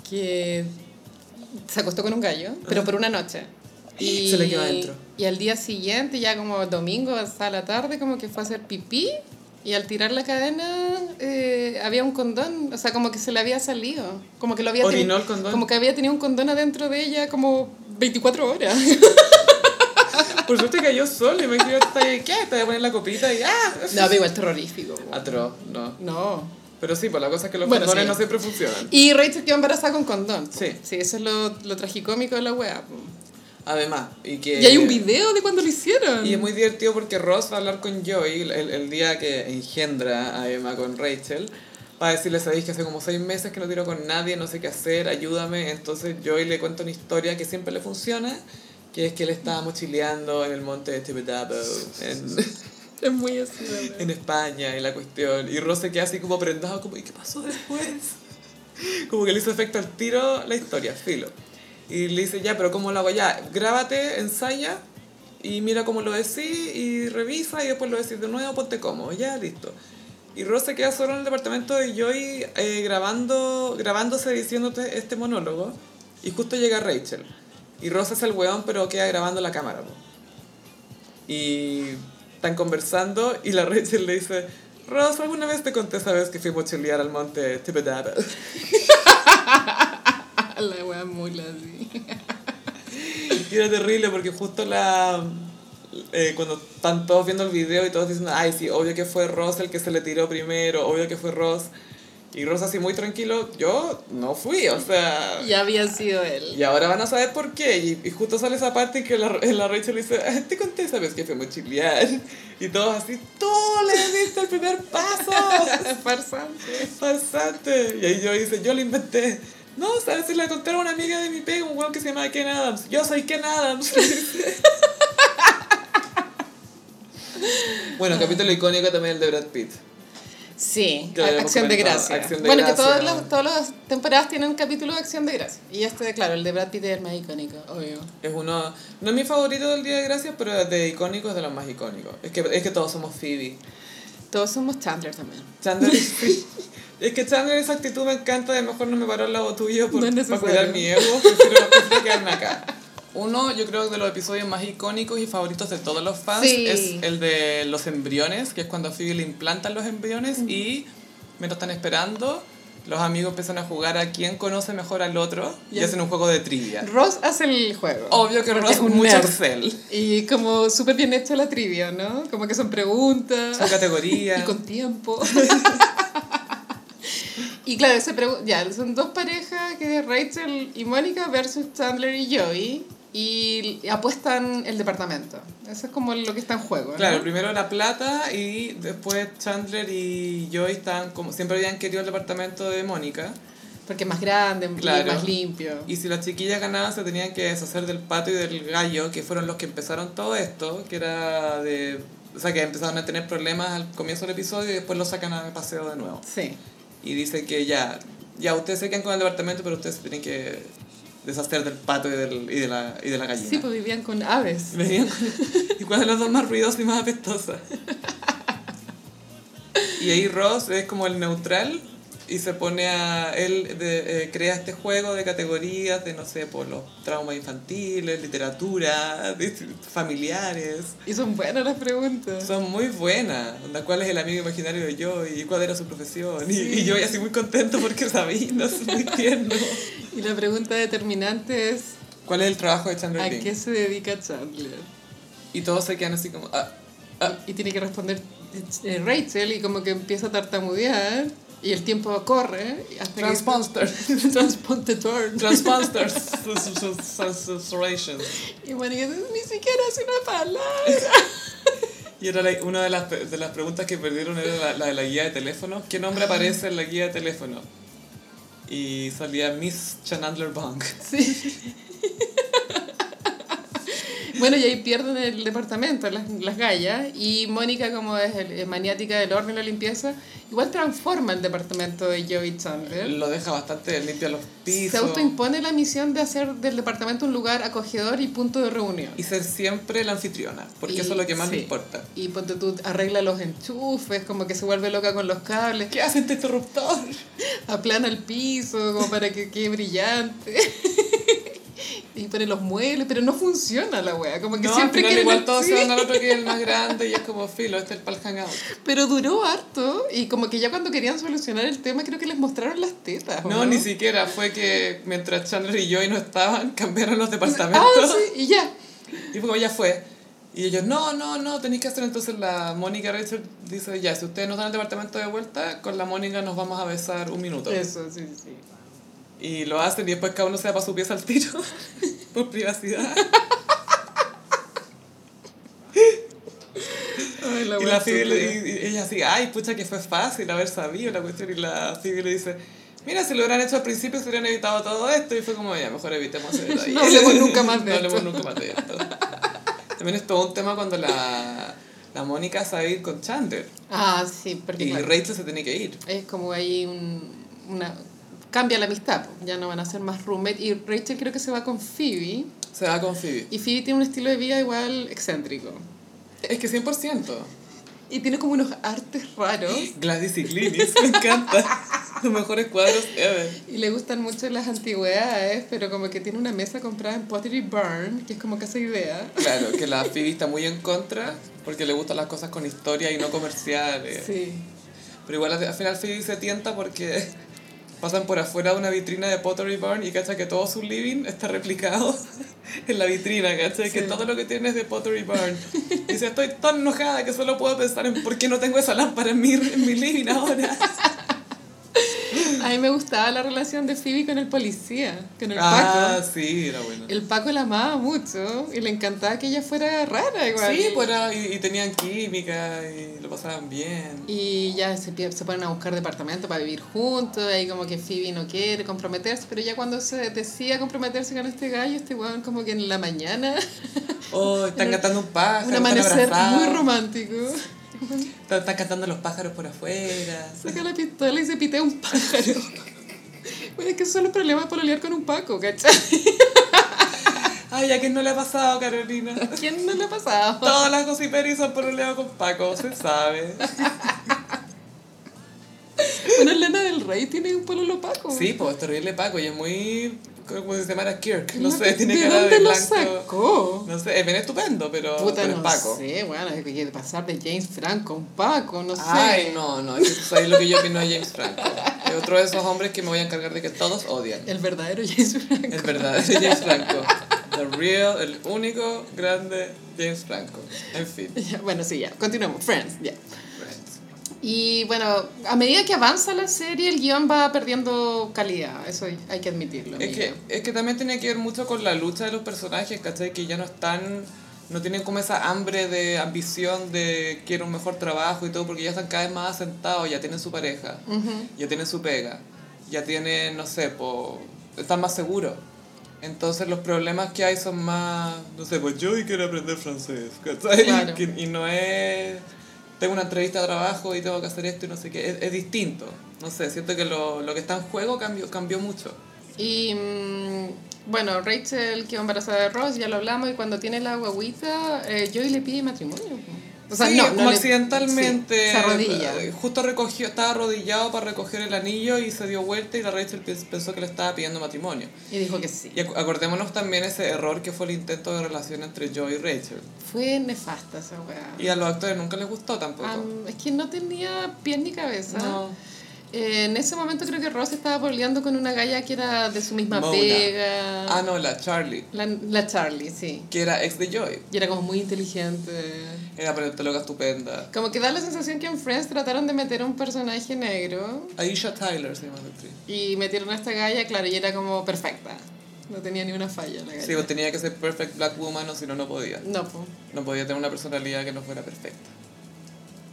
Speaker 2: que se acostó con un gallo, pero por una noche. Y,
Speaker 1: Se le quedó adentro.
Speaker 2: Y al día siguiente, ya como domingo hasta la tarde, como que fue a hacer pipí y al tirar la cadena eh, había un condón, o sea, como que se le había salido, como que lo había teni-
Speaker 1: Orinó el condón.
Speaker 2: Como que había tenido un condón adentro de ella como 24 horas.
Speaker 1: Por suerte cayó solo y me dijo, ¿qué? Te voy a poner la copita y ¡ah!
Speaker 2: No, pero igual terrorífico.
Speaker 1: Atroz, no.
Speaker 2: No.
Speaker 1: Pero sí, pues la cosa es que los
Speaker 2: Bueno,
Speaker 1: condones
Speaker 2: sí.
Speaker 1: no siempre funcionan.
Speaker 2: Y Rachel quedó embarazada con condón. po.
Speaker 1: Sí.
Speaker 2: Sí, eso es lo, lo tragicómico de la wea. po.
Speaker 1: Además, y que...
Speaker 2: Y hay un video de cuando lo hicieron.
Speaker 1: Y es muy divertido porque Ross va a hablar con Joey el, el día que engendra a Emma con Rachel. Va a decirle, sabéis que hace como seis meses que no tiro con nadie, no sé qué hacer, ayúdame. Entonces Joey le cuenta una historia que siempre le funciona, que es que él estaba mochileando en el monte de Tibidabo, en,
Speaker 2: Es muy así. la wea.
Speaker 1: en España y la cuestión. Y Rose queda así como prendado, como, ¿y qué pasó después? Como que le hizo efecto al tiro la historia, filo. Y le dice, ya, pero ¿cómo lo hago ya? Grábate, ensaya y mira cómo lo decís y revisa y después lo decís de nuevo, ponte cómodo, ya, listo. Y Rose se queda solo en el departamento de Joy eh, grabando, grabándose diciéndote este monólogo y justo llega Rachel. Y Rose es el weón pero queda grabando la cámara. po. Y están conversando y la Rachel le dice, Ross, ¿alguna vez te conté esa vez que fui a mochilear al monte Tibidabo?
Speaker 2: Ah, La wea mula, sí.
Speaker 1: Y era terrible porque justo la... eh, cuando están todos viendo el video y todos diciendo, ay, sí, obvio que fue Ross el que se le tiró primero, obvio que fue Ross. Y Rosa así muy tranquilo, yo no fui, o sea...
Speaker 2: Ya había sido él.
Speaker 1: Y ahora van a saber por qué. Y, y justo sale esa parte en que la, en la Rachel dice, "Ah, te conté sabes que fuimos a chilear. Y todos así, tú le diste el primer paso.
Speaker 2: Farsante.
Speaker 1: Farsante. Y ahí yo dice, yo lo inventé. No, sabes, se la contaron a una amiga de mi pega, un weón que se llama Ken Adams. Yo soy Ken Adams. bueno, capítulo icónico también el de Brad Pitt.
Speaker 2: Sí,
Speaker 1: Ya lo habíamos
Speaker 2: Acción de
Speaker 1: comentado,
Speaker 2: Gracias.
Speaker 1: Acción de
Speaker 2: bueno,
Speaker 1: Gracias.
Speaker 2: que todas las, todas las temporadas tienen un capítulo de Acción de Gracias. Y este, claro, el de Brad Pitt es el más icónico, obvio.
Speaker 1: Es uno, no es mi favorito del Día de Gracias, pero de icónico es de los más icónicos. Es que, es que todos somos Phoebe.
Speaker 2: Todos somos Chandler también.
Speaker 1: Chandler es que Chandler esa actitud me encanta de mejor no me paró al lado tuyo por,
Speaker 2: No es
Speaker 1: para
Speaker 2: necesario.
Speaker 1: cuidar mi ego prefiero, prefiero quedarme acá uno yo creo de los episodios más icónicos y favoritos de todos los fans
Speaker 2: Sí.
Speaker 1: es el de los embriones que es cuando a Phoebe le implantan los embriones y mientras están esperando los amigos empiezan a jugar a quién conoce mejor al otro y
Speaker 2: Ya.
Speaker 1: hacen un juego de trivia
Speaker 2: Ross hace el juego.
Speaker 1: obvio que
Speaker 2: Porque
Speaker 1: Ross
Speaker 2: es
Speaker 1: es mucho
Speaker 2: nerd.
Speaker 1: Excel
Speaker 2: Y como súper bien hecho la trivia, ¿no? Como que son preguntas.
Speaker 1: su categoría
Speaker 2: Y con tiempo. y claro, se pregu- ya, son dos parejas que es Rachel y Mónica versus Chandler y Joey. Y l- apuestan el departamento. Eso es como lo que está en juego. ¿no?
Speaker 1: Claro, primero la plata y después Chandler y Joy están como siempre habían querido el departamento de Mónica.
Speaker 2: Porque es más grande, y
Speaker 1: Claro.
Speaker 2: más limpio.
Speaker 1: Y si las chiquillas ganaban, se tenían que deshacer del pato y del gallo, que fueron los que empezaron todo esto, que era de. O sea, que empezaron a tener problemas al comienzo del episodio y después lo sacan a paseo de nuevo.
Speaker 2: Sí.
Speaker 1: Y dice que ya, ya ustedes se quedan con el departamento, pero ustedes se tienen que deshacer del pato y, del, y, de, la, y de la gallina.
Speaker 2: Sí, pues vivían con aves.
Speaker 1: Y me digan, ¿y cuál de las dos más ruidosas y más apestosa? Y ahí Ross es como el neutral y se pone a. Él de- eh, crea este juego de categorías de, no sé, por los traumas infantiles, literatura, de- familiares.
Speaker 2: Y son buenas las preguntas.
Speaker 1: Son muy buenas. Onda, ¿Cuál es el amigo imaginario de Joy? ¿Y cuál era su profesión? Y, y yo así muy contento porque sabía, no sé, muy tierno.
Speaker 2: Y la pregunta determinante es:
Speaker 1: ¿Cuál es el trabajo de Chandler
Speaker 2: ¿a
Speaker 1: Bing?
Speaker 2: qué se dedica Chandler?
Speaker 1: Y todos se quedan así como. ah, ah.
Speaker 2: Y tiene que responder eh, Rachel y como que empieza a tartamudear y el tiempo corre hasta
Speaker 1: Transponster.
Speaker 2: que transponte turn.
Speaker 1: Transponsters. Translations.
Speaker 2: Y Mónica dice, ni siquiera hace una palabra.
Speaker 1: Y era la- una de las, pe- de las preguntas que perdieron era la, la de la guía de teléfono. ¿Qué nombre aparece en la guía de teléfono? Y salía Miss Chandler Bunk.
Speaker 2: Sí. Bueno, y ahí pierden el departamento, las, las gallas, y Mónica, como es el- eh, maniática del orden y la limpieza, igual transforma el departamento de Joey Chandler.
Speaker 1: Lo deja bastante limpio los
Speaker 2: Se
Speaker 1: pisos.
Speaker 2: autoimpone la misión de hacer del departamento un lugar acogedor y punto de reunión.
Speaker 1: Y ser siempre la anfitriona, porque
Speaker 2: Y-
Speaker 1: eso es lo que más le
Speaker 2: sí.
Speaker 1: importa.
Speaker 2: Y ponte tú, arregla los enchufes, como que se vuelve loca con los cables,
Speaker 1: ¿Qué hace este interruptor?
Speaker 2: aplana el piso, como para que quede brillante. y pone los muebles, pero no funciona la wea, como que
Speaker 1: No, siempre
Speaker 2: siempre
Speaker 1: que
Speaker 2: quieren
Speaker 1: igual
Speaker 2: el-
Speaker 1: todos
Speaker 2: sí,
Speaker 1: se van al otro que es el más grande y es como filo, este es el pal hangout.
Speaker 2: Pero duró harto, y como que ya cuando querían solucionar el tema, creo que les mostraron las tetas. ¿o
Speaker 1: No, ni siquiera. Fue que mientras Chandler y Joy no estaban, cambiaron los departamentos.
Speaker 2: Ah, sí, y ya.
Speaker 1: Y fue como, ya fue. Y ellos, no, no, no, tenéis que hacer. Entonces la Mónica Rachel dice, ya, si ustedes no dan el departamento de vuelta, con la Mónica nos vamos a besar un minuto.
Speaker 2: Eso, sí, sí.
Speaker 1: Y lo hacen y después cada uno se va para su pieza al tiro. por privacidad.
Speaker 2: Ay, la
Speaker 1: y
Speaker 2: wea
Speaker 1: la Phoebe
Speaker 2: estúpida.
Speaker 1: le- y- y ella así, ay, pucha, que fue fácil haber sabido la cuestión. Y la Phoebe le dice, mira, si lo hubieran hecho al principio se hubieran evitado todo esto. Y fue como, ya, mejor evitemos ese detalle.
Speaker 2: No hablemos nunca más de
Speaker 1: No hablemos
Speaker 2: esto.
Speaker 1: nunca más de esto. También es todo un tema cuando la, la Mónica sabe ir con Chandler.
Speaker 2: Ah, sí, porque
Speaker 1: Y
Speaker 2: claro.
Speaker 1: Rachel se tiene que ir.
Speaker 2: es como ahí un- una cambia la amistad po. ya no van a ser más roommate y Rachel creo que se va con Phoebe
Speaker 1: Se va con Phoebe.
Speaker 2: y Phoebe tiene un estilo de vida igual excéntrico
Speaker 1: Es que 100%.
Speaker 2: y tiene como unos artes raros
Speaker 1: Gladys y Glynis, me encanta. Los mejores cuadros ever.
Speaker 2: y le gustan mucho las antigüedades pero como que tiene una mesa comprada en Pottery Barn que es como casa idea
Speaker 1: Claro, que la Phoebe está muy en contra porque le gustan las cosas con historia y no comerciales.
Speaker 2: sí
Speaker 1: Pero igual al al final Phoebe se tienta porque pasan por afuera de una vitrina de Pottery Barn y cacha que todo su living está replicado en la vitrina, cacha que
Speaker 2: Sí.
Speaker 1: todo lo que tiene es de Pottery Barn. Y dice, estoy tan enojada que solo puedo pensar en por qué no tengo esa lámpara en mi, en mi living ahora.
Speaker 2: me gustaba la relación de Phoebe con el policía, con el
Speaker 1: Ah,
Speaker 2: Paco.
Speaker 1: sí, era bueno.
Speaker 2: El Paco la amaba mucho y le encantaba que ella fuera rara igual.
Speaker 1: Sí, pues era- y, y tenían química y lo pasaban bien.
Speaker 2: Y ya se, pie- se ponen a buscar departamento para vivir juntos, y ahí como que Phoebe no quiere comprometerse, pero ya cuando se decía comprometerse con este gallo, este weón como que en la mañana,
Speaker 1: Oh, están cantando un pájaro.
Speaker 2: un
Speaker 1: están
Speaker 2: amanecer
Speaker 1: abrazados,
Speaker 2: muy romántico,
Speaker 1: Están, están cantando los pájaros por afuera.
Speaker 2: saca la pistola y se pitea un pájaro. Bueno, es que eso es el problema por pololear con un Paco, ¿cachai?
Speaker 1: Ay, ¿a quién no le ha pasado, Carolina?
Speaker 2: ¿Quién no le ha pasado?
Speaker 1: Todas las gossiperis son por un lado con Paco, se sabe.
Speaker 2: Bueno, Lana del Rey tiene un pololo Paco.
Speaker 1: Sí, pues es terrible Paco y es muy. ¿Cómo se llama? Kirk. No
Speaker 2: No-
Speaker 1: sé, tiene
Speaker 2: ¿de
Speaker 1: cara
Speaker 2: dónde
Speaker 1: de
Speaker 2: lo
Speaker 1: blanco.
Speaker 2: sacó?
Speaker 1: No sé, es bien estupendo, pero,
Speaker 2: Puta,
Speaker 1: pero es
Speaker 2: no
Speaker 1: Paco.
Speaker 2: sé, bueno, hay que pasar de James Franco a un Paco, no sé.
Speaker 1: Ay, no, no, eso es lo que yo opino de James Franco. Es otro de esos hombres que me voy a encargar de que todos odian.
Speaker 2: El verdadero James Franco.
Speaker 1: El verdadero James Franco. The real, el único grande James Franco. En fin.
Speaker 2: Ya, Bueno, sí, ya. Continuamos. Friends, ya.
Speaker 1: Friends.
Speaker 2: Y bueno, a medida que avanza la serie, el guión va perdiendo calidad. Eso hay hay que admitirlo.
Speaker 1: Es que,
Speaker 2: amiga.
Speaker 1: es que también tiene que ver mucho con la lucha de los personajes, ¿cachai? Que ya no están, no tienen como esa hambre de ambición de quiero un mejor trabajo y todo, porque ya están cada vez más asentados, ya tienen su pareja, ya tienen su pega, ya tienen, no sé, po, están más seguros. Entonces los problemas que hay son más, no sé, pues yo hoy quiero aprender francés, ¿cachai?
Speaker 2: Claro.
Speaker 1: Que- y no es, tengo una entrevista de trabajo y tengo que hacer esto y no sé qué, es, es distinto. No sé, siento que lo, lo que está en juego cambió, cambió mucho.
Speaker 2: Y mm, bueno, Rachel quedó embarazada de Ross, ya lo hablamos. Y cuando tiene la guaguita, eh, Joey le pide matrimonio. O sea,
Speaker 1: Sí,
Speaker 2: no, no
Speaker 1: como
Speaker 2: le-
Speaker 1: accidentalmente.
Speaker 2: sí, se arrodilla.
Speaker 1: eh, Justo recogió, estaba arrodillado para recoger el anillo y se dio vuelta y la Rachel pi- pensó que le estaba pidiendo matrimonio.
Speaker 2: Y dijo que sí.
Speaker 1: Y acu- acordémonos también ese error que fue el intento de relación entre Joe y Rachel.
Speaker 2: Fue nefasta esa weá.
Speaker 1: Y a los actores nunca les gustó tampoco.
Speaker 2: Am, es que no tenía pies ni cabeza.
Speaker 1: No.
Speaker 2: Eh, en ese momento creo que Ross estaba pololeando con una galla que era de su misma
Speaker 1: Mona.
Speaker 2: pega.
Speaker 1: Ah, no, la Charlie,
Speaker 2: La, la Charlie, sí.
Speaker 1: que era ex de Joy.
Speaker 2: Y era como muy inteligente.
Speaker 1: Era paleontóloga estupenda.
Speaker 2: Como que da la sensación que en Friends trataron de meter a un personaje negro
Speaker 1: Aisha Tyler se llama la actriz.
Speaker 2: y metieron a esta galla, claro, y era como perfecta. No tenía ni una falla la galla.
Speaker 1: Sí, pues tenía que ser perfect black woman o si no, no podía.
Speaker 2: No, po.
Speaker 1: No podía tener una personalidad que no fuera perfecta.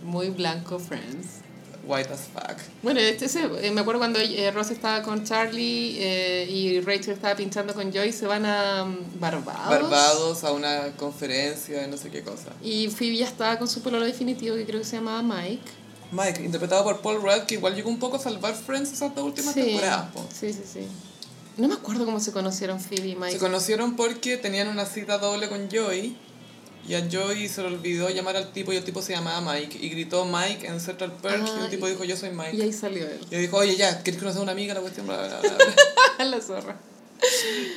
Speaker 2: muy blanco Friends.
Speaker 1: White as fuck.
Speaker 2: Bueno, este se- eh, me acuerdo cuando eh, Ross estaba con Charlie eh, y Rachel estaba pinchando con Joy, se van a mm, Barbados.
Speaker 1: Barbados a una conferencia, no sé qué cosa.
Speaker 2: Y Phoebe ya estaba con su pololo definitivo que creo que se llamaba Mike.
Speaker 1: Mike, interpretado por Paul Rudd, que igual llegó un poco a salvar Friends esas dos últimas temporadas. po.
Speaker 2: sí, sí, sí. No me acuerdo cómo se conocieron Phoebe y Mike.
Speaker 1: Se conocieron porque tenían una cita doble con Joey y a Joey se le olvidó llamar al tipo y el tipo se llamaba Mike y gritó Mike en Central Perk y
Speaker 2: Ah,
Speaker 1: el tipo
Speaker 2: y-
Speaker 1: dijo yo soy Mike.
Speaker 2: Y ahí salió él.
Speaker 1: Y dijo, oye, ya, ¿quieres conocer a una amiga? La cuestión, bla, bla, bla, bla.
Speaker 2: la zorra.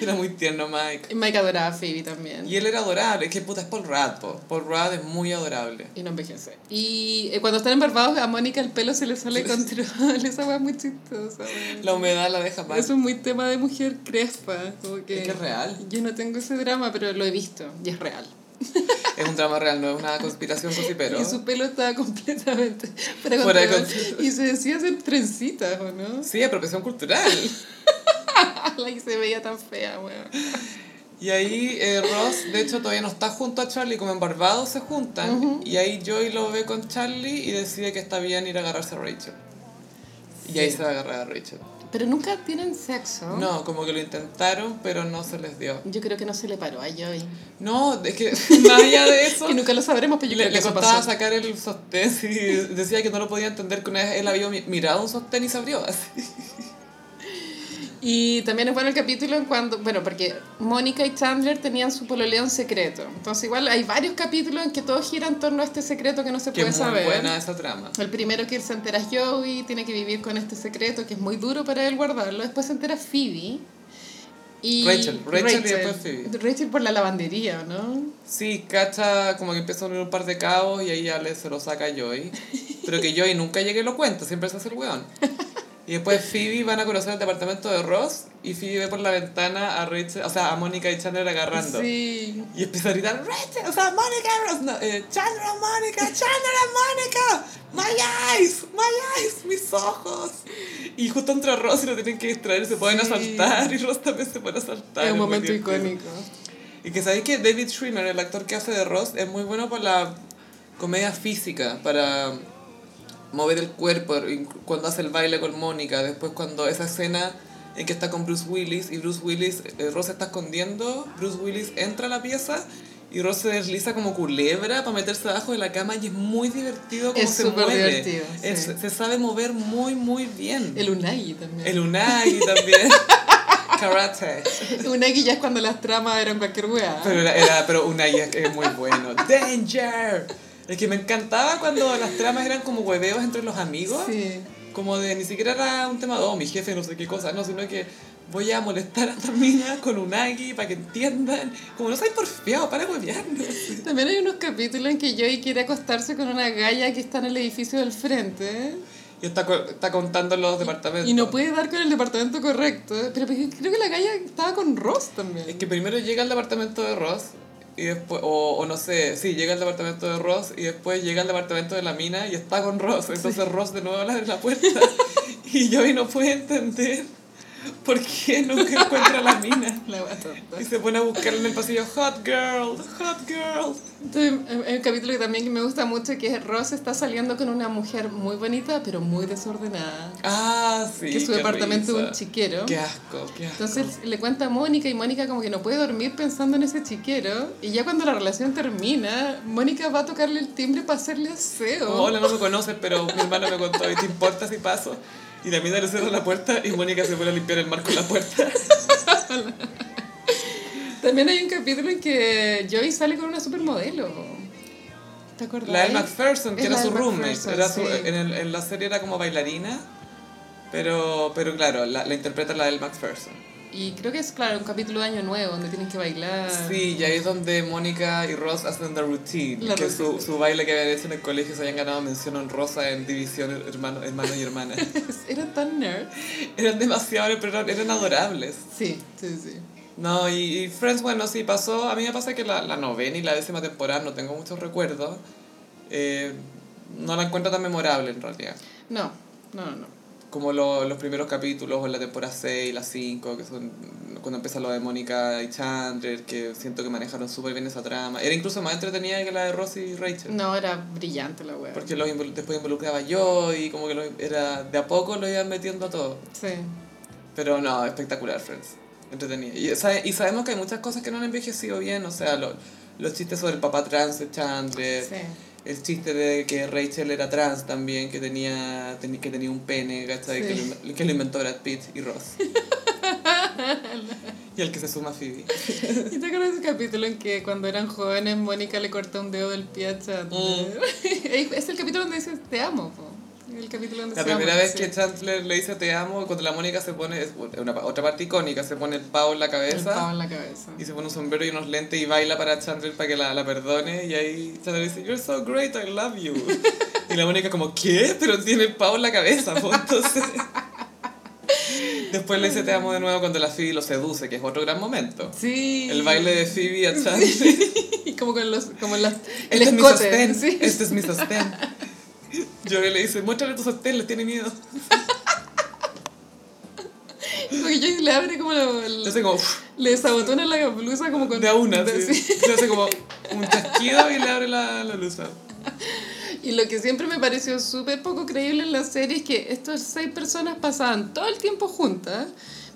Speaker 1: Era muy tierno Mike.
Speaker 2: Y Mike adoraba a Phoebe también.
Speaker 1: Y él era adorable, es que puta, es Paul Rudd, po. Paul Rudd es muy adorable.
Speaker 2: Y no envejece. Y eh, cuando están en Barbados, a Mónica el pelo se le sale de control. Esa weá es muy chistosa. weón.
Speaker 1: La humedad la deja mal.
Speaker 2: Eso es muy tema de mujer crespa. Como que
Speaker 1: Es que es real.
Speaker 2: Yo no tengo ese drama, pero lo he visto y es real.
Speaker 1: Es un drama real, no es una conspiración cosipero.
Speaker 2: Y su pelo estaba completamente fuera de
Speaker 1: Fuera de
Speaker 2: control.
Speaker 1: control.
Speaker 2: Y se decía hacer trencitas, ¿o no?
Speaker 1: Sí, apropiación cultural.
Speaker 2: La que se veía tan fea, weón.
Speaker 1: Y ahí eh, Ross, de hecho, todavía no está junto a Charlie, como en Barbados se juntan. Y ahí Joey lo ve con Charlie y decide que está bien ir a agarrarse a Rachel. Y ahí
Speaker 2: Sí.
Speaker 1: se va a agarrar a Rachel.
Speaker 2: Pero nunca tienen sexo.
Speaker 1: No, como que lo intentaron, pero no se les dio.
Speaker 2: Yo creo que no se le paró a Joey.
Speaker 1: No, es que más allá de eso,
Speaker 2: Que nunca lo sabremos, pero yo
Speaker 1: le,
Speaker 2: creo que
Speaker 1: le
Speaker 2: eso
Speaker 1: costaba
Speaker 2: pasó.
Speaker 1: sacar el sostén y decía que no lo podía entender que una vez él había mi- mirado un sostén y se abrió así.
Speaker 2: Y también es bueno el capítulo en cuando, bueno, porque Mónica y Chandler tenían su pololeo en secreto. Entonces igual hay varios capítulos en que todo gira en torno a este secreto que no se
Speaker 1: Que
Speaker 2: puede
Speaker 1: es muy
Speaker 2: saber.
Speaker 1: buena esa trama.
Speaker 2: El primero que se entera es Joey, tiene que vivir con este secreto que es muy duro para él guardarlo. Después se entera Phoebe. Y
Speaker 1: Rachel, Rachel y después Phoebe.
Speaker 2: Rachel por la lavandería, ¿no?
Speaker 1: Sí, cacha como que empieza a unir un par de cabos y ahí ya le, se lo saca a Joey. Pero que Joey nunca llegue y lo cuenta, siempre se hace el weón. Y después Phoebe van a conocer el departamento de Ross y Phoebe ve por la ventana a Rachel, o sea, a Mónica y Chandler agarrando.
Speaker 2: Sí.
Speaker 1: Y empieza a gritar, Rachel, o sea, Mónica, Ross, no, eh, Chandler, a Mónica, Chandler, a Mónica, my eyes, my eyes, mis ojos. Y justo entra Ross y lo tienen que distraer, se pueden
Speaker 2: Sí.
Speaker 1: asaltar y Ross también se puede asaltar.
Speaker 2: Es un
Speaker 1: muy
Speaker 2: momento
Speaker 1: divertido.
Speaker 2: icónico.
Speaker 1: Y que sabéis que David Schwimmer, el actor que hace de Ross, es muy bueno para la comedia física, para mover el cuerpo, inc- cuando hace el baile con Mónica, después cuando esa escena en que está con Bruce Willis y Bruce Willis, eh, Ross se está escondiendo, Bruce Willis entra a la pieza y Ross se desliza como culebra para meterse abajo de la cama y es muy divertido como
Speaker 2: Es
Speaker 1: se
Speaker 2: súper
Speaker 1: mueve.
Speaker 2: divertido, sí.
Speaker 1: Es- se sabe mover muy, muy bien.
Speaker 2: El Unagi también.
Speaker 1: El Unagi también. Karate.
Speaker 2: El Unagi ya es cuando las tramas eran cualquier weá.
Speaker 1: Pero era, era- pero Unagi es, es muy bueno. Danger. Es que me encantaba cuando las tramas eran como hueveos entre los amigos.
Speaker 2: Sí.
Speaker 1: Como de ni siquiera era un tema de, oh, mi jefe, no sé qué cosa, no, sino que voy a molestar a esta mina con Unagi para que entiendan. Como no soy porfiado, para de huevearnos.
Speaker 2: También hay unos capítulos en que Joey quiere acostarse con una galla que está en el edificio del frente
Speaker 1: Y está, co- está contando los departamentos.
Speaker 2: y no puede dar con el departamento correcto. Pero pues, creo que la galla estaba con Ross también.
Speaker 1: Es que primero llega al departamento de Ross y después, o, o no sé, sí, llega al departamento de Ross y después llega al departamento de la mina y está con Ross. Entonces Ross de nuevo abre la puerta y Joey no puede entender por qué nunca encuentra a la mina.
Speaker 2: La wea tonta.
Speaker 1: Y se pone a buscarla en el pasillo, hot girl, hot girl.
Speaker 2: Entonces, hay- hay un capítulo que también me gusta mucho que es Ross está saliendo con una mujer muy bonita pero muy desordenada.
Speaker 1: Ah, sí.
Speaker 2: que su
Speaker 1: qué
Speaker 2: departamento es
Speaker 1: risa.
Speaker 2: un chiquero.
Speaker 1: Qué asco, qué asco.
Speaker 2: Entonces le cuenta a Mónica y Mónica como que no puede dormir pensando en ese chiquero. Y ya cuando la relación termina, Mónica va a tocarle el timbre para hacerle aseo.
Speaker 1: Oh, Hola, no me conoces, pero mi hermano me contó, ¿y te importa si paso? Y la mina le cierra la puerta y Mónica se pone a limpiar el marco de la puerta.
Speaker 2: También hay un capítulo en que Joey sale con una supermodelo. ¿Te acordás?
Speaker 1: La del McPherson, que
Speaker 2: Es
Speaker 1: era
Speaker 2: la
Speaker 1: su
Speaker 2: del
Speaker 1: roommate.
Speaker 2: McPherson,
Speaker 1: Era su-
Speaker 2: sí.
Speaker 1: en, el- en la serie era como bailarina, pero, pero claro, la, la interpreta la del McPherson.
Speaker 2: Y creo que es, claro, un capítulo de Año Nuevo donde tienen que bailar.
Speaker 1: Sí, y ahí es donde Mónica y Ross hacen The Routine,
Speaker 2: La
Speaker 1: que su,
Speaker 2: routine.
Speaker 1: su baile que habían hecho en el colegio se habían ganado mención honrosa en división hermano, hermano y hermana.
Speaker 2: Era tan nerd.
Speaker 1: eran demasiado, pero eran, eran adorables.
Speaker 2: Sí, sí, sí.
Speaker 1: No, y, y Friends, bueno, sí pasó. A mí me pasa que la, la novena y la décima temporada no tengo muchos recuerdos. Eh, no la encuentro tan memorable en realidad.
Speaker 2: No, no, no, no.
Speaker 1: como lo- los primeros capítulos, o la temporada 6, la 5, que son cuando empieza lo de Mónica y Chandler, que siento que manejaron súper bien esa trama. Era incluso más entretenida que la de Ross y Rachel.
Speaker 2: No, era brillante la wea.
Speaker 1: Porque los invol- después involucraba yo y como que lo- era de a poco lo iban metiendo a todo.
Speaker 2: Sí.
Speaker 1: Pero no, espectacular, Friends. Entretenida. Y, sabe- y sabemos que hay muchas cosas que no han envejecido bien, o sea, lo- los chistes sobre el papá trans de Chandler,
Speaker 2: Sí.
Speaker 1: el chiste de que Rachel era trans también, que tenía, teni- que tenía un pene, ¿cachai?
Speaker 2: Sí.
Speaker 1: Que, lo, inven- que lo inventó Brad Pitt y Ross. y el que se suma a Phoebe.
Speaker 2: ¿Y te acuerdas de ese capítulo en que cuando eran jóvenes Mónica le corta un dedo del pie a Chandler? es el capítulo donde dices te amo, po. El capítulo donde
Speaker 1: Mm. La
Speaker 2: se
Speaker 1: primera
Speaker 2: aman,
Speaker 1: vez
Speaker 2: sí.
Speaker 1: que Chandler le dice te amo, cuando la Mónica se pone, es una, pa- otra parte icónica, se pone el pavo en la
Speaker 2: El pavo
Speaker 1: cabeza
Speaker 2: en la cabeza.
Speaker 1: y se pone un sombrero y unos lentes y baila para Chandler para que la, la perdone y ahí Chandler dice, you're so great, I love you. y la Mónica como, ¿qué? Pero tiene el pavo en la cabeza, po", entonces... Después le dice te amo de nuevo cuando la Phoebe lo seduce, que es otro gran momento.
Speaker 2: Sí.
Speaker 1: El baile de Phoebe a Chandler.
Speaker 2: Y como con los. Como las, el
Speaker 1: Este es mi
Speaker 2: escote.
Speaker 1: sostén.
Speaker 2: Sí.
Speaker 1: Este es mi sostén. Joey le dice, muéstrale tu sostén, les tiene miedo.
Speaker 2: Como que yo le abre como. la-
Speaker 1: Le hace como, "Uf",
Speaker 2: le sabotona la blusa como con.
Speaker 1: de a una.
Speaker 2: de-
Speaker 1: así.
Speaker 2: sí.
Speaker 1: Le hace como un chasquido y le abre la, la luz.
Speaker 2: Y lo que siempre me pareció súper poco creíble en la serie es que estas seis personas pasaban todo el tiempo juntas,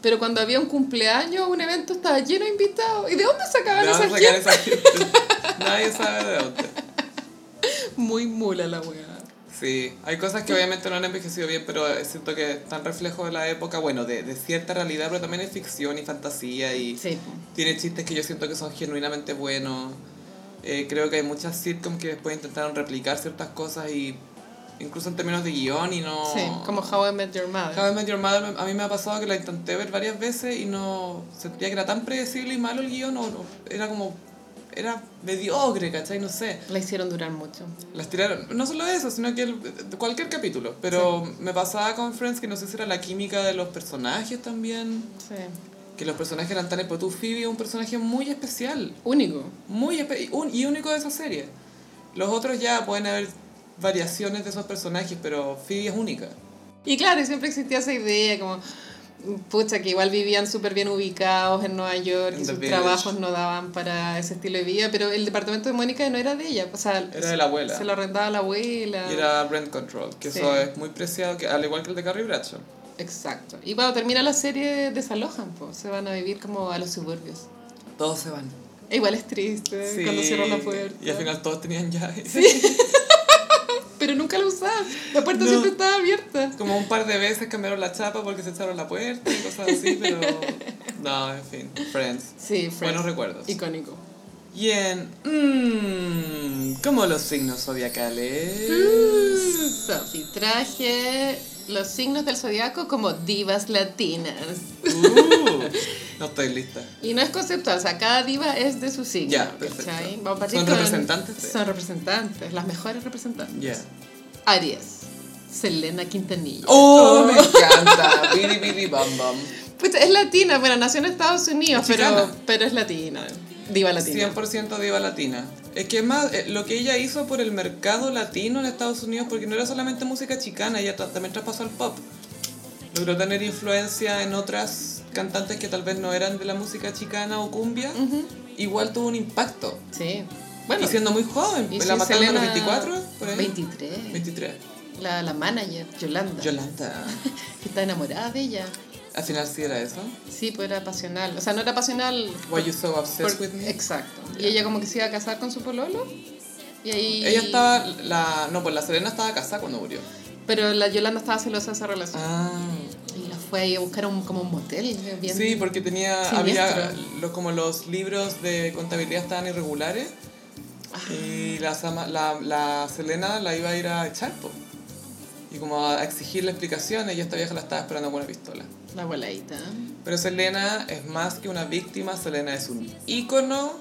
Speaker 2: pero cuando había un cumpleaños o un evento estaba lleno de invitados. ¿Y de dónde sacaban
Speaker 1: Le vamos a
Speaker 2: esas
Speaker 1: sacar
Speaker 2: gente?
Speaker 1: esa gente. Nadie sabe de dónde.
Speaker 2: Muy mula la weá.
Speaker 1: Sí, hay cosas que obviamente no han envejecido bien, pero eh, siento que están reflejo de la época, bueno, de, de cierta realidad, pero también es ficción y fantasía y...
Speaker 2: Sí.
Speaker 1: Tiene chistes que yo siento que son genuinamente buenos. Eh, creo que hay muchas sitcoms que después intentaron replicar ciertas cosas y incluso en términos de guión y no...
Speaker 2: Sí, como How I Met Your Mother.
Speaker 1: How I Met Your Mother, a mí me ha pasado que la intenté ver varias veces y no sentía que era tan predecible y malo el guión o, o era como... Era mediocre, ¿cachai? No sé.
Speaker 2: La hicieron durar mucho.
Speaker 1: Las tiraron, no solo eso, sino que el- cualquier capítulo. Pero me pasaba con Friends que no sé si era la química de los personajes también.
Speaker 2: Sí.
Speaker 1: Que los personajes eran tan... Pero tú, Phoebe es un personaje muy especial
Speaker 2: Único.
Speaker 1: muy espe- y un- y único de esa serie. Los otros ya pueden haber variaciones de esos personajes, pero Phoebe es única.
Speaker 2: Y claro, siempre existía esa idea, como, pucha, que igual vivían súper bien ubicados en Nueva
Speaker 1: En
Speaker 2: York y
Speaker 1: The
Speaker 2: sus
Speaker 1: Village.
Speaker 2: trabajos no daban para ese estilo de vida, pero el departamento de Mónica no era de ella, o sea,
Speaker 1: Era de la abuela.
Speaker 2: se lo arrendaba la abuela.
Speaker 1: Y era rent control, que
Speaker 2: Sí.
Speaker 1: eso es muy preciado, que, al igual que el de Carrie Bradshaw.
Speaker 2: Exacto. Y cuando termina la serie, desalojan, pues, se van a vivir como a los suburbios.
Speaker 1: Todos se van.
Speaker 2: E igual es triste cuando cierran la puerta.
Speaker 1: Y al final todos tenían llaves.
Speaker 2: Pero nunca la usaban. La puerta
Speaker 1: No.
Speaker 2: siempre estaba abierta.
Speaker 1: Como un par de veces cambiaron la chapa porque se echaron la puerta y cosas así, pero... No, en fin, Friends.
Speaker 2: Sí, Friends.
Speaker 1: Buenos recuerdos.
Speaker 2: Icónico.
Speaker 1: Y en... Mmm, como los signos zodiacales.
Speaker 2: Mm. Sophie, traje los signos del zodiaco como divas latinas.
Speaker 1: Uh, no estoy lista.
Speaker 2: Y no es conceptual, o sea, cada diva es de su signo.
Speaker 1: Ya, perfecto.
Speaker 2: ¿cachai? Vamos a partir
Speaker 1: Son
Speaker 2: con-
Speaker 1: representantes de-
Speaker 2: Son representantes, las mejores representantes.
Speaker 1: Ya.
Speaker 2: Aries, Selena Quintanilla.
Speaker 1: ¡Oh, me encanta! Bidi bidi bam bam.
Speaker 2: Pucha, es latina, bueno, nació en Estados Unidos,
Speaker 1: Es
Speaker 2: pero,
Speaker 1: chicana.
Speaker 2: pero es latina. Diva latina.
Speaker 1: 100% diva latina. Es que es más, eh, lo que ella hizo por el mercado latino en Estados Unidos, porque no era solamente música chicana, ella tra- también traspasó al pop. Logró tener influencia en otras cantantes que tal vez no eran de la música chicana o cumbia.
Speaker 2: Ujú.
Speaker 1: Igual tuvo un impacto.
Speaker 2: Sí. Bueno,
Speaker 1: y siendo muy joven,
Speaker 2: y
Speaker 1: la
Speaker 2: sí,
Speaker 1: mataron
Speaker 2: Selena-
Speaker 1: a los 24, por ahí.
Speaker 2: 23.
Speaker 1: 23.
Speaker 2: La, la manager, Yolanda.
Speaker 1: Yolanda.
Speaker 2: Que está enamorada de ella.
Speaker 1: Al final sí era eso.
Speaker 2: Sí, pues era pasional. O sea, no era pasional.
Speaker 1: Why you so obsessed
Speaker 2: por-
Speaker 1: with me?
Speaker 2: Exacto. Y ella como que se iba a casar con su pololo. Y ahí...
Speaker 1: Ella estaba, la, no, pues la Serena estaba casada cuando murió.
Speaker 2: Pero la Yolanda estaba celosa de esa relación.
Speaker 1: Ah.
Speaker 2: Y la fue ahí a buscar un, como un motel. Bien...
Speaker 1: Sí, porque tenía,
Speaker 2: Siniestro.
Speaker 1: había, lo- como los libros de contabilidad estaban irregulares
Speaker 2: Ah.
Speaker 1: y la, Sama- la, la Selena la iba a ir a echar, po. y como a exigir la explicación, y esta vieja la estaba esperando con una pistola.
Speaker 2: La abuelita.
Speaker 1: Pero Selena es más que una víctima, Selena es un ícono,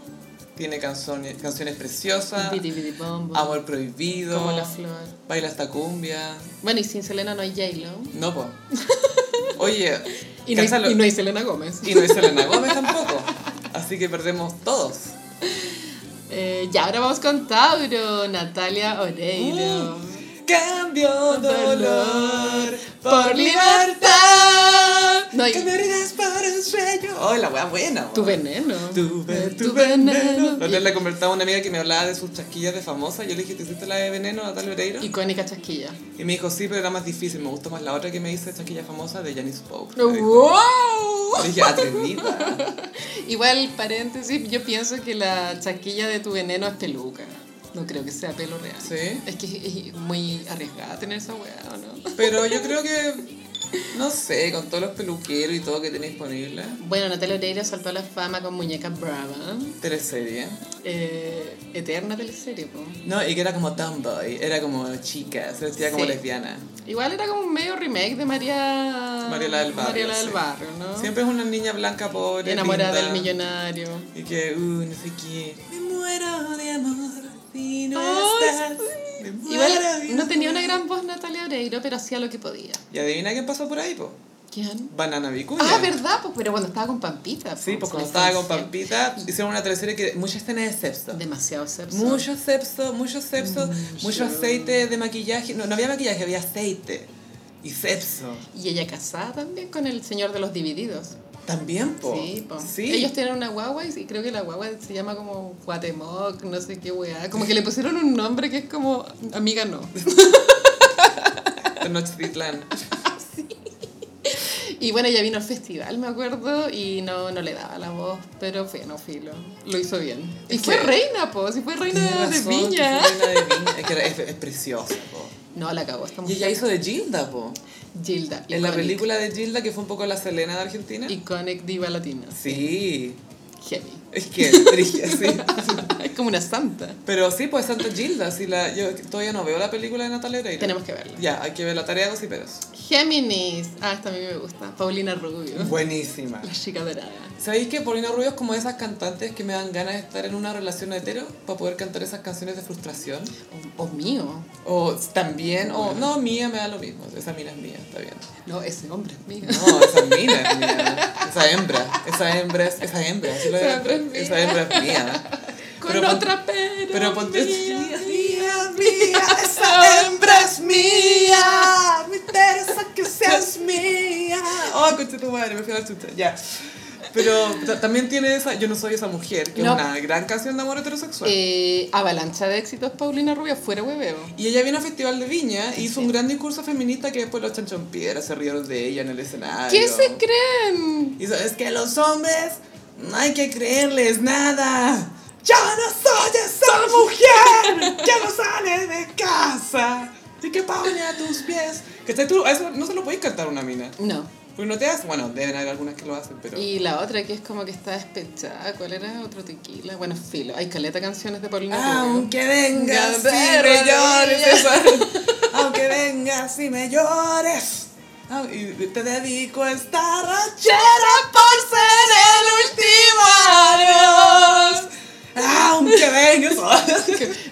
Speaker 1: tiene canciones, canciones preciosas,
Speaker 2: Bidi, bidi, bom, bom.
Speaker 1: Amor Prohibido,
Speaker 2: Como la flor.
Speaker 1: Baila esta cumbia,
Speaker 2: Bueno, y sin Selena no hay J-Lo.
Speaker 1: no, po. Oye,
Speaker 2: Y no,
Speaker 1: cáchalo-
Speaker 2: hay, y no hay Selena Gómez.
Speaker 1: Y no es Selena Gómez tampoco. Así que perdemos todos.
Speaker 2: Eh, ya, ahora vamos con Tauro, Natalia Oreiro.
Speaker 1: Uh. Cambio
Speaker 2: dolor
Speaker 1: por libertad.
Speaker 2: No, y-
Speaker 1: Cambiarás por un sueño. Oh, la wea buena. wea.
Speaker 2: Tu veneno.
Speaker 1: Tuve
Speaker 2: Tu
Speaker 1: tu veneno. La
Speaker 2: veneno.
Speaker 1: otra vez le conversaba a una amiga que me hablaba de sus chasquillas de famosa. Yo le dije, ¿te hiciste la de veneno, Natalia Oreiro? Y,
Speaker 2: Icónica chasquilla.
Speaker 1: me dijo, sí, pero era más difícil. Me gustó más la otra que me hice, chasquilla famosa, de Janice Pope. Le dijo-
Speaker 2: ¡Wow!
Speaker 1: Le dije, atrevida.
Speaker 2: Igual, paréntesis, yo pienso que la chasquilla de tu veneno es peluca. No creo que sea pelo real.
Speaker 1: ¿Sí?
Speaker 2: Es que es muy arriesgada tener esa weá, ¿o no?
Speaker 1: Pero yo creo que, no sé, con todos los peluqueros y todo que tiene disponible.
Speaker 2: Bueno, Natalia Oreiro saltó a la fama con Muñeca Brava.
Speaker 1: Teleserie.
Speaker 2: Eh, eterna teleserie, po.
Speaker 1: No, y que era como tomboy, era como chica, se vestía como
Speaker 2: Sí.
Speaker 1: lesbiana.
Speaker 2: Igual era como un medio remake de María...
Speaker 1: Mariela del Barrio,
Speaker 2: Mariela del
Speaker 1: sí.
Speaker 2: Barrio, ¿no?
Speaker 1: Siempre es una niña blanca pobre.
Speaker 2: Enamorada
Speaker 1: linda,
Speaker 2: del millonario.
Speaker 1: Y que, uh, no sé qué. Me muero de amor si no
Speaker 2: Ay,
Speaker 1: estás. Me
Speaker 2: Igual
Speaker 1: muero de
Speaker 2: no
Speaker 1: amor.
Speaker 2: tenía una gran voz Natalia Oreiro, pero hacía lo que podía.
Speaker 1: Y adivina quién pasó por ahí, po.
Speaker 2: ¿Quién?
Speaker 1: Banana Vicuña.
Speaker 2: Ah, verdad, pues, pero cuando estaba con Pampita.
Speaker 1: Sí,
Speaker 2: pues,
Speaker 1: pues cuando
Speaker 2: se
Speaker 1: estaba con
Speaker 2: conocía.
Speaker 1: Pampita, hicieron una teleserie que mucha escena de sexo.
Speaker 2: Demasiado sexo.
Speaker 1: Mucho sexo, mucho sexo, mucho aceite de maquillaje. No, no había maquillaje, había aceite. Y sexo.
Speaker 2: Y ella casada también con el señor de los divididos.
Speaker 1: También, po.
Speaker 2: Sí, po.
Speaker 1: Oh, Sí.
Speaker 2: Ellos tienen una guagua y creo que la guagua se llama como Guatemoc, no sé qué weá. Como que le pusieron un nombre que es como amiga no.
Speaker 1: Tenochtitlan.
Speaker 2: Y bueno, ella vino al festival, me acuerdo, y no, no le daba la voz, pero fue, no filo. Lo hizo bien. Y
Speaker 1: Es
Speaker 2: fue
Speaker 1: que-
Speaker 2: reina, po, si fue
Speaker 1: Tienes
Speaker 2: reina de
Speaker 1: razón,
Speaker 2: viña.
Speaker 1: que fue reina de Viña. Es que era- es, es preciosa, po.
Speaker 2: No, la cagó
Speaker 1: Y
Speaker 2: esta mujer.
Speaker 1: ella hizo de Gilda, po.
Speaker 2: Gilda.
Speaker 1: En la
Speaker 2: iconic-
Speaker 1: película de Gilda, que fue un poco la Selena de Argentina.
Speaker 2: Iconic diva latina.
Speaker 1: Sí.
Speaker 2: Heavy.
Speaker 1: Es que es brígida, sí.
Speaker 2: Es como una santa.
Speaker 1: Pero sí, pues Santa Gilda. Sí, la, yo todavía no veo la película de Natalia Oreiro.
Speaker 2: Tenemos que verla.
Speaker 1: Ya, hay que ver la tarea de Gossiperos.
Speaker 2: Géminis. Ah, esta a mí me gusta. Paulina Rubio.
Speaker 1: Buenísima.
Speaker 2: La chica dorada.
Speaker 1: ¿Sabéis que Paulina Rubio es como esas cantantes que me dan ganas de estar en una relación hetero para poder cantar esas canciones de frustración?
Speaker 2: O, o mío.
Speaker 1: O también, o no, mía me da lo mismo. Esa mina es mía, está bien.
Speaker 2: No, ese hombre es mío.
Speaker 1: No, esa mina es mía. Esa hembra. Esa hembra es, esa hembra. así lo
Speaker 2: Esa
Speaker 1: digo.
Speaker 2: hembra es mía.
Speaker 1: Esa hembra es mía.
Speaker 2: Con
Speaker 1: Pero pon-
Speaker 2: otra pero.
Speaker 1: Pero ponte.
Speaker 2: mía, mía,
Speaker 3: mía, esa hembra es mía, me interesa que seas mía.
Speaker 1: Oh, concha tu madre, me fui a la chucha. Ya. Pero ta- también tiene esa Yo no soy esa mujer, que
Speaker 2: No.
Speaker 1: es una gran canción de amor heterosexual.
Speaker 2: Eh, avalancha de éxitos, Paulina Rubio, fuera hueveo.
Speaker 1: Y ella vino al Festival de Viña y hizo un gran discurso feminista que después los chanchón piedra se rieron de ella en el escenario.
Speaker 2: ¿Qué se creen?
Speaker 1: Y so- es que los hombres no hay que creerles nada. Yo no soy esa mujer que no sale de casa y que pone a tus pies. Que tú, a eso no se lo podéis cantar a una mina.
Speaker 2: No.
Speaker 1: Porque no te hace, bueno, deben haber algunas que lo hacen, pero...
Speaker 2: Y la otra que es como que está despechada, ¿cuál era? Otro tequila. Bueno, filo, hay caleta canciones de Paulina Rubio.
Speaker 1: Aunque vengas
Speaker 2: Ya,
Speaker 1: y me
Speaker 2: pero
Speaker 1: llores,
Speaker 2: ya.
Speaker 1: esa. aunque vengas y me llores, Ah, y te dedico esta ranchera por ser el último adiós. Aunque vengas,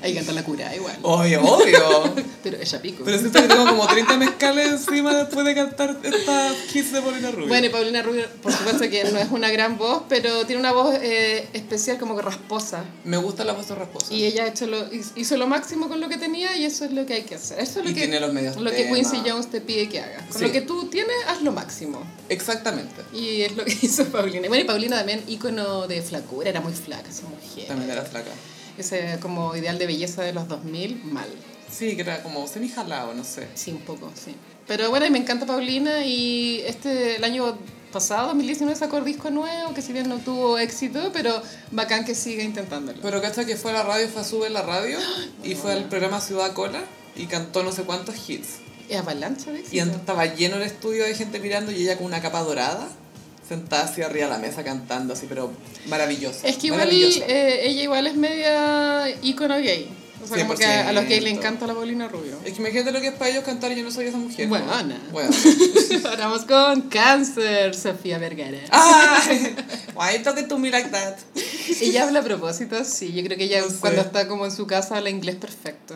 Speaker 2: Hay que cantar la cura igual.
Speaker 1: obvio, obvio.
Speaker 2: Pero ella pico.
Speaker 1: Oh. Pero siento que tengo como 30 mezcales encima después de cantar esta kiss de Paulina Rubio.
Speaker 2: Bueno, y Paulina Rubio, por supuesto que no es una gran voz, pero tiene una voz eh, especial como que rasposa.
Speaker 1: me gusta la voz de rasposa.
Speaker 2: Y ella hecho lo, hizo lo máximo con lo que tenía y eso es lo que hay que hacer. Eso es lo
Speaker 1: Y
Speaker 2: que,
Speaker 1: tiene los medios
Speaker 2: lo que
Speaker 1: temas.
Speaker 2: Quincy Jones te pide que hagas. Con
Speaker 1: Sí.
Speaker 2: lo que tú tienes, haz lo máximo.
Speaker 1: Exactamente.
Speaker 2: Y es lo que hizo Paulina. Y Bueno, y Paulina también, ícono de flacura, era muy flaca esa mujer.
Speaker 1: También era flaca.
Speaker 2: Ese como ideal de belleza de los 2000, mal.
Speaker 1: Sí, que era como semi-jalado, no sé.
Speaker 2: Sí, un poco, sí. Pero bueno, y me encanta Paulina y este el año pasado, 2019, sacó disco nuevo, que si bien no tuvo éxito, pero bacán que siga intentándolo.
Speaker 1: Pero cacha que fue a la radio, fue a Sube la radio y fue al programa Ciudad Cola y cantó no sé cuántos hits.
Speaker 2: Es avalancha de
Speaker 1: Y
Speaker 2: éxito.
Speaker 1: antes estaba lleno el estudio de gente mirando y ella con una capa dorada sentada así arriba de la mesa cantando así, pero maravillosa.
Speaker 2: Es que igual
Speaker 1: maravillosa.
Speaker 2: eh, ella igual es media ícono gay. O sea, como que a, a los gays le
Speaker 1: 100%.
Speaker 2: encanta la Paulina Rubio.
Speaker 1: Es que imagínate lo que es para ellos cantar Yo no soy esa mujer.
Speaker 2: Bueno,
Speaker 1: ¿no?
Speaker 2: Ana.
Speaker 1: Bueno.
Speaker 2: Ahora vamos con cáncer, Sofía Vergara.
Speaker 1: ¡Ay! Why talking to me like that?
Speaker 2: Ella habla a propósito, sí. Yo creo que ella
Speaker 1: No sé.
Speaker 2: cuando está como en su casa habla inglés perfecto.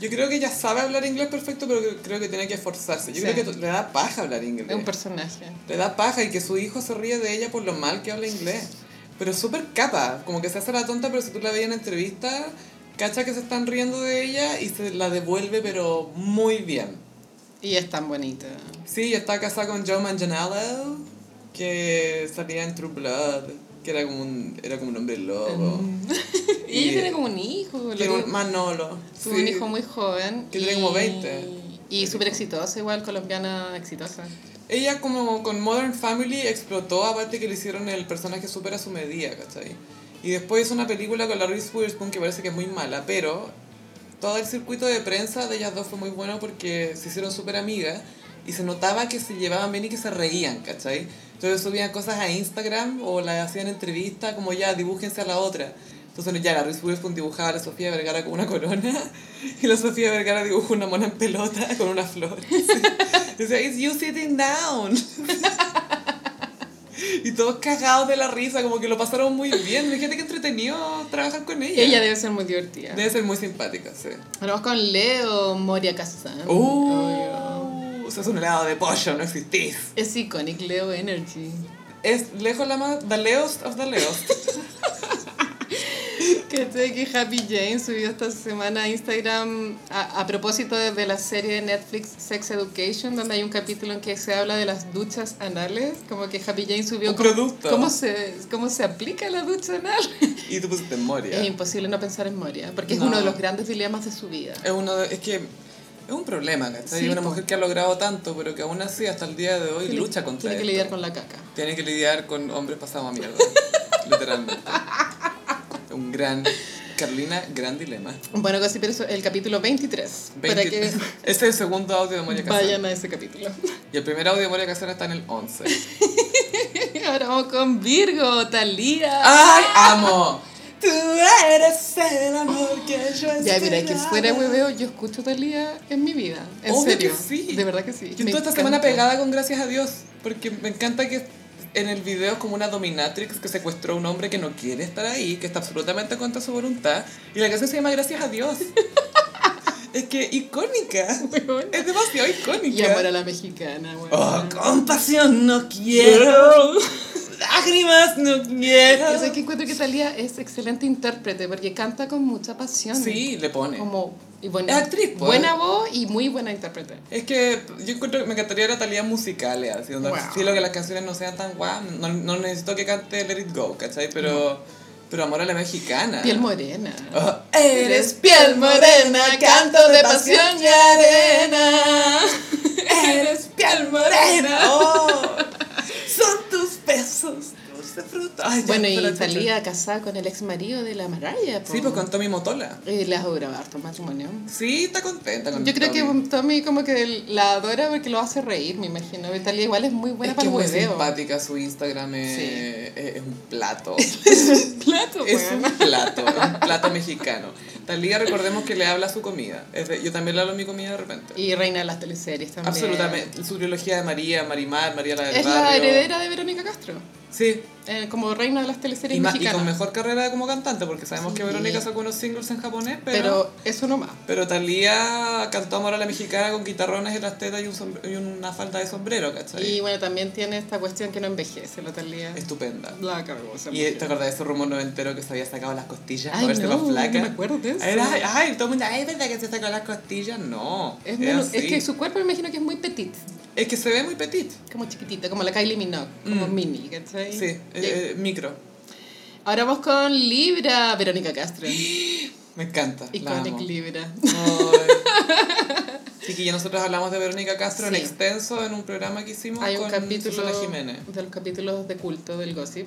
Speaker 1: Yo creo que ella sabe hablar inglés perfecto, pero que- creo que tiene que esforzarse. Yo
Speaker 2: Sí.
Speaker 1: creo que le da paja hablar inglés.
Speaker 2: Es un personaje.
Speaker 1: Le da paja y que su hijo se ríe de ella por lo mal que habla inglés. Pero es súper capa, como que se hace la tonta, pero si tú la veías en entrevista, cacha que se están riendo de ella y se la devuelve, pero muy bien.
Speaker 2: Y es tan bonita.
Speaker 1: Sí, y está casada con Joe Manganiello, que salía en True Blood, que era como un, era como un hombre lobo.
Speaker 2: Y ella tiene como un hijo. Mm, lo
Speaker 1: Mm. Tiene un
Speaker 2: tuvo-
Speaker 1: Manolo.
Speaker 2: tuvo
Speaker 1: sí.
Speaker 2: un hijo muy joven.
Speaker 1: Que tiene
Speaker 2: y-
Speaker 1: como 20.
Speaker 2: Y súper exitosa, igual colombiana exitosa.
Speaker 1: Ella como con Modern Family explotó, aparte que le hicieron el personaje súper a su medida, ¿cachai? Y después hizo una película con la Reese Witherspoon que parece que es muy mala, pero todo el circuito de prensa de ellas dos fue muy bueno porque se hicieron súper amigas y se notaba que se llevaban bien y que se reían, ¿cachai? Entonces subían cosas a Instagram o la hacían entrevista como ya, dibújense a la otra. Entonces ya la Reese Witherspoon dibujaba a la Sofía Vergara con una corona y la Sofía Vergara dibujó una mona en pelota con una flor. Dice, it's you sitting down. Y todos cagados de la risa, como que lo pasaron muy bien. Fíjate que entretenido trabajar con ella.
Speaker 2: Ella debe ser muy divertida.
Speaker 1: Debe ser muy simpática, sí.
Speaker 2: Ahora vamos con Leo Moria Kazan. Obvio.
Speaker 1: Uh, sos un helado de pollo, no existís.
Speaker 2: Es icónico Leo Energy.
Speaker 1: Es lejos la más. The Leost of the Leost.
Speaker 2: Que sé que Happy Jane subió esta semana a Instagram a, a propósito de, de la serie de Netflix Sex Education, donde hay un capítulo en que se habla de las duchas anales, como que Happy Jane subió
Speaker 1: Un
Speaker 2: cómo-
Speaker 1: producto.
Speaker 2: Cómo, se, cómo se aplica la ducha anal.
Speaker 1: y tú pusiste memoria.
Speaker 2: Es imposible no pensar en Moria, porque es
Speaker 1: No.
Speaker 2: uno de los grandes dilemas de su vida.
Speaker 1: Es, uno de- es que es un problema, ¿cachai?
Speaker 2: Sí,
Speaker 1: una
Speaker 2: po.
Speaker 1: mujer que ha logrado tanto, pero que aún así, hasta el día de hoy, lucha contra
Speaker 2: Tiene que
Speaker 1: esto.
Speaker 2: lidiar con la caca.
Speaker 1: Tiene que lidiar con hombres pasados a mierda. literalmente. Un gran. Carolina, gran dilema.
Speaker 2: Bueno, casi, pero eso, el capítulo 23, para
Speaker 1: 20
Speaker 2: que
Speaker 1: Este es el segundo audio de Moria Casán.
Speaker 2: vayan a ese capítulo.
Speaker 1: Y el primer audio de Moria Casán está en el 11.
Speaker 2: Ahora vamos con Virgo, Talía.
Speaker 1: ¡Ay, amo! Tú eres el amor que yo
Speaker 2: Ya, mira, que
Speaker 1: esperaba.
Speaker 2: fuera hueveo, yo escucho Talía en mi vida. En
Speaker 1: Obvio
Speaker 2: serio.
Speaker 1: que sí.
Speaker 2: De verdad que sí.
Speaker 1: Yo
Speaker 2: Me
Speaker 1: estuve esta semana
Speaker 2: encanta.
Speaker 1: pegada con Gracias a Dios, porque me encanta que en el video es como una dominatrix que secuestró a un hombre que no quiere estar ahí, que está absolutamente contra su voluntad, y la canción se llama Gracias a Dios. es que icónica.
Speaker 2: Huevona.
Speaker 1: Es demasiado icónica.
Speaker 2: Y amor a la mexicana, weón.
Speaker 1: Oh, compasión no quiero, lágrimas no quiero.
Speaker 2: Yo sé que encuentro que Talía es excelente intérprete porque canta con mucha pasión.
Speaker 1: Sí, le pone.
Speaker 2: Como Y buena,
Speaker 1: Es actriz, pues.
Speaker 2: Buena voz y muy buena intérprete.
Speaker 1: Es que yo encuentro que me encantaría la talía musical, eh, así, donde
Speaker 2: Wow.
Speaker 1: filo que las canciones no sean tan guau, no, no necesito que cante Let It Go, ¿cachai? Pero, pero amor a la mexicana.
Speaker 2: Piel morena.
Speaker 1: Oh,
Speaker 2: Eres piel morena, canto de pasión y arena.
Speaker 1: eres piel morena. Oh, son tus besos, dulce fruta. Ay, ya,
Speaker 2: Bueno,
Speaker 1: pero
Speaker 2: y
Speaker 1: chucha.
Speaker 2: salía casada con el ex marido de la Mariah. po.
Speaker 1: Sí, pues con Tommy Motola.
Speaker 2: Y le ha durado harto matrimonio.
Speaker 1: Sí, está contenta con
Speaker 2: Yo creo
Speaker 1: Tommy.
Speaker 2: que Tommy como que la adora porque lo hace reír, me imagino. Vitalia igual es muy buena
Speaker 1: es que
Speaker 2: para
Speaker 1: es
Speaker 2: el
Speaker 1: muy
Speaker 2: hueveo.
Speaker 1: simpática, su Instagram es,
Speaker 2: Sí.
Speaker 1: es- es un plato.
Speaker 2: Plato,
Speaker 1: Es un
Speaker 2: weón.
Speaker 1: plato, es un plato mexicano. Talía, recordemos que le habla su comida. Es de- yo también le hablo mi comida de repente.
Speaker 2: Y reina de las teleseries también.
Speaker 1: Absolutamente. Su trilogía de María, Marimar, María la del
Speaker 2: Es la
Speaker 1: Barrio.
Speaker 2: heredera de Verónica Castro,
Speaker 1: Sí.
Speaker 2: eh, como reina de las teleseries
Speaker 1: Y, ma- y
Speaker 2: mexicanas.
Speaker 1: con mejor carrera como cantante, porque sabemos que
Speaker 2: Sí.
Speaker 1: Verónica sacó unos singles en japonés, pero...
Speaker 2: Pero eso no más.
Speaker 1: Pero, Talía cantó Amor a la Mexicana con guitarrones en las tetas y, un sombre- y una falda de sombrero, ¿cachai?
Speaker 2: Y bueno, también tiene esta cuestión que no envejece, la talía.
Speaker 1: Estupenda.
Speaker 2: La cagó, se
Speaker 1: ¿Y
Speaker 2: murió.
Speaker 1: te acordás de ese rumor noventero que se había sacado las costillas para
Speaker 2: Ay,
Speaker 1: verse
Speaker 2: no,
Speaker 1: más flaca?
Speaker 2: no me acuerdo de eso.
Speaker 1: Era- Ay, todo el mundo, ay, ¿verdad que se sacó las costillas? No.
Speaker 2: es,
Speaker 1: era
Speaker 2: menos- es
Speaker 1: así.
Speaker 2: que su cuerpo me imagino que es muy petit,
Speaker 1: Es que se ve muy petit.
Speaker 2: como chiquitita, como la Kylie Minogue, como
Speaker 1: Mm.
Speaker 2: mini, ¿cachai?
Speaker 1: Sí, eh,
Speaker 2: Ya.
Speaker 1: eh, micro.
Speaker 2: Ahora vamos con Libra, Verónica Castro.
Speaker 1: Me encanta. la amo.
Speaker 2: Iconic Libra.
Speaker 1: Ay. Chiquilla, nosotros hablamos de Verónica Castro en
Speaker 2: Sí.
Speaker 1: extenso en un programa que hicimos
Speaker 2: Hay un
Speaker 1: con
Speaker 2: capítulo
Speaker 1: Susana Jiménez.
Speaker 2: de los capítulos de culto del gossip.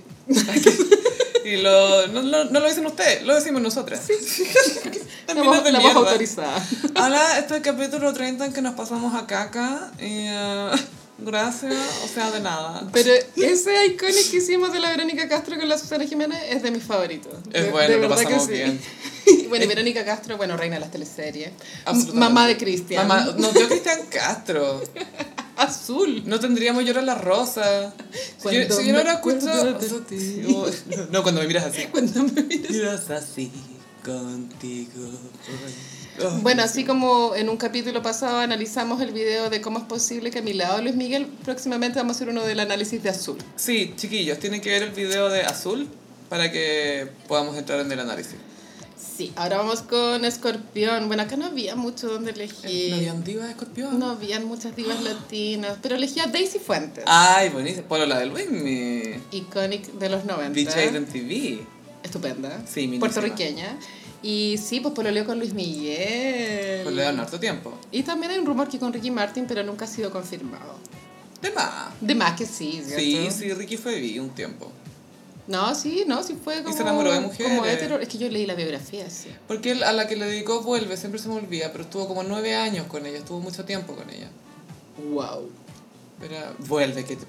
Speaker 1: Y lo, no, no- no lo dicen ustedes, lo decimos nosotras.
Speaker 2: La
Speaker 1: Términos
Speaker 2: voz,
Speaker 1: de
Speaker 2: la voz
Speaker 1: mierda.
Speaker 2: autorizada.
Speaker 1: Ahora, este es el capítulo 30 en que nos pasamos a caca. y, eh, gracias, o sea, de nada.
Speaker 2: Pero ese iconic que hicimos de la Verónica Castro con la Susana Jiménez es de mis favoritos.
Speaker 1: Es
Speaker 2: De-
Speaker 1: bueno,
Speaker 2: de
Speaker 1: lo
Speaker 2: verdad que
Speaker 1: pasamos
Speaker 2: sí.
Speaker 1: bien.
Speaker 2: Bueno, y Verónica Castro, bueno, reina de las teleseries.
Speaker 1: Absolutamente.
Speaker 2: Mamá de Cristian.
Speaker 1: Mamá, nos dio Cristian Castro.
Speaker 2: azul.
Speaker 1: No tendríamos llorar la rosa. Si
Speaker 2: Cuando
Speaker 1: yo, si yo no
Speaker 2: me
Speaker 1: hubiera
Speaker 2: acuerdo
Speaker 1: escuchado.
Speaker 2: de
Speaker 1: Oh, No, cuando me miras así.
Speaker 2: Cuando me vi-
Speaker 1: Miras así contigo. Oh.
Speaker 2: Bueno, así como en un capítulo pasado analizamos el video de cómo es posible que a mi lado Luis Miguel, próximamente vamos a hacer uno del análisis de azul.
Speaker 1: Sí, chiquillos, tienen que ver el video de Azul para que podamos entrar en el análisis.
Speaker 2: Sí, ahora vamos con Escorpión. Bueno, acá no había mucho donde
Speaker 1: ¿Lo
Speaker 2: elegir.
Speaker 1: diva de escorpión?
Speaker 2: No habían muchas divas latinas, pero elegí a Daisy Fuentes.
Speaker 1: Ay, buenísimo. Bueno, la del Luismi.
Speaker 2: Iconic de los 90.
Speaker 1: DJ de MTV.
Speaker 2: Estupenda.
Speaker 1: Sí, minísima.
Speaker 2: Puertorriqueña. Y sí, pues pololeo con Luis Miguel.
Speaker 1: Pues le dan harto tiempo.
Speaker 2: Y también hay un rumor que con Ricky Martin, pero nunca ha sido confirmado.
Speaker 1: De más.
Speaker 2: De más que sí, ¿cierto?
Speaker 1: Sí, sí, Ricky fue vi un tiempo.
Speaker 2: No, sí, no, sí fue como...
Speaker 1: enamoró de mujeres.
Speaker 2: Como hetero. Es que yo leí la biografía, sí.
Speaker 1: Porque él, a la que le dedicó Vuelve, siempre se me olvida, pero estuvo como nueve años con ella, estuvo mucho tiempo con ella.
Speaker 2: Wow.
Speaker 1: Era Vuelve, que te